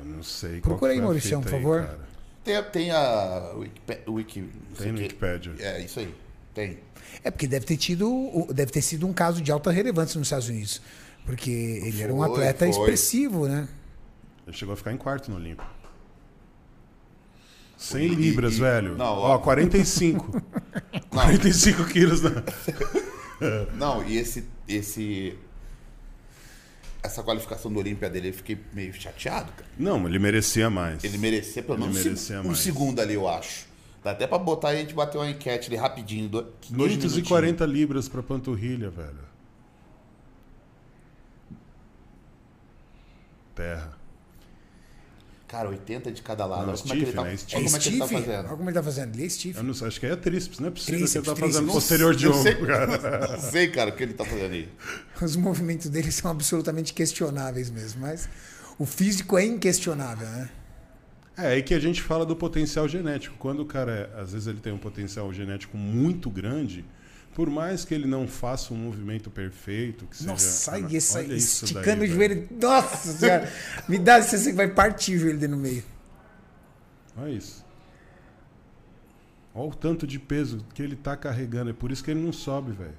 Eu não sei. Procura qual aí, foi a Mauricião, fita por aí, favor. cara. Tem, a- tem a Wikipé- Wiki... não sei Tem o no quê. Wikipedia. É, isso aí. Tem. É porque deve ter tido, o- deve ter sido um caso de alta relevância nos Estados Unidos, porque ele era um Foi, atleta foi. expressivo, né? Ele chegou a ficar em quarto no Olimpo. 100 libras, velho. Não, ó, ó. 45. 45 quilos, né? Não, e esse, esse... Essa qualificação do Olímpia dele, eu fiquei meio chateado, cara. Não, ele merecia mais. Ele merecia pelo Ele menos um merecia seg- um mais. segundo ali, eu acho. Dá até pra botar aí, a gente bater uma enquete ali rapidinho. do- Dois minutinhos. 540 libras pra panturrilha, velho. Terra. Cara, 80 de cada lado. Não, Olha como é que ele Steve, tá, né? olha É Steve. como é que ele Steve? tá Olha fazendo. como ele tá fazendo, ele é Steve. Eu não sei, acho que aí é tríceps, não é possível Tríceps, que ele tá tríceps. fazendo posterior de Eu sei, ombro, cara. não sei, cara, o que ele tá fazendo aí. Os movimentos dele são absolutamente questionáveis mesmo, mas o físico é inquestionável, né? É aí que a gente fala do potencial genético. Quando o cara, é- às vezes, ele tem um potencial genético muito grande, por mais que ele não faça um movimento perfeito, que seja. Nossa, Cara, e essa olha isso daí, esticando o velho. joelho, nossa senhora, me dá a sensação que vai partir o joelho dele no meio. Olha isso. Olha o tanto de peso que ele tá carregando. É por isso que ele não sobe, velho.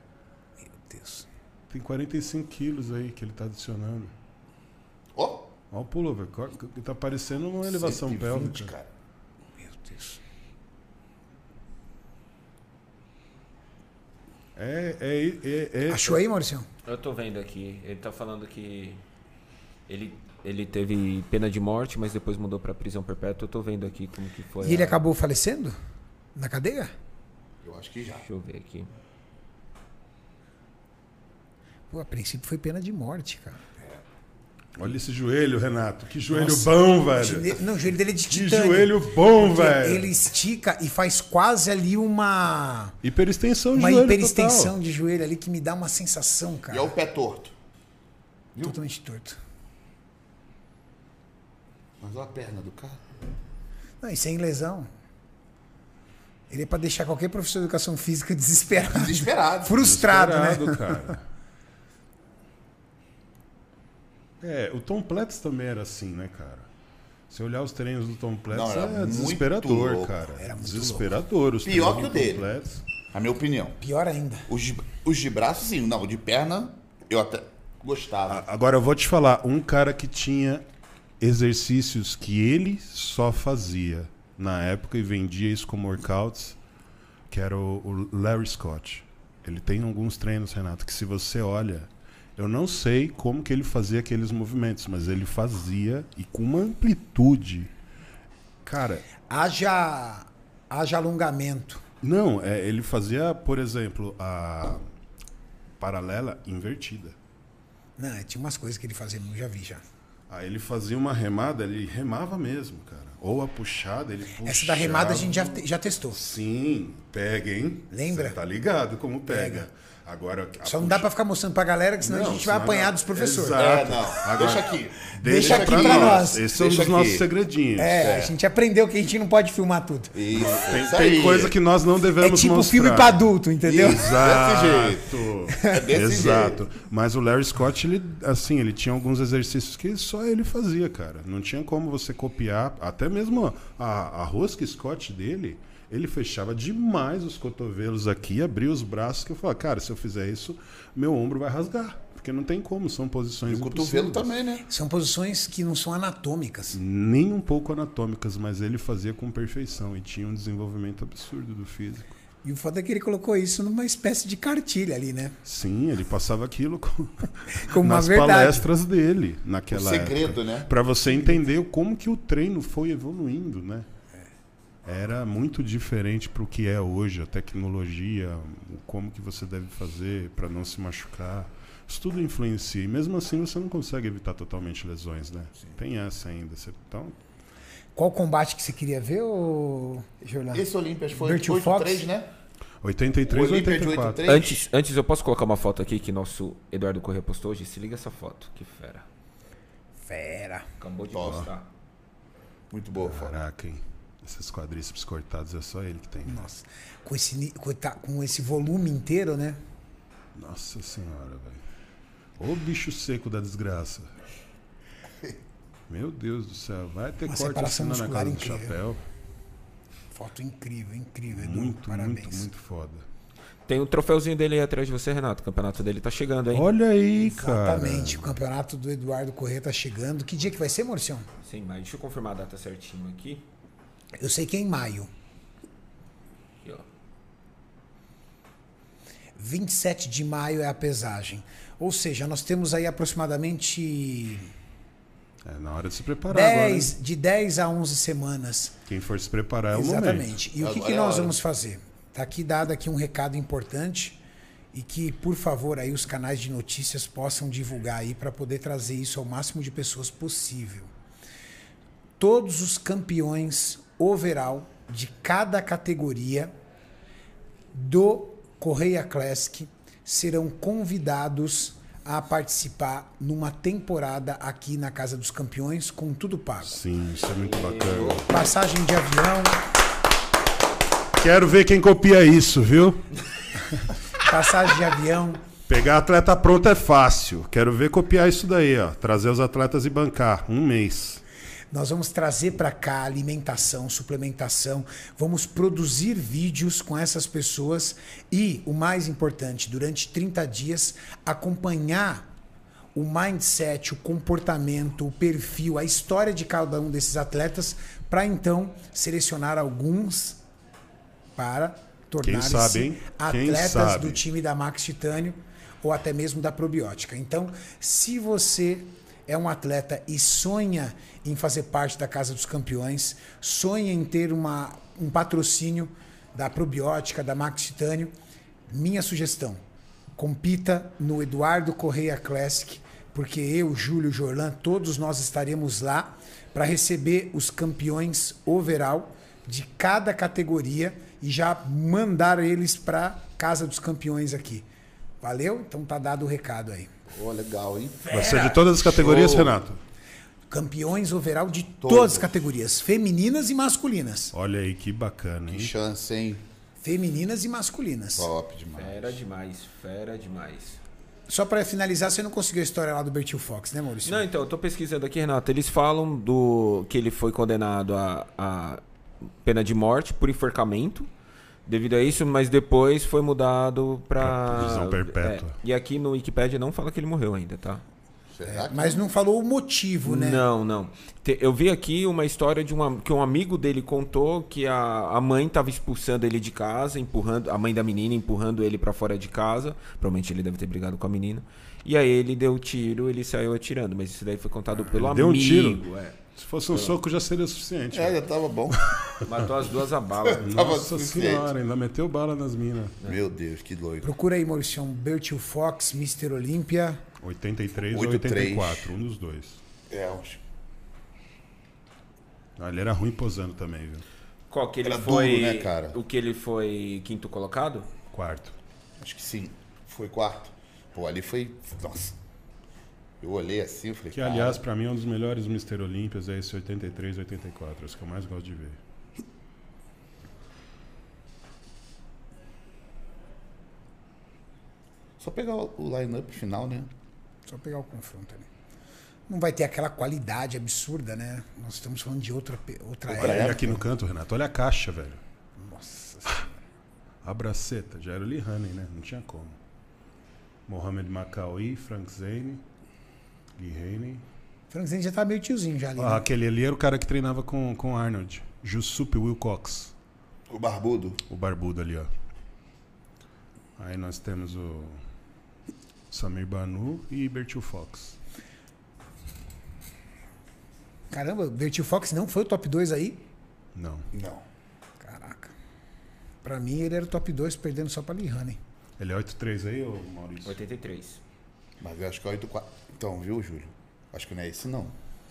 Meu Deus. Tem 45 quilos aí que ele tá adicionando. Ó, Olha o pulo, velho. Co- co- Tá parecendo uma elevação 120, pélvica. cara. Meu Deus. É, é, é, é- Achou aí, Maurício? Eu tô vendo aqui, ele tá falando que ele, ele teve pena de morte, mas depois mudou pra prisão perpétua. Eu tô vendo aqui como que foi. E ele é É. a- acabou falecendo na cadeia? Eu acho que já. Deixa eu ver aqui. Pô, a princípio foi pena de morte, cara. Olha esse joelho, Renato. Que joelho bom, velho. Não, o joelho dele é de Que titânio. joelho bom, Porque velho. Ele estica e faz quase ali uma Hiperextensão de uma joelho hiperextensão total. de joelho ali que me dá uma sensação, E cara. é o pé torto. Totalmente torto. Mas olha a perna do cara. Não, e sem lesão. Ele é pra deixar qualquer professor de educação física desesperado. Desesperado. Frustrado, né? Esperado, cara. É, o Tom Platz também era assim, né, cara? Se olhar os treinos do Tom Platz, Não, era é muito desesperador, louco. cara. Era muito desesperador. Os Pior treinos que o do Tom dele. Platz. A minha opinião. Pior ainda. Os de, os de braço, sim. Não, de perna, eu até gostava. Agora eu vou te falar, um cara que tinha exercícios que ele só fazia na época e vendia isso como workouts, que era o, o Larry Scott. Ele tem alguns treinos, Renato, que se você olha, eu não sei como que ele fazia aqueles movimentos, mas ele fazia e com uma amplitude. Cara, Haja, haja alongamento. não, é, ele fazia, por exemplo, a paralela invertida. Não, tinha umas coisas que ele fazia, eu já vi já. Aí ele fazia uma remada, ele remava mesmo, cara. Ou a puxada, ele puxa. Essa da remada a gente já, te- já testou. Sim, pega, hein? Lembra? Cê tá ligado como pega. Agora. a Só não dá puxa- pra ficar mostrando pra galera, que senão a Não, gente vai senão apanhar não. dos professores. Exato. É, não. Ah, tá. Agora- Deixa aqui. Deixa aqui pra nós. Esse é um Deixa dos nossos aqui. segredinhos. É, a gente aprendeu que a gente não pode filmar tudo. Isso. Tem, isso tem aí. coisa que nós não É devemos tipo mostrar. filme pra adulto, entendeu? Isso. Desse Exato. É desse Exato. Mas o Larry Scott, ele, assim, ele tinha alguns exercícios que só ele fazia, cara. Não tinha como você copiar. Até mesmo a, a rosca Scott dele, ele fechava demais os cotovelos aqui, abria os braços, que eu falava, cara, se eu fizer isso, meu ombro vai rasgar. Porque não tem como, são posições E o cotovelo impossíveis. também, né? São posições que não são anatômicas. Nem um pouco anatômicas, mas ele fazia com perfeição e tinha um desenvolvimento absurdo do físico. E o foda é que ele colocou isso numa espécie de cartilha ali, né? Sim, ele passava aquilo com... Como uma nas verdade. palestras dele naquela O segredo, né? Para você entender como que o treino foi evoluindo, né? Era muito diferente para o que é hoje, a tecnologia, o como que você deve fazer para não se machucar. Isso tudo influencia. E mesmo assim você não consegue evitar totalmente lesões, né? Tem essa ainda. Você, então, Qual combate que você queria ver, ô... Jornal? Esse Olímpias foi Virtue 8-3, Fox? né? 83 ou Olímpia é de 84. 8-3. Antes, antes eu posso colocar uma foto aqui que nosso Eduardo Corrêa postou hoje? Se liga essa foto, que fera. Fera. Acabou de Top. postar. Muito boa, foto. Caraca, hein? Esses quadríceps cortados é só ele que tem. Nossa. Com esse, ni- coita- com esse volume inteiro, né? Nossa senhora, velho. Ô bicho seco da desgraça. Meu Deus do céu, vai ter Uma corte separação assinando na muscular casa do incrível. chapéu. Foto incrível, incrível, Edu. Muito, Parabéns. muito, muito foda. Tem o troféuzinho dele aí atrás de você, Renato. O campeonato dele tá chegando, hein? Olha aí, cara. Exatamente. O campeonato do Eduardo Corrêa tá chegando. Que dia que vai ser, Morcião? Sim, mas deixa eu confirmar a data certinho aqui. Eu sei que é em maio. Aqui, ó. 27 de maio é a pesagem. Ou seja, nós temos aí aproximadamente É na hora de se preparar agora. hein? 10, de 10 a 11 semanas. Quem for se preparar é o momento. Exatamente. E o que, Agora que é a nós hora. vamos fazer? Está aqui dado aqui um recado importante e que, por favor, aí os canais de notícias possam divulgar aí para poder trazer isso ao máximo de pessoas possível. Todos os campeões overall de cada categoria do Correia Classic serão convidados a participar numa temporada aqui na Casa dos Campeões com tudo pago. Sim, isso é muito bacana. Passagem de avião, Quero ver quem copia isso, viu? passagem de avião, Pegar atleta pronto é fácil. Quero ver copiar isso daí, ó. Trazer os atletas e bancar. Um mês. Nós vamos trazer para cá alimentação, suplementação, vamos produzir vídeos com essas pessoas e, o mais importante, durante 30 dias, acompanhar o mindset, o comportamento, o perfil, a história de cada um desses atletas, para então selecionar alguns para sabe, hein? tornarem-se Quem atletas sabe? do time da Max Titânio ou até mesmo da probiótica. Então, se você é um atleta e sonha em fazer parte da Casa dos Campeões, sonha em ter uma, um patrocínio da probiótica, da Max Titânio, minha sugestão, compita no Eduardo Correia Classic, porque eu, Júlio, Jorlan, todos nós estaremos lá para receber os campeões overall de cada categoria e já mandar eles para Casa dos Campeões aqui. Valeu? Então tá dado o recado aí. Pô, legal, hein? Vai ser de todas as categorias, Show. Renato? Campeões overall de todas Todos. as categorias, femininas e masculinas. Olha aí, que bacana, hein? Que chance, hein? Femininas e masculinas. Top demais. É. Fera demais, fera demais. Só para finalizar, você não conseguiu a história lá do Bertil Fox, né, Maurício? Não, então, eu tô pesquisando aqui, Renato. Eles falam do que ele foi condenado a, a pena de morte por enforcamento devido a isso, mas depois foi mudado pra. Pra prisão perpétua. É, e aqui no Wikipedia não fala que ele morreu ainda, tá? Será que Mas não falou o motivo, né? Não, não. Te- Eu vi aqui uma história de uma, que um amigo dele contou que a, a mãe estava expulsando ele de casa, empurrando a mãe da menina empurrando ele para fora de casa. Provavelmente ele deve ter brigado com a menina. E aí ele deu tiro, ele saiu atirando, mas isso daí foi contado pelo Deu um amigo. é. tiro. Se fosse um soco já seria suficiente. É, já tava bom. Matou as duas a bala. tava Nossa suficiente. senhora, ainda meteu bala nas minas. Meu Deus, que doido. Procura aí, Maurício, Bertil Fox, Mr. Olímpia. 83 ou 83. 84, um dos dois. É, acho. Ah, ele era ruim posando também, viu? Qual que ele Era foi. duro, né, cara? O que ele foi quinto colocado? Quarto. Acho que sim. Foi quarto. Pô, ali foi. Nossa. Eu olhei assim e falei. Que, aliás, pra mim é um dos melhores Mr. Olímpias, é esse 83, 84. Esse que eu mais gosto de ver. Só pegar o o line-up final, né? Só pegar o confronto ali. Não vai ter aquela qualidade absurda, né? Nós estamos falando de outra, pe- outra Olha era. ele aqui no canto, Renato. Olha a caixa, velho. Nossa A braceta. Já era o Lee Haney, né? Não tinha como. Mohamed Makaui, Frank Zane, Lee Haney. Frank Zane já tá meio tiozinho já ali. Ah, né? aquele ali era o cara que treinava com com o Arnold. Jusup Wilcox. O barbudo. O barbudo ali, ó. Aí nós temos o Samir Banu e Bertil Fox. Caramba, o Bertil Fox não foi o top 2 aí? Não. Não. Caraca. Pra mim ele era o top 2 perdendo só pra Lihane. Ele é 8-3 aí, ô Maurício? 83. Mas eu acho que é 8-4. Então, viu, Júlio? Acho que não é esse, não.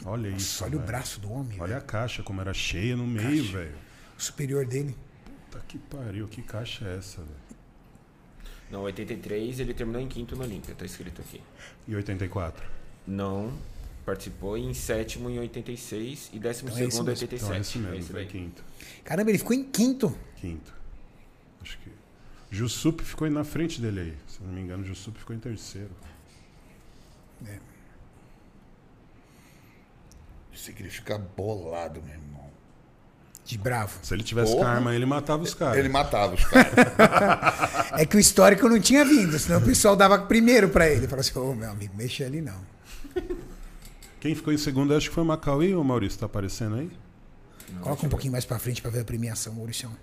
Olha isso. Olha o velho. braço do homem, Olha a caixa, como era cheia no meio, velho. velho. o superior dele. Puta que pariu, que caixa é essa, velho? Não, 83 ele terminou em quinto no Olímpia, tá escrito aqui. E 84? Não. Participou em sétimo em 86 e décimo Então é esse segundo em mesmo. 87. Então é esse mesmo, esse foi daí. quinto. Caramba, ele ficou em quinto. Quinto. Acho que. Jussup ficou aí na frente dele aí. Se eu não me engano, Jussup ficou em terceiro. Isso significa bolado, meu irmão. De bravo. Se ele tivesse Porra. karma, ele matava os caras. Ele matava os caras. É que o histórico não tinha vindo, senão o pessoal dava primeiro pra ele. Falou assim, ô meu amigo, mexe ali não. Quem ficou em segundo acho que foi o Macauí ou o Maurício? Tá aparecendo aí? Coloca um pouquinho mais pra frente pra ver a premiação, Mauricião.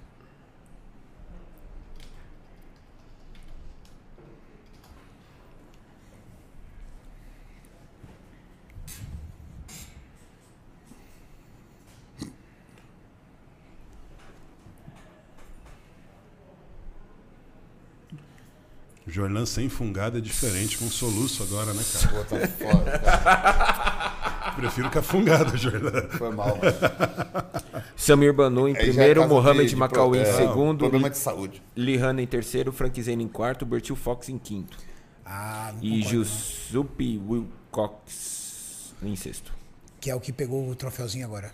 Jornal sem fungada é diferente, com soluço agora, né, cara? Pô, tá foda. cara. Prefiro que a fungada, Jornal. Foi mal. mano. Samir Banu em Aí já é primeiro, caso Mohamed de- de Makaui em pro- é, segundo, Problema de saúde. Lihana em terceiro, Frank Zane em quarto, Bertil Fox em quinto. Ah, não E concordo, Jusup Wilcox em sexto. não. Que é o que pegou o troféuzinho agora.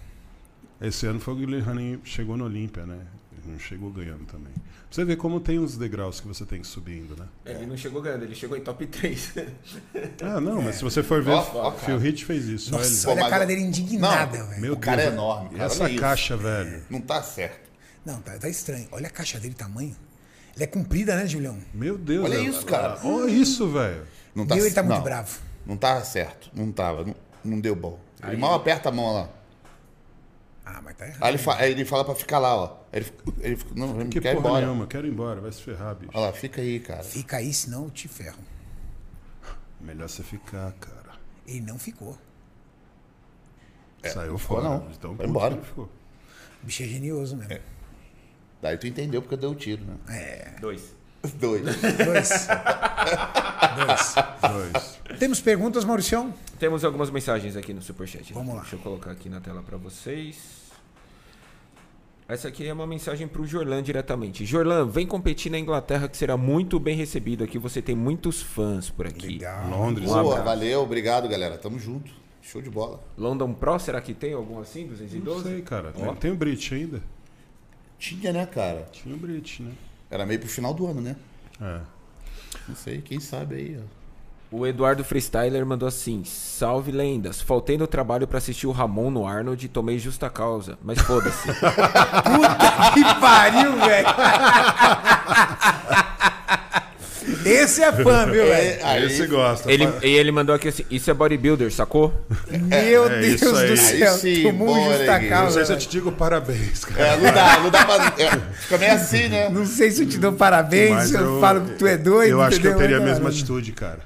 Esse ano foi o Guilherme Hanin chegou no Olímpia, né? Ele não chegou ganhando também. Pra você ver como tem os degraus que você tem que ir subindo, né? Ele não chegou ganhando, ele chegou em top 3. Ah, não, mas se você for ver, Ó, ó, Phil Hit fez isso. Nossa, olha olha a mas cara eu- dele indignada, Não, velho. ele. Meu o cara Deus, é enorme, e cara, Essa olha isso. caixa, velho. Não tá certo. Não, tá, tá estranho. Olha a caixa dele, tamanho. Ela é comprida, né, Julião? Meu Deus. Olha velho. isso, cara. Olha isso, velho. Não Meu, ele c- tá muito não. bravo. Não tava certo. Não tava. Não, não deu bom. Ele mal aperta a mão lá. Ah, mas tá errado. Aí ele, fa- aí ele fala pra ficar lá, ó. Aí Ele, fica- ele fica, não, ele Que não quer ir porra embora. nenhuma, quero ir embora, vai se ferrar, bicho. Olha lá, fica aí, cara. Fica aí, senão eu te ferro. Melhor você ficar, cara. Ele não ficou. Saiu É, ficou, fora. não. Então, Foi puto, embora. ele ficou. O bicho é genioso mesmo. Daí tu entendeu porque eu dei o tiro, né? Dois. Dois. Dois. Dois. Dois. Temos perguntas, Mauricião? Temos algumas mensagens aqui no Superchat. Vamos lá. Deixa eu colocar aqui na tela pra vocês. Essa aqui é uma mensagem pro Jorlan diretamente. Jorlan, vem competir na Inglaterra que será muito bem recebido aqui. Você tem muitos fãs por aqui. Um Londres. Boa, valeu, obrigado, galera. Tamo junto. Show de bola. London Pro, será que tem algum assim? Não 212? sei, cara. Tem, tem o Brit ainda? Tinha, né, cara? Tinha o Brit, né? Era meio pro final do ano, né? É. Não sei, quem sabe aí, ó. O Eduardo Freestyler mandou assim: Salve lendas, faltei no trabalho pra assistir o Ramon no Arnold e tomei justa causa, mas foda-se. Puta que pariu, velho. Esse é fã, viu, velho? É, aí, Esse gosta. ele, e ele mandou aqui assim: Isso é bodybuilder, sacou? Meu É Deus isso aí. do Aí céu. sim, Tomou um bora, justa Gui. Não sei causa. se eu te digo parabéns, cara. é, não dá, não dá pra. é, fica meio assim, né? Não sei se eu te dou parabéns, Mas É, se eu, falo que tu é doido. Eu acho que eu entendeu? teria a Mas, mesma cara, atitude, cara.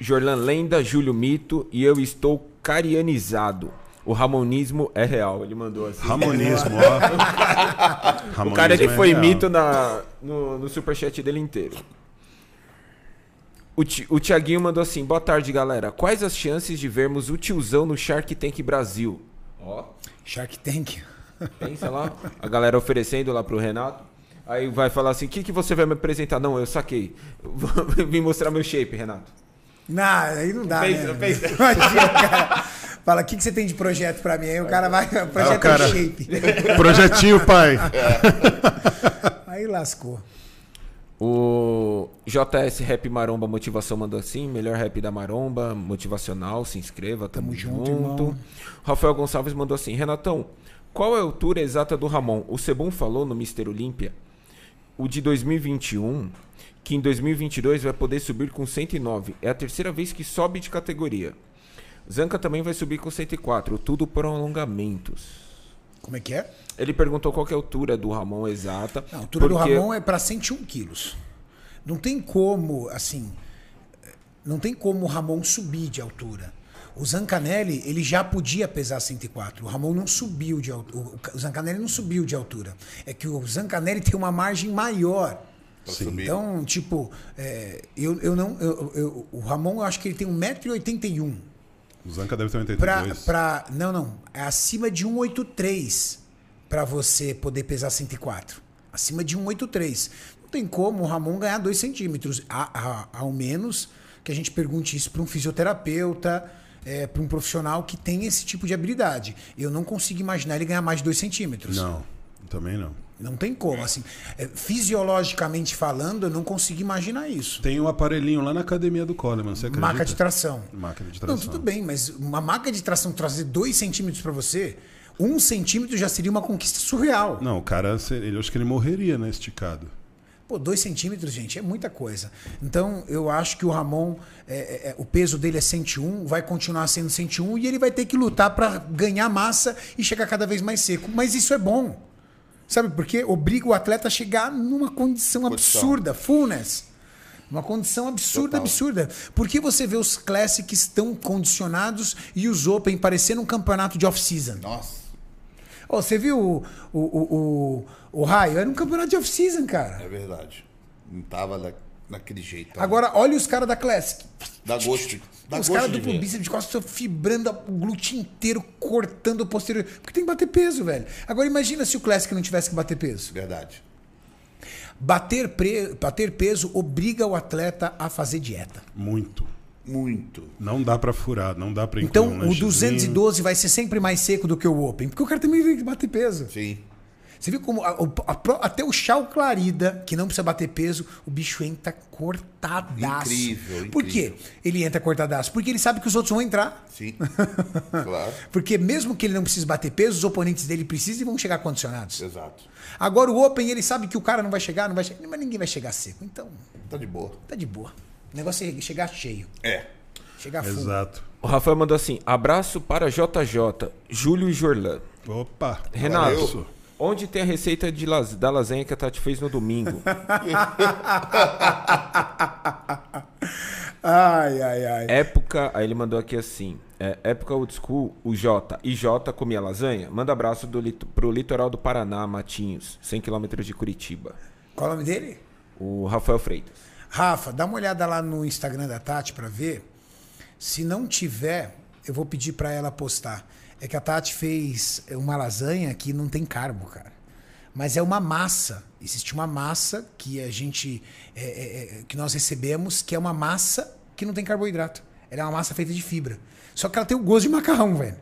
Jorlan Lenda, Júlio Mito e eu estou carianizado. O ramonismo é real. Ele mandou assim. Ramonismo, ó. Ramonismo O cara ele é foi real. mito na, no, no superchat dele inteiro. O, Ti- o Tiaguinho mandou assim: Boa tarde, galera. Quais as chances de vermos o tiozão no Shark Tank Brasil? Ó, Shark Tank. pensa lá. A galera oferecendo lá pro Renato. Aí vai falar assim: o que, que você vai me apresentar? Não, eu saquei. Vim mostrar meu shape, Renato. Não, aí não dá. Pensa, né? pensa. Imagina, cara. Fala, o que, que você tem de projeto pra mim? Aí o cara vai, projeto é cara- shape. Projetinho, pai. Aí lascou. O JS Rap Maromba Motivação mandou assim: melhor rap da Maromba, motivacional, se inscreva, tamo, junto, junto. irmão. Rafael Gonçalves mandou assim: Renatão, qual é a altura exata do Ramon? O Sebum falou no Mister Olímpia, o de 2021, que em 2022 vai poder subir com 109. É a terceira vez que sobe de categoria. Zanca também vai subir com 104, tudo por alongamentos. Como é que é? Ele perguntou qual que é a altura do Ramon exata. Não, a altura do porque- Ramon é pra 101 quilos. Não tem como, assim. Não tem como o Ramon subir de altura. O Zancanelli, ele já podia pesar 104. O Ramon não subiu de altura. O Zancanelli não subiu de altura. É que o Zancanelli tem uma margem maior. subir. Então, tipo, é, eu, eu não. eu- eu- o Ramon, eu acho que ele tem 1,81m. O Zanca deve ter um 82. Pra, pra, não, não. É acima de 183 pra você poder pesar 104. Acima de 183. Não tem como o Ramon ganhar 2 centímetros. A, a- ao menos que a gente pergunte isso pra um fisioterapeuta, é, para um profissional que tem esse tipo de habilidade. Eu não consigo imaginar ele ganhar mais de 2 centímetros. Não, também não. Não tem como. Assim, é, fisiologicamente falando, eu não consigo imaginar isso. Tem um aparelhinho lá na academia do Coleman, você acredita? Maca de tração. Máquina de Não, tração. tudo bem, mas uma maca de tração trazer dois centímetros pra você, um centímetro já seria uma conquista surreal. Não, o cara, se- ele, eu acho que ele morreria, né, esticado. Pô, dois centímetros, gente, é muita coisa. Então, eu acho que o Ramon, é, é, é, o peso dele é 101, vai continuar sendo 101 e ele vai ter que lutar pra ganhar massa e chegar cada vez mais seco. Mas isso é bom. Sabe por quê? Obriga o atleta a chegar numa condição absurda, fullness. Uma condição absurda, Total. absurda. Por que você vê os classics tão condicionados e os open parecendo um campeonato de off-season? Nossa. Ô, você viu o, o, o, o, o raio? Era um campeonato de off-season, cara. É verdade. Não tava da- daquele jeito. ó. Agora, olha os caras da Classic. Dá gosto. Tá. Dá os gosto caras de do ver. bíceps de costas fibrando o glúteo inteiro, cortando o posterior. Porque tem que bater peso, velho. Agora, imagina se o Classic não tivesse que bater peso. Verdade. Bater, pre... bater peso obriga o atleta a fazer dieta. Muito. Muito. Não dá pra furar, não dá pra incluir Então, um o lanchezinho. 212 vai ser sempre mais seco do que o Open. Porque o cara também tem que bater peso. Sim. Você viu como a- o- a pró- até o Chau Clarida, que não precisa bater peso, o bicho entra cortadaço. Incrível, Por quê? incrível. Ele entra cortadaço? Porque ele sabe que os outros vão entrar. Sim. claro. Porque mesmo que ele não precise bater peso, os oponentes dele precisam e vão chegar condicionados. Exato. Agora o Open, ele sabe que o cara não vai chegar, não vai chegar, mas ninguém vai chegar seco. Então, Tá de boa. tá de boa. O negócio é chegar cheio, É. chegar full. Exato. O Rafael mandou assim: abraço para JJ, Júlio e Jorlan. Opa. Renato, Isso. onde tem a receita de las- da lasanha que a Tati fez no domingo? Ai, ai, ai. época, aí ele mandou aqui assim: é, época old school, o J e J comia lasanha? Manda abraço do, lit- pro litoral do Paraná, Matinhos, 100 km de Curitiba. Qual é o nome dele? O Rafael Freitas. Rafa, dá uma olhada lá no Instagram da Tati pra ver. Se não tiver, eu vou pedir pra ela postar. É que a Tati fez uma lasanha que não tem carbo, cara. Mas é uma massa. Existe uma massa que a gente é, é, é, que nós recebemos que é uma massa que não tem carboidrato. Ela é uma massa feita de fibra. Só que ela tem o gosto de macarrão, velho.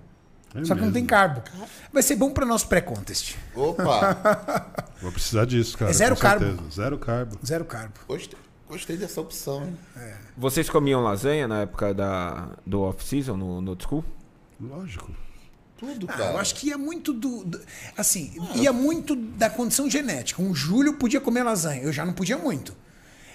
É Só que não mesmo. tem carbo. Vai ser bom pra nosso pré-contest. Opa. Vou precisar disso, cara. É zero com carbo. certeza. Zero carbo. Zero carbo. Gostei, gostei dessa opção, hein? Vocês comiam lasanha na época da, do off-season, no, no old school? Lógico. Tudo, Ah, cara. eu acho que ia muito do. do- assim, Ah, ia muito da condição genética. Um Júlio podia comer lasanha, eu já não podia muito.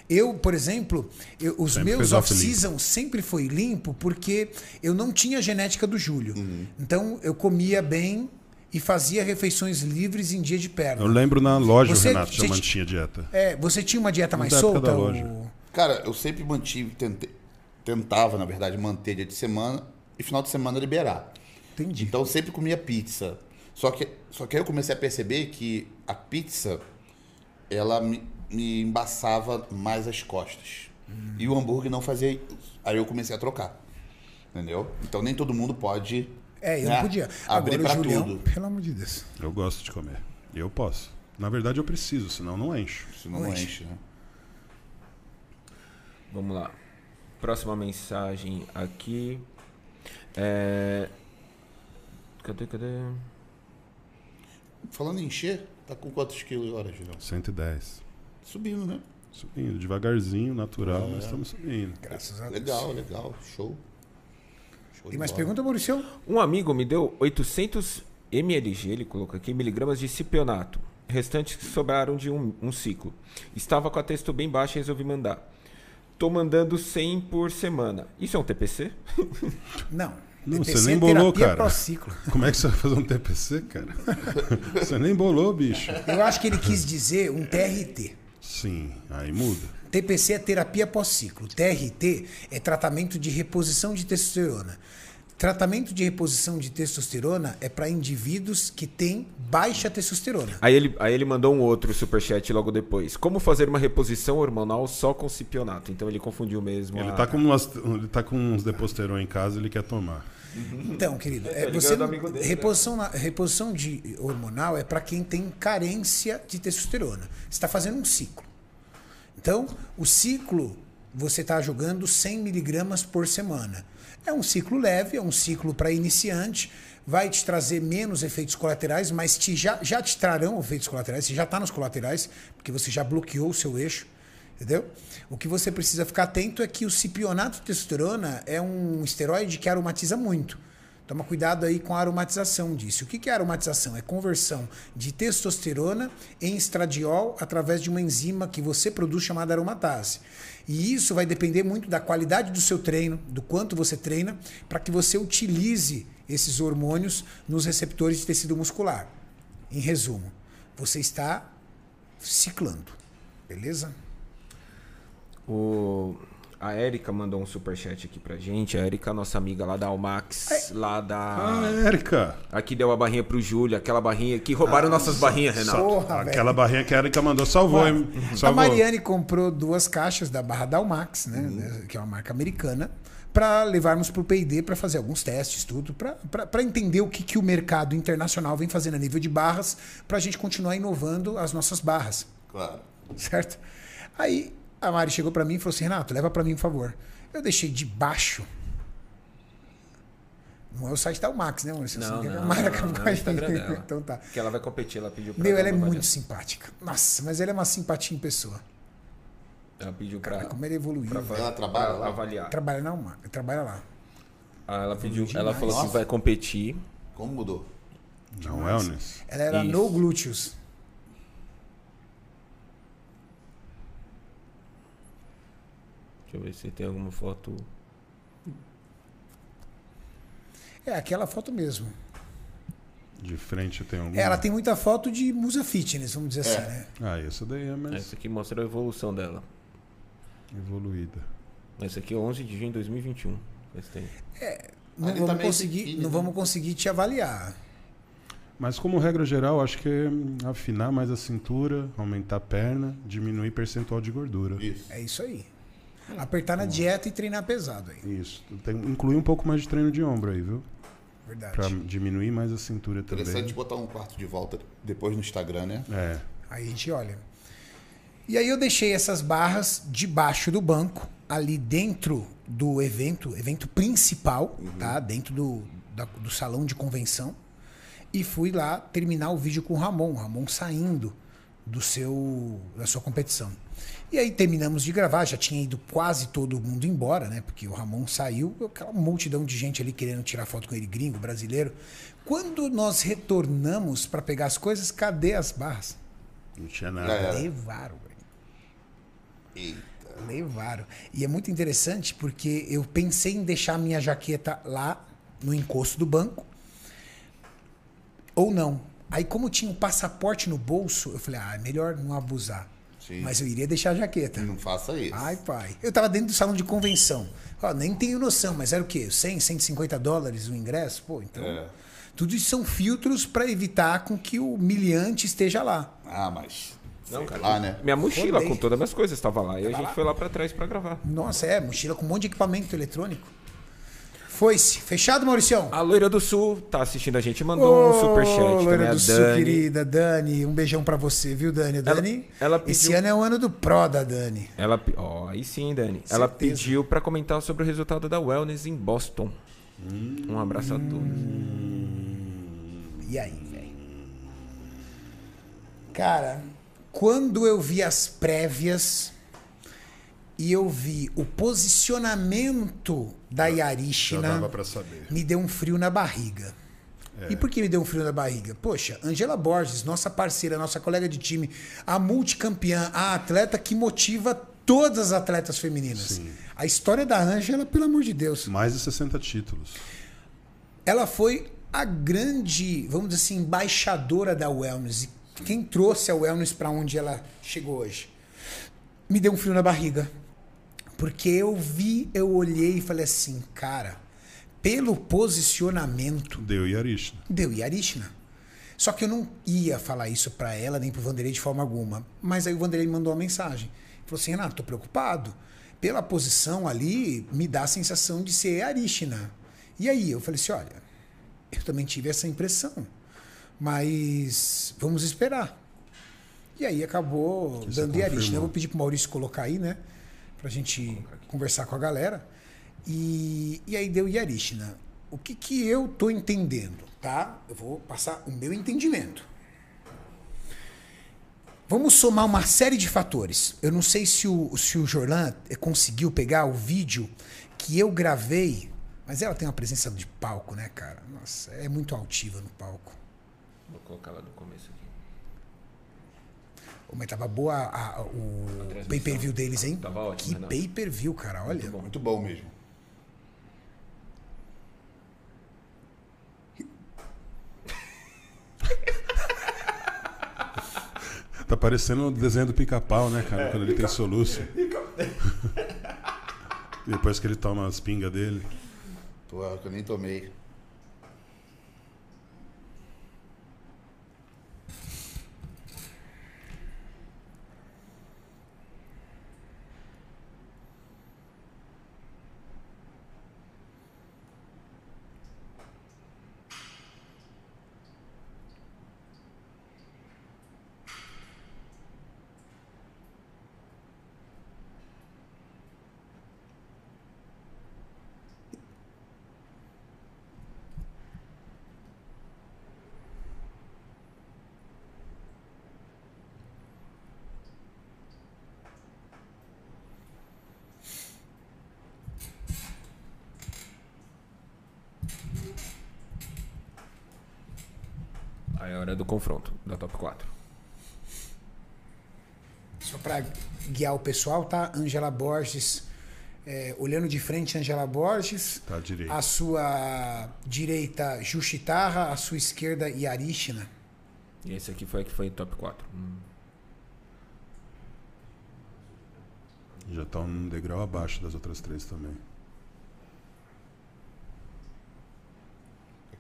Eu, por exemplo, eu- os Sempre meus fez off off-season sempre foi limpo porque eu não tinha a genética do Júlio. Uhum. Então eu comia bem e fazia refeições livres em dia de perna. Eu lembro na loja, o Você- Renato, você- chamando tinha dieta. É, você tinha uma dieta mais da época solta? da loja. o- Cara, eu sempre mantive, tentei, tentava, na verdade, manter dia de semana e final de semana liberar. Entendi. Então eu sempre comia pizza. Só que, só que aí eu comecei a perceber que a pizza, ela me, me embaçava mais as costas. E o hambúrguer não fazia isso. Aí eu comecei a trocar. Entendeu? Então nem todo mundo pode É, eu É, não podia. Agora abrir o pra Julião, tudo. pelo amor de Deus. Eu gosto de comer. E eu posso. Na verdade, eu preciso, senão não encho. Senão não enche, né? Vamos lá. Próxima mensagem aqui. É. Cadê, cadê? Falando em encher, tá com quantos quilos agora, Julião? 110. Subindo, né? Subindo, devagarzinho, natural, mas estamos subindo. Graças a Deus. Legal, legal. Show. Show Tem de mais é bola. pergunta, Maurício? Um amigo me deu 800 mlg, ele colocou aqui, miligramas de cipionato. Restantes que sobraram de um, um ciclo. Estava com a texto bem baixa e resolvi mandar. Tô mandando 100 por semana. Isso é um TPC? Não. Não, TPC você nem é bolou, terapia cara. pró-ciclo. Como é que você vai fazer um TPC, cara? você nem bolou, bicho. Eu acho que ele quis dizer um TRT. Sim, aí muda. TPC é terapia pós-ciclo. TRT é tratamento de reposição de testosterona. Tratamento de reposição de testosterona é para indivíduos que têm baixa testosterona. Aí ele, aí ele mandou um outro superchat logo depois. Como fazer uma reposição hormonal só com cipionato? Então ele confundiu mesmo. Ele a- tá, com umas, ele tá com uns deposteron em casa, ele quer tomar. Então, querido, é, Tá ligado você do não- amigo dele, né? reposição, na- reposição de hormonal é para quem tem carência de testosterona. Você está fazendo um ciclo. Então, o ciclo você está jogando 100 miligramas por semana. É um ciclo leve, é um ciclo para iniciante, vai te trazer menos efeitos colaterais, mas te, já, já te trarão efeitos colaterais, você já está nos colaterais, porque você já bloqueou o seu eixo, entendeu? O que você precisa ficar atento é que o cipionato de testosterona é um esteroide que aromatiza muito. Toma cuidado aí com a aromatização disso. O que que é aromatização? É conversão de testosterona em estradiol através de uma enzima que você produz chamada aromatase. E isso vai depender muito da qualidade do seu treino, do quanto você treina, para que você utilize esses hormônios nos receptores de tecido muscular. Em resumo, você está ciclando, beleza? O... A Erika mandou um superchat aqui pra gente. A Erika, nossa amiga lá da Almax, lá Ah, da. Érica! Aqui deu a barrinha pro Júlio, aquela barrinha que Ah, roubaram nossas barrinhas, Renato. Porra, velho. tá Aquela barrinha que a Érica mandou salvou, hein? Uhum. Então, A Salvou. Mariane comprou duas caixas da Barra Dalmax, né? Uhum. Que é uma marca americana, para levarmos para o PD para fazer alguns testes, tudo, para entender o que, que o mercado internacional vem fazendo a nível de barras, para a gente continuar inovando as nossas barras, Claro. certo? Aí a Mari chegou para mim e falou assim: Renato, leva para mim, por favor. Eu deixei de baixo. Não é o site da Almax, né? Maurício? Você Não, quer que a não, Mari não, acabe não, com a o Instagram gente? dela. Então tá. Que ela vai competir, ela pediu pra. Meu, ela é dar uma muito avaliação. simpática. Nossa, mas ela é uma simpatia em pessoa. Ela pediu pra. Cara, como ele evoluiu. pra fa- Ela trabalha pra lá? avaliar. Trabalha na UMA, trabalha lá. Ah, ela pediu. Ela demais. falou que vai competir. Como mudou? Não, é, wellness. Ela era Isso. no glúteos. Deixa eu ver se tem alguma foto. É aquela foto mesmo. De frente tem algum. É, Ela tem muita foto de musa fitness, vamos dizer assim, né? Ah, essa daí é mais Essa aqui mostra a evolução dela. evoluída. Essa aqui é 11 de junho de 2021. Faz tempo. Não ele tá vamos meio conseguir, biquíni, não né? vamos conseguir te avaliar. Mas como regra geral, acho que é hum, afinar mais a cintura, aumentar a perna, diminuir percentual de gordura. Isso. É isso aí. Apertar na dieta e treinar pesado aí. Isso. Tem, incluir um pouco mais de treino de ombro aí, viu? Verdade. Pra diminuir mais a cintura também. Interessante botar um quarto de volta depois no Instagram, né? É. Aí a gente olha. E aí eu deixei essas barras debaixo do banco, ali dentro do evento, evento principal, tá? Dentro do, da- do salão de convenção. E fui lá terminar o vídeo com o Ramon, o Ramon saindo do seu da sua competição. E aí terminamos de gravar, já tinha ido quase todo mundo embora, né? Porque o Ramon saiu, aquela multidão de gente ali querendo tirar foto com ele, gringo, brasileiro. Quando nós retornamos para pegar as coisas, cadê as barras? Não tinha nada. Já era. Levaram, velho. Eita. Levaram. E é muito interessante porque eu pensei em deixar a minha jaqueta lá no encosto do banco. Ou não. Aí, como tinha um passaporte no bolso, eu falei, ah, é melhor não abusar. Sim. Mas eu iria deixar a jaqueta. Não faça isso. Ai, pai. Eu tava dentro do salão de convenção. Ó, nem tenho noção, mas era o quê? 100, 150 dólares o ingresso? Pô, então. É. Tudo isso são filtros para evitar com que o miliante esteja lá. Ah, mas. Não, sei cara. Lá, né? Minha mochila Rodei. com todas as minhas coisas estava lá. E a gente foi lá pra trás pra gravar. Nossa, é, mochila com um monte de equipamento eletrônico. Foi-se. Fechado, Mauricião? A Loira do Sul tá assistindo a gente, mandou um superchat Loira também. A do Sul, Dani. querida. Dani, um beijão pra você, viu, Dani? A Dani, ela pediu- esse ano é o ano do pró da Dani. Ela, pe- ó, aí sim, Dani. Ela Certeza. pediu pra comentar sobre o resultado da Wellness em Boston. Um abraço a todos. E aí, velho? Cara, quando eu vi as prévias e eu vi o posicionamento da Já Yarishina, dava pra saber. É. me deu um frio na barriga. E por que me deu um frio na barriga? Poxa, Angela Borges, nossa parceira, nossa colega de time, a multicampeã, a atleta que motiva todas as atletas femininas. A história da Angela, pelo amor de Deus. É. Mais de 60 títulos. ela foi a grande, vamos dizer assim, embaixadora da wellness. E Quem trouxe a wellness para onde ela chegou hoje. Me deu um frio na barriga. Porque eu vi, eu olhei e falei assim, cara, pelo posicionamento, Deu Yarishna. deu Yarishna. Só que eu não ia falar isso pra ela nem pro Vanderlei de forma alguma. Mas aí o Vanderlei me mandou uma mensagem. Falou assim: Renato, tô preocupado. Pela posição ali, me dá a sensação de ser Yarishna. E aí eu falei assim: olha, eu também tive essa impressão. Mas vamos esperar. E aí acabou dando Yarishna. Eu vou pedir pro Maurício colocar aí, né? Pra gente conversar com a galera. E, e aí deu Yarishna. O que que eu tô entendendo, tá? Eu vou passar o meu entendimento. Vamos somar uma série de fatores. Eu não sei se o, se o Jorlan eh, conseguiu pegar o vídeo que eu gravei, mas ela tem uma presença de palco, né, cara? Nossa, é muito altiva no palco. Vou colocar lá no começo aqui. Mas tava boa a- a- o pay-per-view deles, hein? Tava ótimo, que Renato. pay-per-view, cara, olha. né? Muito bom mesmo. Tá parecendo o desenho do pica-pau, né, cara? Quando ele tem soluço. Depois que ele toma as pingas dele. Pô, é que eu nem tomei. Aí é a hora do confronto, da top 4. Só pra guiar o pessoal, tá? Angela Borges, é, olhando de frente, Angela Borges. Tá à direita. À sua direita, Juchitarra. À sua esquerda, né? Yarishina. E esse aqui foi a que foi top 4. Hum. Já tá um degrau abaixo das outras três também.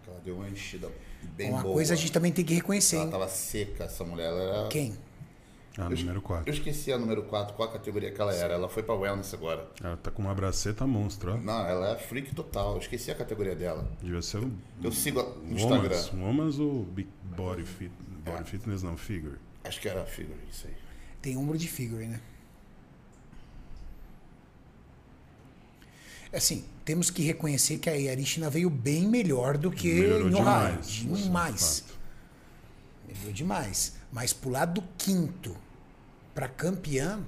Ela deu uma enchida bem É Uma boa. Tá, coisa a gente também tem que reconhecer, Ela hein? tava seca, essa mulher. Ela era... Quem? Ah, número Eu 4. esqueci a número 4, qual a categoria que ela era. Ela foi pra wellness agora. Ela tá com uma braceta monstro, ó. Não, ela é freak total. Eu esqueci a categoria dela. Devia ser um Eu sigo a- no Instagram. Woman's, Woman's ou Big Body, fit, body Fitness, não, Figure. Acho que era a figure, isso aí. Tem ombro de figure, né? Assim, temos que reconhecer que a Yarishina veio bem melhor do que Melhorou no Ohio. demais. isso é um Demais. fato. Melhorou demais. Mas pro lado do quinto, pra campeã,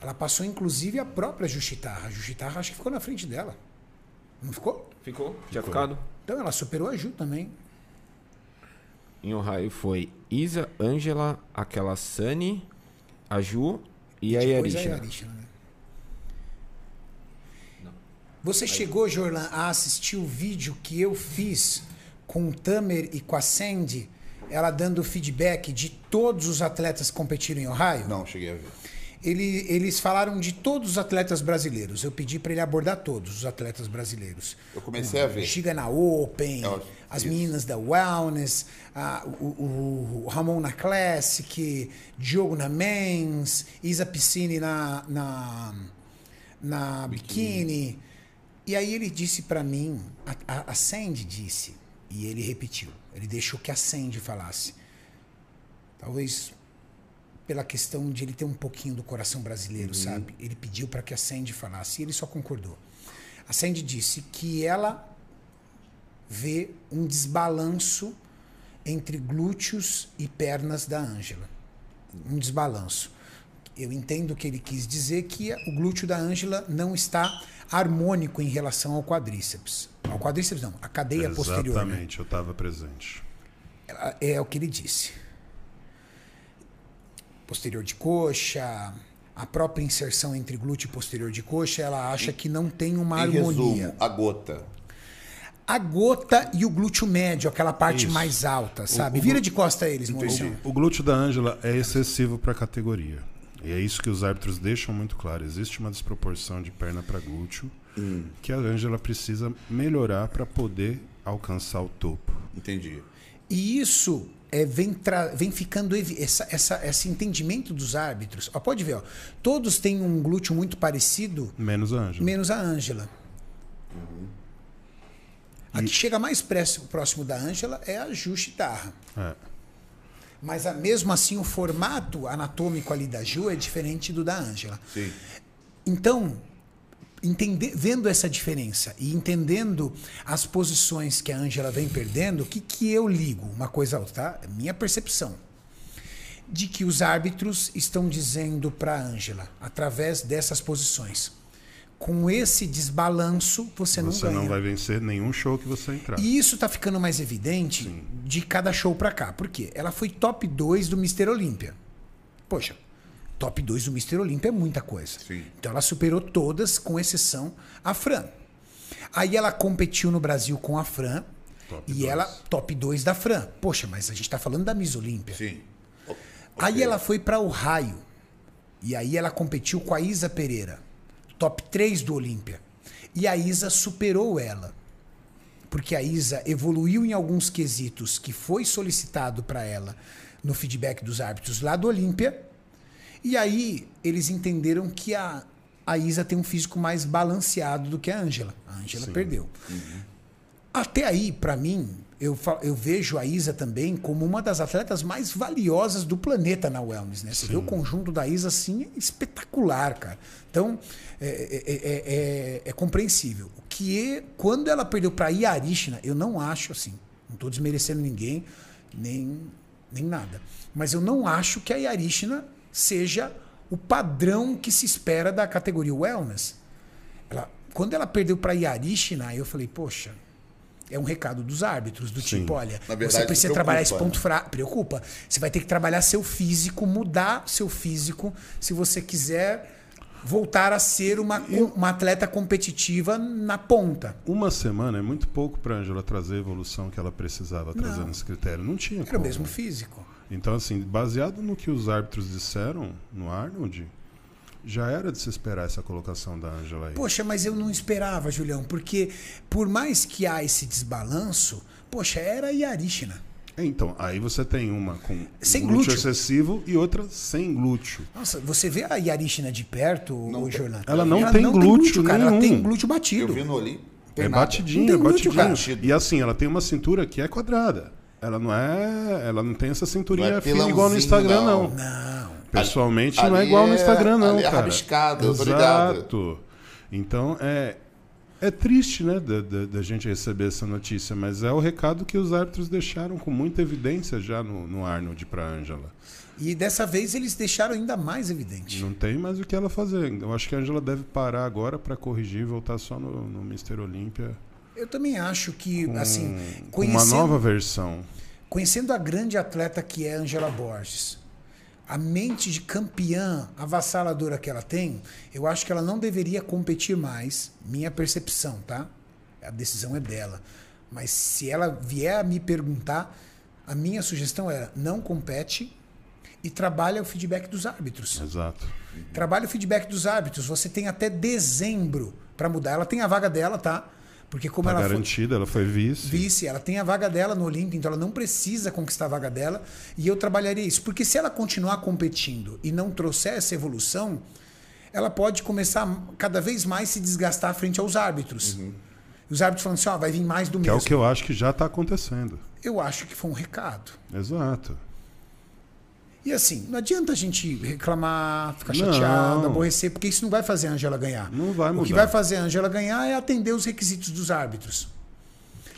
ela passou inclusive a própria Juchitarra. A Juchitarra acho que ficou na frente dela. Não ficou? Ficou? Tinha ficado? Então ela superou a Ju também. Em Ohio foi Isa, Angela, aquela Sunny, a Ju e a Depois a Yarishina. Yarishina, né? Você chegou, Jorlan, a assistir o vídeo que eu fiz com o Tamer e com a Sandy, ela dando feedback de todos os atletas que competiram em Ohio? Não, cheguei a ver. Ele- eles falaram de todos os atletas brasileiros. Eu pedi para ele abordar todos os atletas brasileiros. Eu comecei a ver. Chega na Open, É, as isso. meninas da Wellness, a- o, o- o Ramon na Classic, Diogo na Men's, Isa Piscine na, na, na Biquíni. E aí ele disse pra mim, a, a, a Sandy disse, e ele repetiu. Ele deixou que a Sandy falasse. Talvez pela questão de ele ter um pouquinho do coração brasileiro, sabe? Ele pediu para que a Sandy falasse e ele só concordou. A Sandy disse que ela vê um desbalanço entre glúteos e pernas da Ângela. Um desbalanço. Eu entendo que ele quis dizer que o glúteo da Ângela não está harmônico em relação ao quadríceps. Ao quadríceps não, a cadeia posterior. né? Exatamente, eu estava presente. Ela- É o que ele disse. Posterior de coxa, a própria inserção entre glúteo e posterior de coxa, ela acha que não tem uma Em harmonia. resumo, a gota. A gota e o glúteo médio, aquela parte Isso. mais alta, sabe? o Vira glú- de costa eles, Maurício. O glúteo da Ângela é excessivo para a categoria. E é isso que os árbitros deixam muito claro. Existe uma desproporção de perna para glúteo Hum. que a Ângela precisa melhorar para poder alcançar o topo. Entendi. E isso é, vem, tra- vem ficando evi- essa, essa- esse entendimento dos árbitros. Ó, pode ver, ó. todos têm um glúteo muito parecido, Menos a Ângela. menos a Ângela. A que chega mais press- próximo da Ângela é a Ju Chitarra. É. Mas a- mesmo assim, o formato anatômico ali da Ju é diferente do da Ângela. Sim. Então, entender, vendo essa diferença e entendendo as posições que a Ângela vem perdendo, o que, que eu ligo? Uma coisa a outra, tá? Minha percepção. De que os árbitros estão dizendo para a Ângela, através dessas posições, com esse desbalanço, você, não Você ganha. não vai vencer nenhum show que você entrar. E isso tá ficando mais evidente de cada show pra cá. Por quê? Ela foi top 2 do Mr. Olímpia. Poxa, top 2 do Mr. Olímpia é muita coisa. Sim. Então ela superou todas, com exceção a Fran. Aí ela competiu no Brasil com a Fran. Top e dois. ela, top 2 da Fran. Poxa, mas a gente tá falando da Miss Olímpia. Sim. O- Aí ok. ela foi pra Ohio. E aí ela competiu com a Isa Pereira, top 3 do Olímpia. E a Isa superou ela. Porque a Isa evoluiu em alguns quesitos que foi solicitado pra ela no feedback dos árbitros lá do Olímpia. E aí eles entenderam que a, a Isa tem um físico mais balanceado do que a Ângela. A Ângela perdeu. Até aí, pra mim, eu, fa- eu vejo a Isa também como uma das atletas mais valiosas do planeta na wellness, né? Você vê o conjunto da Isa assim, é espetacular, cara. Então, é, é- é- é- é compreensível. O que é- quando ela perdeu pra Iarishna, eu não acho assim. Não tô desmerecendo ninguém, nem, nem nada. Mas eu não acho que a Iarishna seja o padrão que se espera da categoria wellness. Ela- quando ela perdeu pra Iarishna, eu falei, poxa, é um recado dos árbitros, do tipo, olha, Na verdade, você precisa preocupa, trabalhar esse ponto né? fraco, preocupa. Você vai ter que trabalhar seu físico, mudar seu físico, se você quiser voltar a ser uma, uma atleta competitiva na ponta. Uma semana é muito pouco para a Ângela trazer a evolução que ela precisava trazer nesse critério. Não tinha Era o como. mesmo físico. Então, assim, baseado no que os árbitros disseram no Arnold, já era de se esperar essa colocação da Ângela aí. Poxa, mas eu não esperava, Julião, porque por mais que há esse desbalanço, poxa, era a Yarishina. É, Então, aí você tem uma com Sem glúteo. excessivo e outra sem glúteo. Nossa, você vê a Yarishina de perto, o Jornal? Ela não tem glúteo cara. Ela tem nenhum. glúteo batido. Eu vi no Olim. É Não batidinha, é tem glúteo, batidinha. cara. E assim, ela tem uma cintura que é quadrada. Ela não é, ela não tem essa cinturinha Não é fina igual no Instagram não. pilãozinho, Não. Pessoalmente Ali- não é igual no ali é- Instagram não, ali é cara. rabiscado, eu tô ligado. Exato. Então, é é triste, né, da, da- da gente receber essa notícia, mas é o recado que os árbitros deixaram com muita evidência já no, no Arnold pra Ângela. E dessa vez eles deixaram ainda mais evidente. Não tem mais o que ela fazer. Eu acho que a Angela deve parar agora pra corrigir e voltar só no, no Mr. Olímpia. Eu também acho que, assim, Com Hum, uma conhecendo, nova versão. conhecendo a grande atleta que é Angela Borges, a mente de campeã avassaladora que ela tem, eu acho que ela não deveria competir mais. Minha percepção, tá? A decisão é dela. Mas se ela vier a me perguntar, a minha sugestão era: não compete e trabalha o feedback dos árbitros. Exato. Trabalha o feedback dos árbitros. Você tem até dezembro pra mudar. Ela tem a vaga dela, tá? Porque como Tá ela foi garantida, ela foi vice. vice, ela tem a vaga dela no Olímpia, então ela não precisa conquistar a vaga dela. E eu trabalharia isso. Porque se ela continuar competindo e não trouxer essa evolução, ela pode começar a cada vez mais se desgastar frente aos árbitros. E Os árbitros falando assim, ó, vai vir mais do Uhum. Que é mesmo. o que eu acho que já está acontecendo. Eu acho que foi um recado. Exato. E assim, não adianta a gente reclamar, ficar Não. chateado, aborrecer, porque isso não vai fazer a Angela ganhar. Não vai O que mudar. vai fazer a Angela ganhar é atender os requisitos dos árbitros.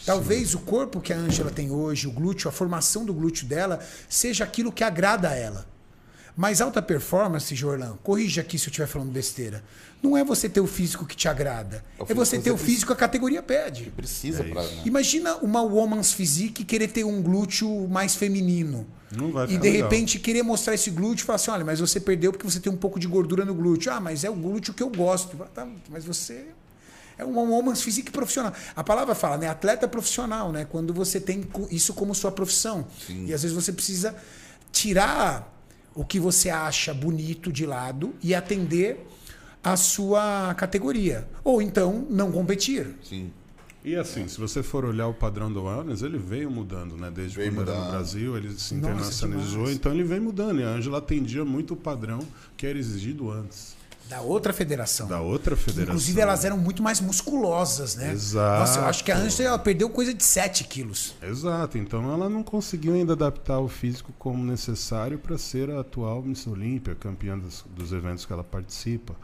Talvez o corpo que a Angela tem hoje, o glúteo, a formação do glúteo dela, seja aquilo que agrada a ela. Mas alta performance, Jorlan, corrija aqui se eu estiver falando besteira. Não é você ter o físico que te agrada. É o É físico você que ter você o físico que a categoria pede. Precisa pra. né? Imagina uma woman's physique querer ter um glúteo mais feminino. Não vai e ficar de legal. repente querer mostrar esse glúteo e falar assim: olha, mas você perdeu porque você tem um pouco de gordura no glúteo. Ah, mas é o glúteo que eu gosto. Tá, mas você é uma woman's physique profissional. A palavra fala, né? Atleta profissional, né? Quando você tem co- isso como sua profissão. E às vezes você precisa tirar o que você acha bonito de lado e atender a sua categoria. Ou então não competir. Sim. E assim, se você for olhar o padrão do wellness, ele veio mudando, né? Desde Veio quando era no mudando. Brasil, ele se Nossa, internacionalizou, demais. então ele vem mudando. E a Ângela atendia muito o padrão que era exigido antes. Da outra federação. Da outra federação. Inclusive, elas eram muito mais musculosas, né? Exato. Nossa, eu acho que a Ângela ela perdeu coisa de 7 quilos. Exato, então ela não conseguiu ainda adaptar o físico como necessário para ser a atual Miss Olímpia, campeã dos, dos eventos que ela participa.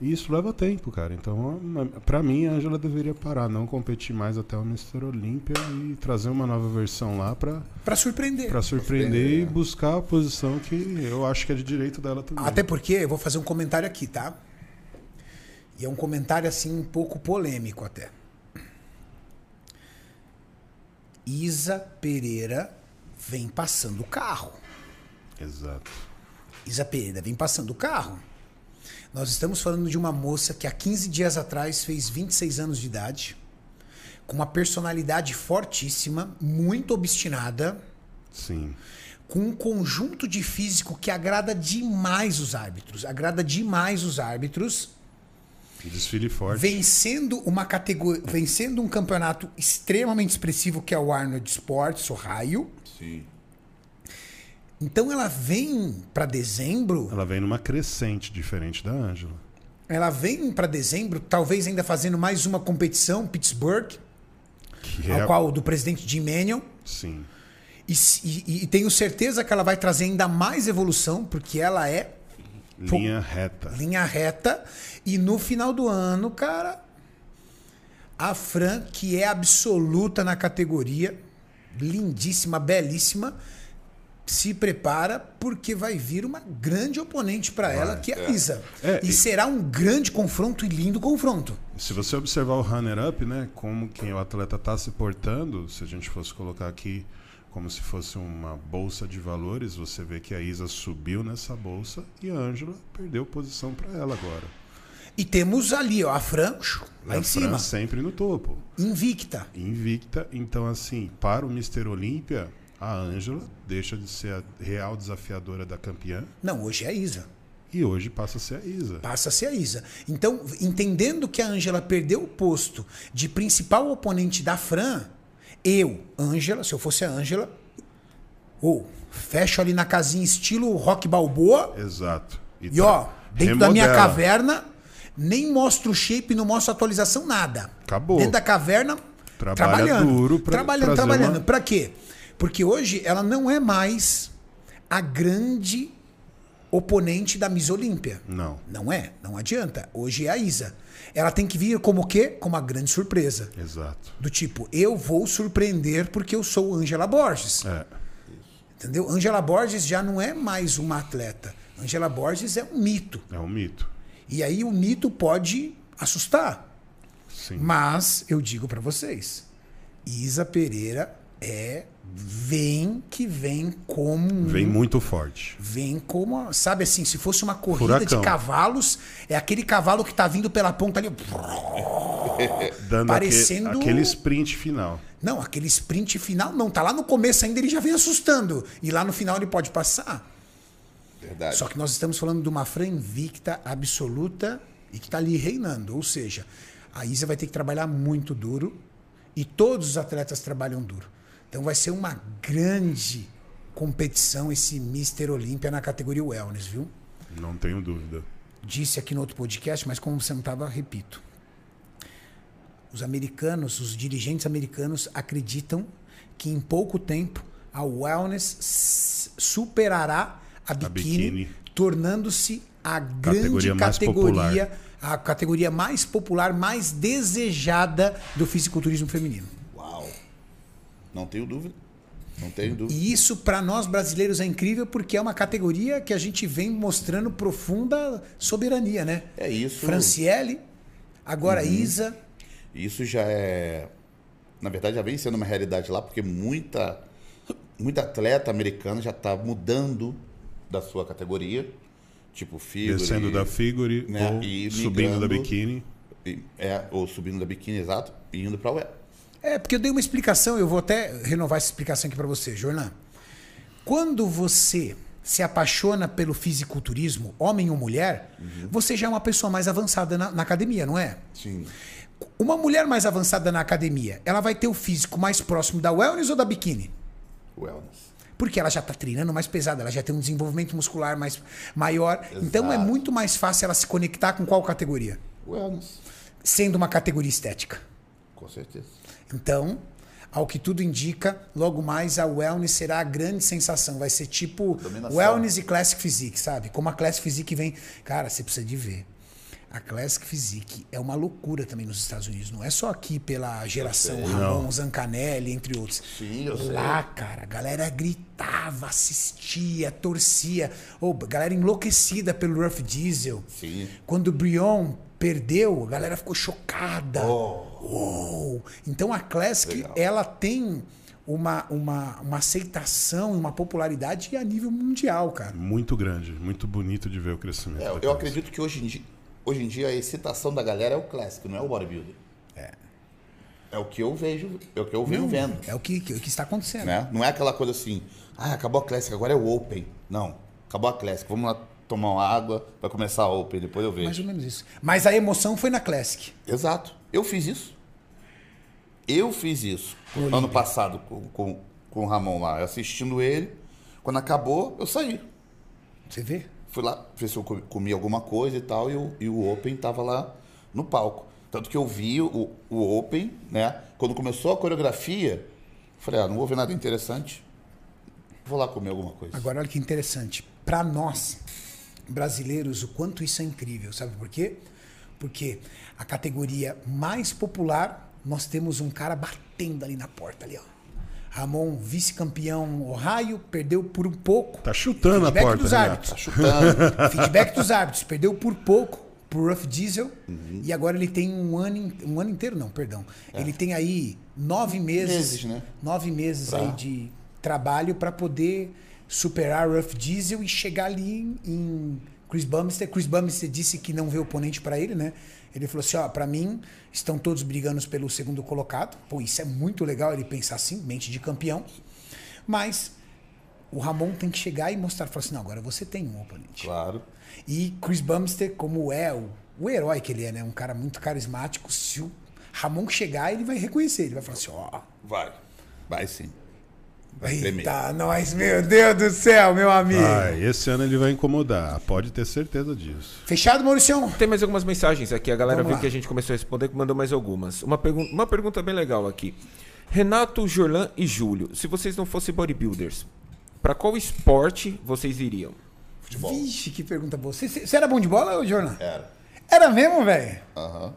E isso leva tempo, cara. Então, para mim, a Angela deveria parar, não competir mais até o Mister Olímpia e trazer uma nova versão lá para Pra surpreender. Pra surpreender É. e buscar a posição que eu acho que é de direito dela também. Até porque, eu vou fazer um comentário aqui, tá? E é um comentário, assim, um pouco polêmico até. Isa Pereira vem passando o carro. Exato. Isa Pereira vem passando o carro. Nós estamos falando de uma moça que há 15 dias atrás fez 26 anos de idade, com uma personalidade fortíssima, muito obstinada, Sim. com um conjunto de físico que agrada demais os árbitros, agrada demais os árbitros, Desfile forte. vencendo uma categoria, vencendo um campeonato extremamente expressivo que é o Arnold Sports, o Raio. Sim. Então ela vem para dezembro Ela vem numa crescente diferente da Ângela. Ela vem para dezembro, talvez ainda fazendo mais uma competição, Pittsburgh, Que é ao qual do presidente Jim Manion. Sim. E, s- e- e tenho certeza que ela vai trazer ainda mais evolução, porque ela é Pô. Linha reta. linha reta. E no final do ano, cara, a Fran, que é absoluta na categoria, lindíssima, belíssima, se prepara porque vai vir uma grande oponente para ela, que é a Isa. É, e e- será um grande confronto e lindo confronto. Se você observar o runner-up, né, como que o atleta está se portando, se a gente fosse colocar aqui como se fosse uma bolsa de valores, você vê que a Isa subiu nessa bolsa e a Ângela perdeu posição para ela agora. E temos ali, ó, a Fran, shu, lá a em Fran cima, sempre no topo. invicta. invicta. Então, assim, para o Mister Olímpia, a Ângela deixa de ser a real desafiadora da campeã Não, hoje é a Isa. e hoje passa a ser a Isa. Passa a ser a Isa. Então, entendendo que a Ângela perdeu o posto de principal oponente da Fran, eu, Ângela, se eu fosse a Ângela, ou fecho ali na casinha estilo rock balboa, Exato. tá e ó, dentro da minha remodela. caverna, nem mostro o shape, não mostro atualização, nada. Acabou. Dentro da caverna, Trabalha trabalhando. duro pra trabalhando, trazer trabalhando. uma- Pra quê? Porque hoje ela não é mais a grande oponente da Miss Olímpia. Não. Não é, não adianta. Hoje é a Isa. Ela tem que vir como o quê? Como uma grande surpresa. Exato. Do tipo, eu vou surpreender porque eu sou Angela Borges. É. Entendeu? Angela Borges já não é mais uma atleta. Angela Borges é um mito. É um mito. E aí o mito pode assustar. Sim. Mas eu digo pra vocês, Isa Pereira é vem que vem como um- Vem muito forte. vem como, sabe assim, se fosse uma corrida Furacão. de cavalos, é aquele cavalo que tá vindo pela ponta ali. Dando aque- Parecendo- aquele sprint final. Não, aquele sprint final não, tá lá no começo ainda ele já vem assustando e lá no final ele pode passar. Verdade. Só que nós estamos falando de uma Fran invicta absoluta e que está ali reinando. Ou seja, a Isa vai ter que trabalhar muito duro e todos os atletas trabalham duro. Então vai ser uma grande competição esse Mister Olímpia na categoria Wellness, viu? Não tenho dúvida. disse aqui no outro podcast, mas como você não estava, repito. Os americanos, os dirigentes americanos acreditam que em pouco tempo a wellness s- superará a biquíni, biquíni. tornando-se a grande Categoria mais categoria, a categoria mais popular, mais desejada do fisiculturismo feminino. Uau. Não tenho dúvida. Não tenho dúvida. E isso para nós brasileiros é incrível porque é uma categoria que a gente vem mostrando profunda soberania, né? É isso. Franciele, agora Isa, Isso já é. Na verdade, já vem sendo uma realidade lá, porque muita, muita atleta americana já está mudando da sua categoria. Tipo, figure, Descendo da figure né, ou e subindo migrando. da biquíni. e- é, ou subindo da biquíni, exato, e indo para o É, porque eu dei uma explicação, eu vou até renovar essa explicação aqui para você, Jornan. Quando você se apaixona pelo fisiculturismo, homem ou mulher, você já é uma pessoa mais avançada na, na academia, não é? Sim. Uma mulher mais avançada na academia, ela vai ter o físico mais próximo da wellness ou da biquíni? Wellness. Porque ela já está treinando mais pesada, ela já tem um desenvolvimento muscular mais maior. Então é Exato. muito mais fácil ela se conectar com qual categoria? Wellness. Sendo uma categoria estética. Com certeza. Então, ao que tudo indica, logo mais a wellness será a grande sensação. Vai ser tipo Dominação. wellness e classic physique, sabe? Como a classic physique vem, cara, você precisa de ver. A classic physique é uma loucura também nos Estados Unidos. Não é só aqui pela geração Ramon, Zancanelli, entre outros. Sim, eu sei. Lá, cara, a galera gritava, assistia, torcia. Ou galera enlouquecida pelo Ruff Diesel. Sim. Quando o Brion perdeu, a galera ficou chocada. Uou! Então a Classic, ela tem uma, uma, uma aceitação e uma popularidade a nível mundial, cara. Muito grande, muito bonito de ver o crescimento. É, da eu criança. acredito que hoje em, dia, hoje em dia a excitação da galera é o clássico, não é o bodybuilder. É. É o que eu vejo, é o que eu venho vendo. É o que, que, que está acontecendo. né? Não é aquela coisa assim, ah, acabou a Classic, agora é o Open. Não, acabou a Classic, vamos lá tomar uma água, vai começar a Open, depois eu vejo. Mais ou menos isso. Mas a emoção foi na Classic. Exato, eu fiz isso. Eu fiz isso ano passado com, com, com o Ramon lá, eu assistindo ele. Quando acabou, eu saí. Você vê? Fui lá, ver se eu comi, comi alguma coisa e tal, e o, e o Open tava lá no palco. Tanto que eu vi o, o Open, né? Quando começou a coreografia, falei, ah, não vou ver nada interessante. Vou lá comer alguma coisa. Agora, olha que interessante. Para nós, brasileiros, o quanto isso é incrível. Sabe por quê? Porque a categoria mais popular, nós temos um cara batendo ali na porta, ali, ó. Ramon, vice-campeão Ohio, perdeu por um pouco. Tá chutando a Feedback porta, dos Renato. árbitros. chutando. Feedback dos árbitros. Perdeu por pouco pro Ruff Diesel. E agora ele tem um ano, in- um ano inteiro, não, perdão. Ele tem aí nove meses. É. Meses, né? Nove meses aí de trabalho para poder superar o Ruff Diesel e chegar ali em, em Chris Bumstead. Chris Bumstead disse que não vê oponente para ele, né? Ele falou assim: ó, pra mim, estão todos brigando pelo segundo colocado. Pô, isso é muito legal ele pensar assim, mente de campeão. Mas o Ramon tem que chegar e mostrar, falar assim, não, agora você tem um oponente. Claro. E Chris Bumster, como é o, o herói que ele é, né? Um cara muito carismático, se o Ramon chegar, ele vai reconhecer, ele vai falar assim, ó, Vai. Vai sim. Vai tremer. eita, nós, meu Deus do céu, meu amigo. Ai, esse ano ele vai incomodar, pode ter certeza disso. Fechado, Mauricião? Tem mais algumas mensagens aqui. A galera Vamos viu lá. que a gente começou a responder, que mandou mais algumas. Uma, pergun- uma pergunta bem legal aqui. Renato, Jorlan e Júlio, se vocês não fossem bodybuilders, pra qual esporte vocês iriam? Futebol. Vixe, que pergunta boa. Você- Você você era bom de bola, ô, Jornal? É. Era. Era mesmo, velho? Aham.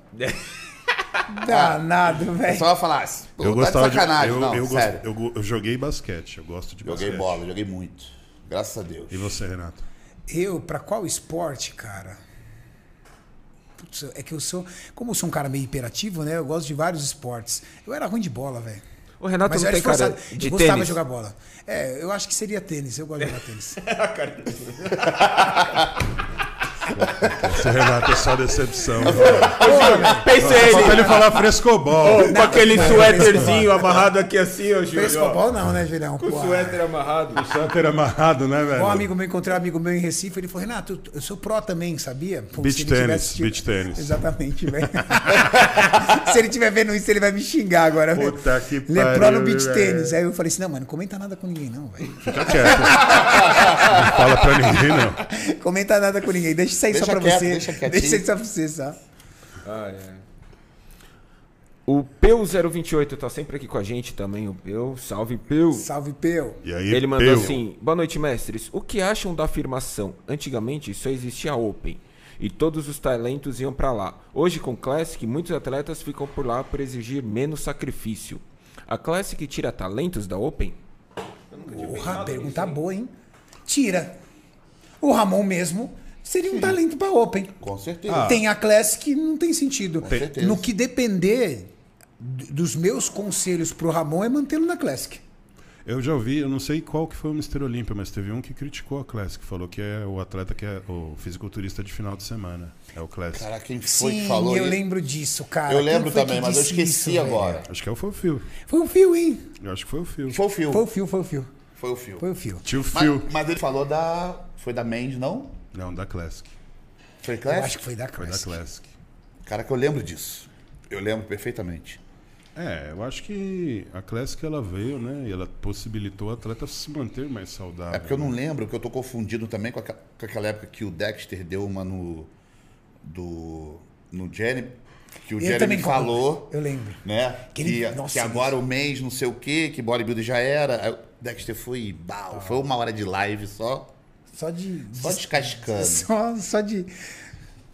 Danado, Eu velho. Ah, só falasse. Eu gostava tá de sacanagem, eu, não, eu gost- sério. eu go- eu joguei basquete, eu gosto de Joguei basquete. bola, joguei muito. Graças a Deus. E você, Renato? Eu, pra qual esporte, cara? Putz, é que eu sou. Como eu sou um cara meio hiperativo, né? Eu gosto de vários esportes. Eu era ruim de bola, velho. O Renato Mas eu não era tem cara esforçado. de eu gostava tênis. de jogar bola. É, eu acho que seria tênis. Eu gosto de jogar tênis. Esse Renato é só decepção. Só Pensei pra ele. ele falar frescobol. Com aquele suéterzinho amarrado aqui assim, ó, Júlio. ó. Frescobol não, né, Julião? Com o Pô, suéter é amarrado. Só ter amarrado, né, velho? Um amigo meu, encontrei um amigo meu em Recife, ele falou, Renato, eu sou pró também, sabia? Pô, Beach se ele tennis, tivesse tido- beach tennis. Exatamente, velho. se ele estiver vendo isso, ele vai me xingar agora, velho. Puta que Ele é pró pariu, no beach velho. tênis. Aí eu falei assim, não, mano, não comenta nada com ninguém não, velho. Fica quieto. Não fala pra ninguém, não. Comenta nada com ninguém, deixa isso aí Deixa só pra quieto, você. deixa quietinho. deixa isso aí só pra você, só. Ah, é. O Peu028 tá sempre aqui com a gente também, o Peu. Salve, Peu. Salve, Peu. E aí, Ele mandou eu- assim: Boa noite, mestres. O que acham da afirmação? Antigamente só existia a Open e todos os talentos iam pra lá. Hoje, com Classic, muitos atletas ficam por lá por exigir menos sacrifício. A Classic tira talentos da Open? Porra, pergunta boa, hein? Tira. O Ramon mesmo seria um talento pra Open. Com certeza. Tem a Classic que não tem sentido. Ah. certeza. No que depender d- dos meus conselhos pro Ramon é mantê-lo na Classic. Eu já ouvi, eu não sei qual que foi o Mister Olímpia, mas teve um que criticou a Classic, falou que é o atleta que é o fisiculturista de final de semana. É o Classic. Cara, quem foi Sim, que falou eu isso? lembro disso, cara. Eu Quem lembro foi que também, mas eu disse esqueci isso, agora. velho? Acho que é o foi o Phil. Foi o fio, hein? Eu acho que foi o Phil. Foi o fio. Foi o fio, foi o fio. Foi o fio. Foi o fio. Tio Mas, Phil. mas ele falou da. Foi da Mendes, não? Não, da Classic. Foi Eu Clash? acho que foi da Foi da Classic. Classic. Cara, que eu lembro disso. Eu lembro perfeitamente. É, eu acho que a Classic ela veio, né? E ela possibilitou o atleta se manter mais saudável. É porque eu não né? lembro, porque eu tô confundido também com aquela, com aquela época que o Dexter deu uma no. Do. No Jeremy. Que o Eu Jeremy também falou. Eu lembro. Né? Que Que, ele- que nossa, agora o mês, não sei o quê, que bodybuilder já era. Aí o Dexter foi. Ah. Bau, Foi uma hora de live só. Só de. Só descascando. Só, só de.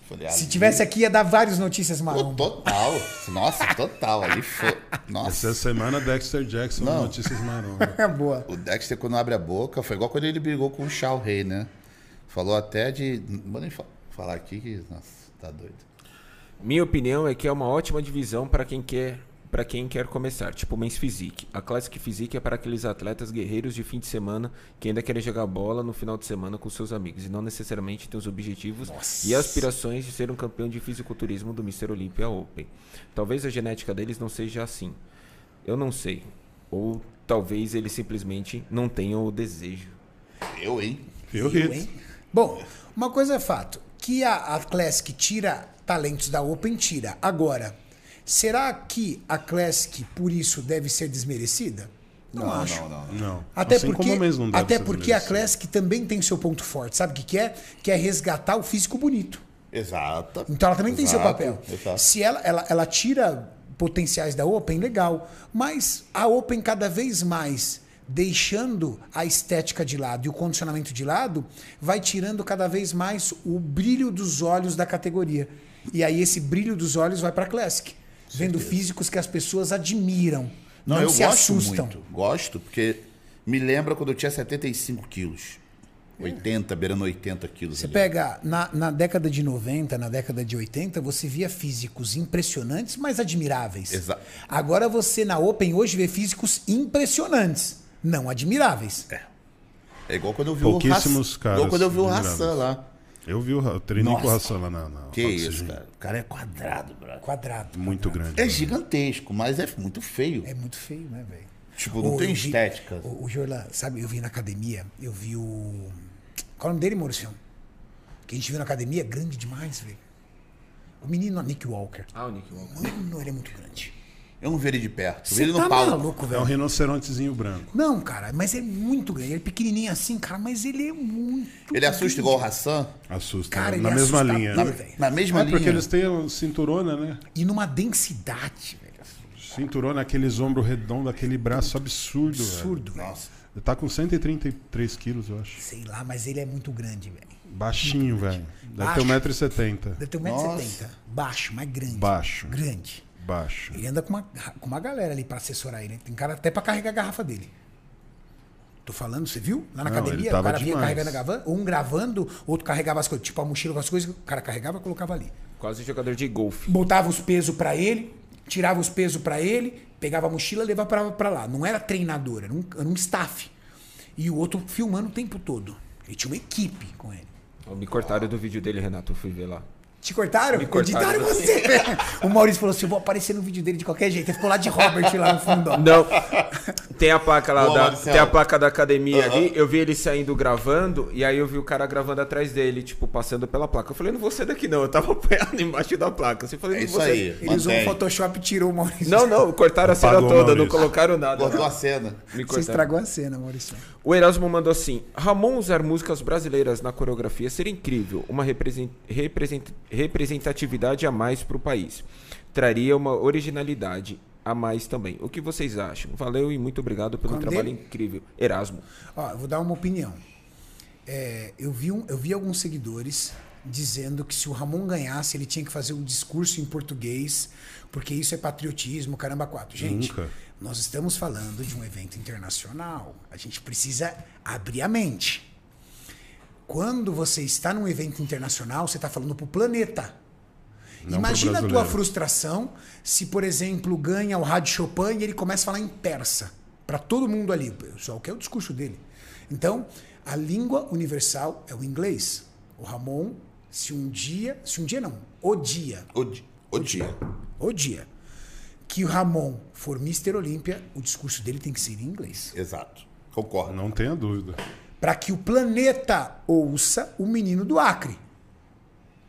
Falei, Se ali- tivesse aqui, ia dar várias notícias Pô, maromba. Total. Nossa, total. Ali foi. Essa Nossa. semana, Dexter Jackson, Não. notícias maromba. É boa. O Dexter, quando abre a boca, foi igual quando ele brigou com o Shao Rei, né? Falou até de. Não vou nem fa- falar aqui que. Nossa, tá doido. Minha opinião é que é uma ótima divisão para quem quer para quem quer começar, tipo Men's Physique. A Classic Physique é para aqueles atletas guerreiros de fim de semana que ainda querem jogar bola no final de semana com seus amigos e não necessariamente têm os objetivos e aspirações de ser um campeão de fisiculturismo do Mr. Olympia Open. Talvez a genética deles não seja assim. Eu não sei. Ou talvez eles simplesmente não tenham o desejo. Eu, hein? Eu ri. hein? Bom, uma coisa é fato: que a, a Classic tira talentos da Open, tira. Agora, será que a Classic por isso deve ser desmerecida? Não, acho. Não. Até Assim porque, como o mês não deve até ser assim. porque a merecido. Classic também tem seu ponto forte. Sabe o que, que é? Que é resgatar o físico bonito. Exato. Então ela também tem seu Exato, papel. Exato. Se ela, ela, ela tira potenciais da Open, legal. Mas a Open cada vez mais deixando a estética de lado e o condicionamento de lado, vai tirando cada vez mais o brilho dos olhos da categoria. E aí esse brilho dos olhos vai para Classic, vendo físicos que as pessoas admiram, não, eu se gosto assustam. muito. Gosto, porque me lembra quando eu tinha 75 quilos. 80, beirando 80 quilos. É. Você ali. pega, na, na década de 90, na década de 80, você via físicos impressionantes, mas admiráveis. Exa- Agora você na Open hoje vê físicos impressionantes, não admiráveis. É igual quando eu vi o Pouquíssimos Hassan. caras Igual quando eu vi o admiráveis. Hassan lá. Eu vi o Ra- eu treinei com o Nossa. Hassan lá na, na Que Oxygen. isso, cara. O cara é quadrado, brother. Quadrado. Muito grande. É gigantesco, mas é muito feio. É muito feio, né, velho? Tipo, não Ô, tem eu vi- estética. O, o Jorlan, sabe, eu vi na academia, eu vi o. Qual é o nome dele, Maurício? Que a gente viu na academia, grande demais, velho. O menino Nick Walker. Ah, o Nick Walker. Mano, ele é muito grande. Eu não vi ele de perto. Eu vi Você ele no tá palco. maluco, É velho. um rinocerontezinho branco. Não, cara, mas é muito grande. Ele é pequenininho assim, cara, mas ele é muito. Ele assusta igual o Hassan. Assusta. Cara, né? ele na é mesma assustador, linha. Na, né? velho. na mesma é linha. porque eles têm um cinturona, né? E numa densidade, velho. Cinturona, aqueles ombros redondos, aquele braço absurdo. Absurdo, Absurdo. velho. Ele tá com 133 quilos, eu acho. Sei lá, mas ele é muito grande, velho. Baixinho, velho. Deve Baixo. ter 1,70m. Deve ter 1,70m. Baixo, mas grande. Baixo. Grande. Baixo. Ele anda com uma, ga- com uma galera ali pra assessorar ele. né? Tem cara até pra carregar a garrafa dele. Tô falando, você viu? Lá na Não, ele academia, o tava cara vinha demais. carregando a gravando, um gravando, outro carregava as coisas, tipo a mochila com as coisas, o cara carregava e colocava ali. Quase jogador de golfe. botava os pesos pra ele, tirava os pesos pra ele, pegava a mochila e levava pra, pra lá. Não era treinador, era um, era um staff. E o outro filmando o tempo todo. Ele tinha uma equipe com ele. Me cortaram do vídeo dele, Renato, eu fui ver lá. Te cortaram? Me cortaram. Editaram você. o Maurício falou assim: eu vou aparecer no vídeo dele de qualquer jeito. Ele ficou lá de Robert lá no fundo. ó. Não. Tem a placa lá Boa, da, Marcelo. tem a placa da academia ali. Eu vi ele saindo gravando e aí eu vi o cara gravando atrás dele, tipo, passando pela placa. Eu falei, não vou sair daqui não. Eu tava apanhado embaixo da placa. Assim, eu falei, É não isso vou sair. aí. Ele usou um mantém. Photoshop e tirou o Maurício. Não, não, cortaram a cena Apagou, toda, não Maurício. colocaram nada. Cortou a cena. Me Você cortaram. estragou a cena, Maurício. O Erasmo mandou assim: Ramon usar músicas brasileiras na coreografia seria incrível, uma represen- represent- representatividade a mais pro país. Traria uma originalidade a mais também. O que vocês acham? Valeu e muito obrigado pelo Qual o nome trabalho dele? incrível. Erasmo. Ó, eu vou dar uma opinião. É, eu, vi um- eu vi alguns seguidores dizendo que se o Ramon ganhasse, ele tinha que fazer um discurso em português, porque isso é patriotismo, caramba, quatro. Gente, Nunca. nós estamos falando de um evento internacional. A gente precisa abrir a mente. Quando você está num evento internacional, você está falando pro planeta. Não pro Imagina a tua brasileiro. frustração se, por exemplo, ganha o Rádio Chopin e ele começa a falar em persa para todo mundo ali. Só que é o discurso dele. Então, a língua universal é o inglês. O Ramon, se um dia, se um dia não, o dia, O, di- o dia. o dia que o Ramon for Mr. Olímpia, o discurso dele tem que ser em inglês. Exato. Concordo. Não tenha dúvida. Para que o planeta ouça o menino do Acre.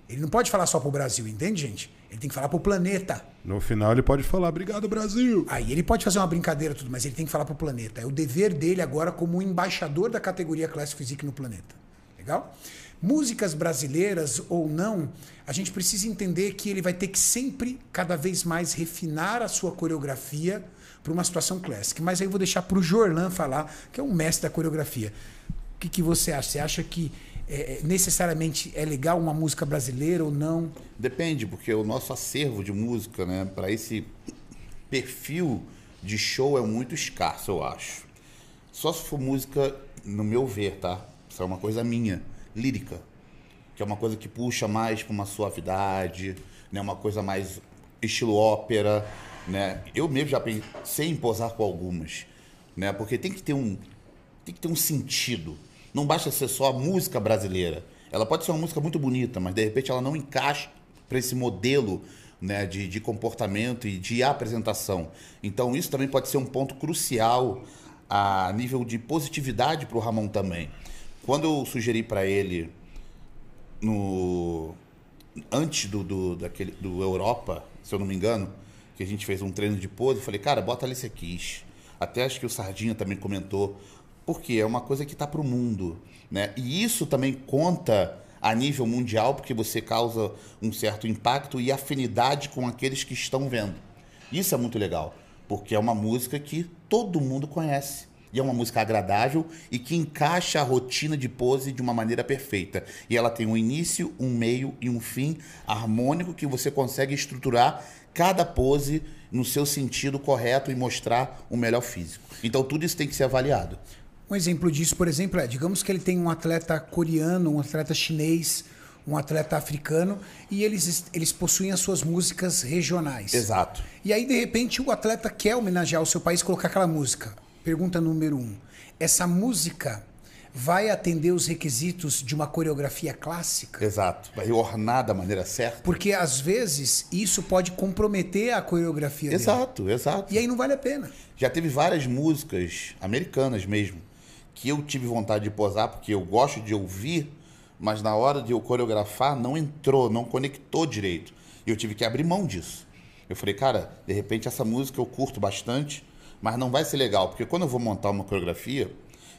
Ele não pode falar só pro Brasil, entende, gente? Ele tem que falar pro planeta. No final ele pode falar, obrigado Brasil. Aí ele pode fazer uma brincadeira tudo, mas ele tem que falar pro planeta. É o dever dele agora como um embaixador da categoria Classic Physique no planeta. Legal? Músicas brasileiras ou não, a gente precisa entender que ele vai ter que sempre, cada vez mais, refinar a sua coreografia para uma situação clássica. Mas aí eu vou deixar pro Jorlan falar, que é um mestre da coreografia. O que, que você acha? Você acha que é, é, necessariamente é legal uma música brasileira ou não? Depende, porque o nosso acervo de música, né, para esse perfil de show é muito escasso, eu acho. Só se for música, no meu ver, tá? Isso é uma coisa minha, lírica, que é uma coisa que puxa mais para uma suavidade, né, uma coisa mais estilo ópera, né? Eu mesmo já pensei em posar com algumas, né? Porque tem que ter um tem que ter um sentido. Não basta ser só a música brasileira. Ela pode ser uma música muito bonita, mas de repente ela não encaixa para esse modelo né, de, de comportamento e de apresentação. Então isso também pode ser um ponto crucial a nível de positividade para o Ramon também. Quando eu sugeri para ele no antes do, do, daquele, do Europa, se eu não me engano, que a gente fez um treino de pose, eu falei, cara, bota Alicia Keys. Até acho que o Sardinha também comentou. Porque é uma coisa que está para o mundo. Né? E isso também conta a nível mundial, porque você causa um certo impacto e afinidade com aqueles que estão vendo. Isso é muito legal, porque é uma música que todo mundo conhece. E é uma música agradável e que encaixa a rotina de pose de uma maneira perfeita. E ela tem um início, um meio e um fim harmônico que você consegue estruturar cada pose no seu sentido correto e mostrar o melhor físico. Então tudo isso tem que ser avaliado. Um exemplo disso, por exemplo, é, digamos que ele tem um atleta coreano, um atleta chinês, um atleta africano, e eles, eles possuem as suas músicas regionais. Exato. E aí, de repente, o atleta quer homenagear o seu país e colocar aquela música. Pergunta número um. Essa música vai atender os requisitos de uma coreografia clássica? Exato. Vai ornar da maneira certa. Porque, às vezes, isso pode comprometer a coreografia dele. Exato, exato. E aí não vale a pena. Já teve várias músicas americanas mesmo que eu tive vontade de posar porque eu gosto de ouvir, mas na hora de eu coreografar não entrou, não conectou direito. E eu tive que abrir mão disso. Eu falei, cara, de repente essa música eu curto bastante, mas não vai ser legal, porque quando eu vou montar uma coreografia,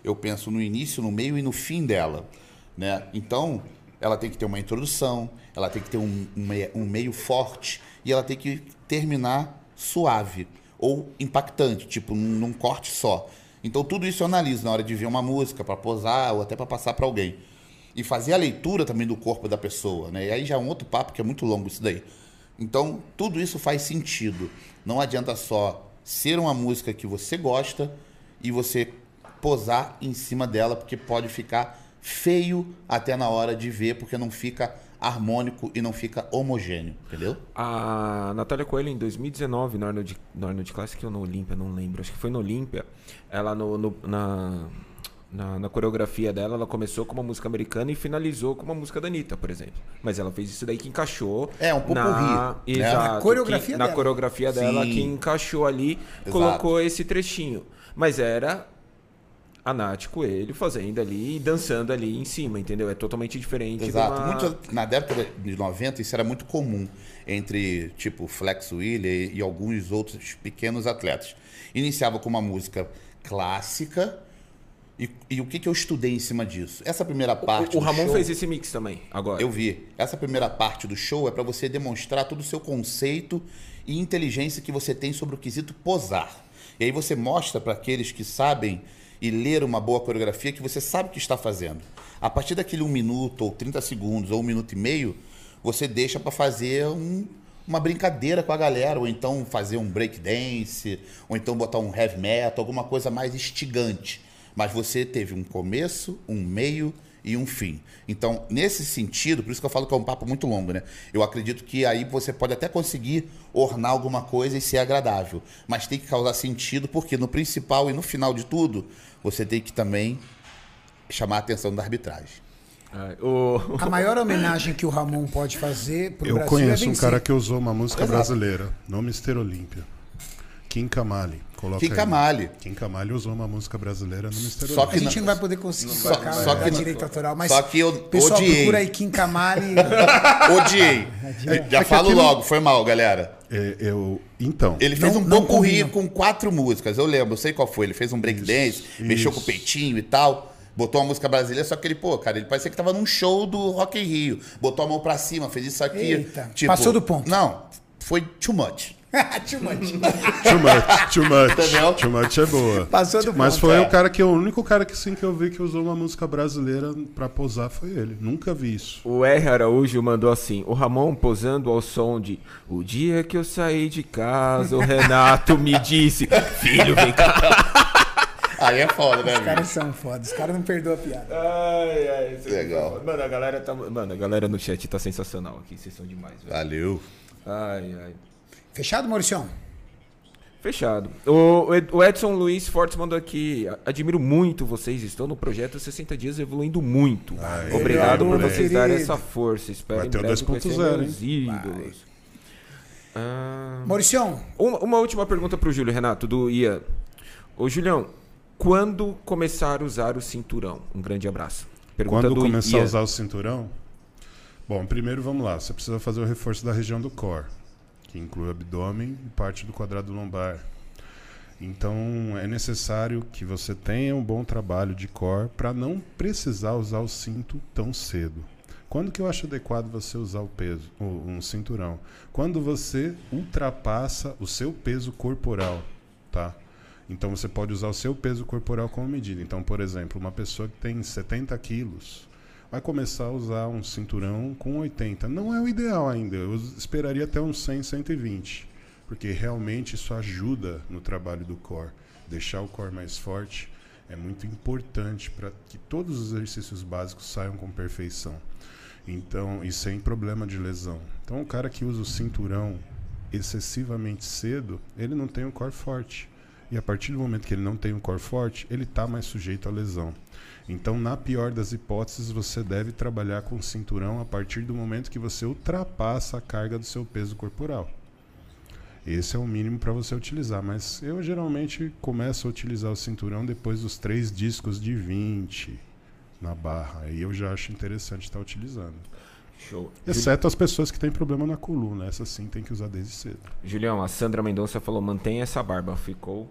eu penso no início, no meio e no fim dela, né? Então, ela tem que ter uma introdução, ela tem que ter um, um meia- um meio forte e ela tem que terminar suave ou impactante, tipo num, num corte só. Então tudo isso eu analiso na hora de ver uma música, para posar ou até para passar para alguém. E fazer a leitura também do corpo da pessoa, né? E aí já é um outro papo que é muito longo isso daí. Então tudo isso faz sentido. Não adianta só ser uma música que você gosta e você posar em cima dela, porque pode ficar feio até na hora de ver, porque não fica harmônico e não fica homogêneo, entendeu? A Natália Coelho, em 2019, no Arnold, no Arnold Classic ou no Olímpia, não lembro, acho que foi no Olímpia, ela no, no- na, Na, na coreografia dela, ela começou com uma música americana e finalizou com uma música da Anitta, por exemplo. Mas ela fez isso daí que encaixou. É, um na, popurrí, né? Exato, Na coreografia que- dela. Na coreografia dela, Sim. que encaixou ali, colocou esse trechinho. Mas era a Nath Coelho fazendo ali e dançando ali em cima, entendeu? É totalmente diferente. Exato. de uma- Muito- na década de 90, isso era muito comum entre, tipo, Flex Wheeler e, e alguns outros pequenos atletas. Iniciava com uma música clássica. E, e o que, que eu estudei em cima disso? Essa primeira parte. O, o do Ramon um show- fez esse mix também, agora. Eu vi. Essa primeira parte do show é para você demonstrar todo o seu conceito e inteligência que você tem sobre o quesito posar. E aí você mostra para aqueles que sabem e ler uma boa coreografia que você sabe o que está fazendo. A partir daquele um minuto, ou 30 segundos, ou um minuto e meio, você deixa para fazer um- uma brincadeira com a galera, ou então fazer um break dance, ou então botar um heavy metal, alguma coisa mais instigante mas você teve um começo, um meio e um fim. Então, nesse sentido, por isso que eu falo que é um papo muito longo, né? Eu acredito que aí você pode até conseguir ornar alguma coisa e ser agradável, mas tem que causar sentido, porque no principal e no final de tudo, você tem que também chamar a atenção da arbitragem. É, o- A maior homenagem que o Ramon pode fazer pro Eu Brasil conheço é um vencer. cara que usou uma música brasileira, não Mister Olímpia. Kim Kamali. Coloca Kim aí. Kamali. Kim Kamali usou uma música brasileira no Mister Só A Olímpia. que- gente não vai poder conseguir vai- tocar só que a não- direito autoral, mas só que eu pessoal odiei. procura aí Kim Kamali. Odiei. É, Já falo logo, foi mal, galera. É, eu, então, Ele fez Não- um não pouco rir combina. com quatro músicas, eu lembro, eu sei qual foi. Ele fez um breakdance, mexeu com o peitinho e tal. Botou uma música brasileira, só que ele, pô, cara, ele parecia que tava num show do Rock in Rio. Botou a mão pra cima, fez isso aqui. tipo, Eita, passou do ponto. Não, foi too much. Too much. too much, too much. Entendeu? too much é boa. Passou do Mas ponto, foi é. o cara que o único cara que sim que eu vi que usou uma música brasileira pra posar foi ele. Nunca vi isso. o R. Araújo mandou assim: o Ramon posando ao som de O dia que eu saí de casa, o Renato me disse, filho, vem cá. Aí é foda, né? Os caras são foda, os caras não perdoam a piada. Ai, ai, isso é Legal. Mano, a galera tá. Mano, a galera no chat tá sensacional aqui. Vocês são demais, velho. Valeu. Ai, ai. Fechado, Mauricião? Fechado. O, Ed- o Edson Luiz Fortes mandou aqui. Admiro muito vocês. Estou no projeto 60 dias evoluindo muito. Obrigado obrigado, por moleque. vocês darem Querido. essa força. Espero Vai em ter o breve conhecer 2.0, meus ídolos. Ah, Mauricião, uma, uma última pergunta pro Júlio, Renato, do Ian. Ô, Julião, quando começar a usar o cinturão? Um grande abraço. Pergunta Quando do começar a Ian. usar o cinturão? Bom, primeiro vamos lá. Você precisa fazer o reforço da região do core, que inclui o abdômen e parte do quadrado lombar. Então é necessário que você tenha um bom trabalho de core para não precisar usar o cinto tão cedo. Quando que eu acho adequado você usar o peso, o- um cinturão? Quando você ultrapassa o seu peso corporal, tá? Então você pode usar o seu peso corporal como medida. Então, por exemplo, uma pessoa que tem 70 quilos vai começar a usar um cinturão com 80. Não é o ideal ainda. Eu esperaria até uns 100, 120. Porque realmente isso ajuda no trabalho do core. Deixar o core mais forte é muito importante para que todos os exercícios básicos saiam com perfeição. Então, e sem problema de lesão. Então, o cara que usa o cinturão excessivamente cedo, ele não tem um core forte. E a partir do momento que ele não tem um core forte, ele está mais sujeito à lesão. Então, na pior das hipóteses, você deve trabalhar com o cinturão a partir do momento que você ultrapassa a carga do seu peso corporal. Esse é o mínimo para você utilizar, mas eu geralmente começo a utilizar o cinturão depois dos três discos de 20 na barra. Aí eu já acho interessante estar utilizando. Show. Exceto as pessoas que têm problema na coluna, essa sim tem que usar desde cedo. Julião, a Sandra Mendonça falou: mantenha essa barba. Ficou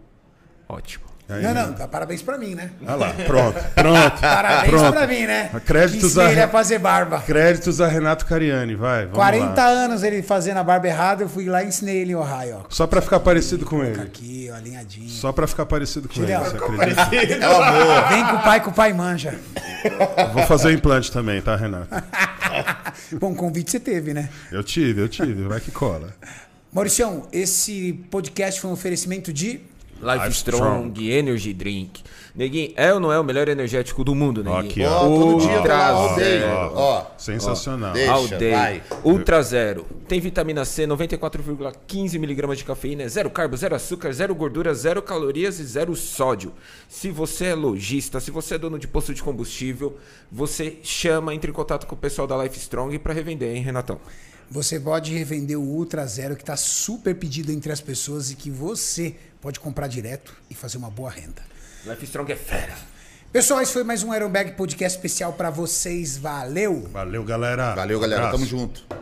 ótimo. Aí, né? não, não, dá parabéns pra mim, né? Ah lá, pronto, pronto. Parabéns pronto. pra mim, né? Créditos que ensinei a- ele a fazer barba. Créditos a Renato Cariani, vai. Vamos 40 lá. anos ele fazendo a barba errada, eu fui lá e ensinei ele o raio, ó. Só pra ficar parecido com ele. Aqui, ó, alinhadinho. Só pra ficar parecido com Julião. ele, você acredita? Vem com o pai, que o pai manja. Vou fazer implante também, tá, Renato? Bom, convite você teve, né? Eu tive, eu tive, vai que cola. Mauricião, esse podcast foi um oferecimento de Life, Life Strong, Strong. Energy Drink. Neguinho, é ou não é o melhor energético do mundo, Neguinho? Aqui, Ó, ó. todo dia eu tô lá, Ultra all day. Ó, Ó, sensacional. deixa. All day. vai. Ultra Zero. Tem vitamina C, 94,15 miligramas de cafeína, é zero carbo, zero açúcar, zero gordura, zero calorias e zero sódio. Se você é lojista, se você é dono de posto de combustível, você chama, entre em contato com o pessoal da Life Strong para revender, hein, Renatão? Você pode revender o Ultra Zero, que está super pedido entre as pessoas e que você pode comprar direto e fazer uma boa renda. Life Strong é fera. Pessoal, esse foi mais um Iron Bag Podcast especial para vocês. Valeu! Valeu, galera. Valeu, galera. Abraço. Tamo junto.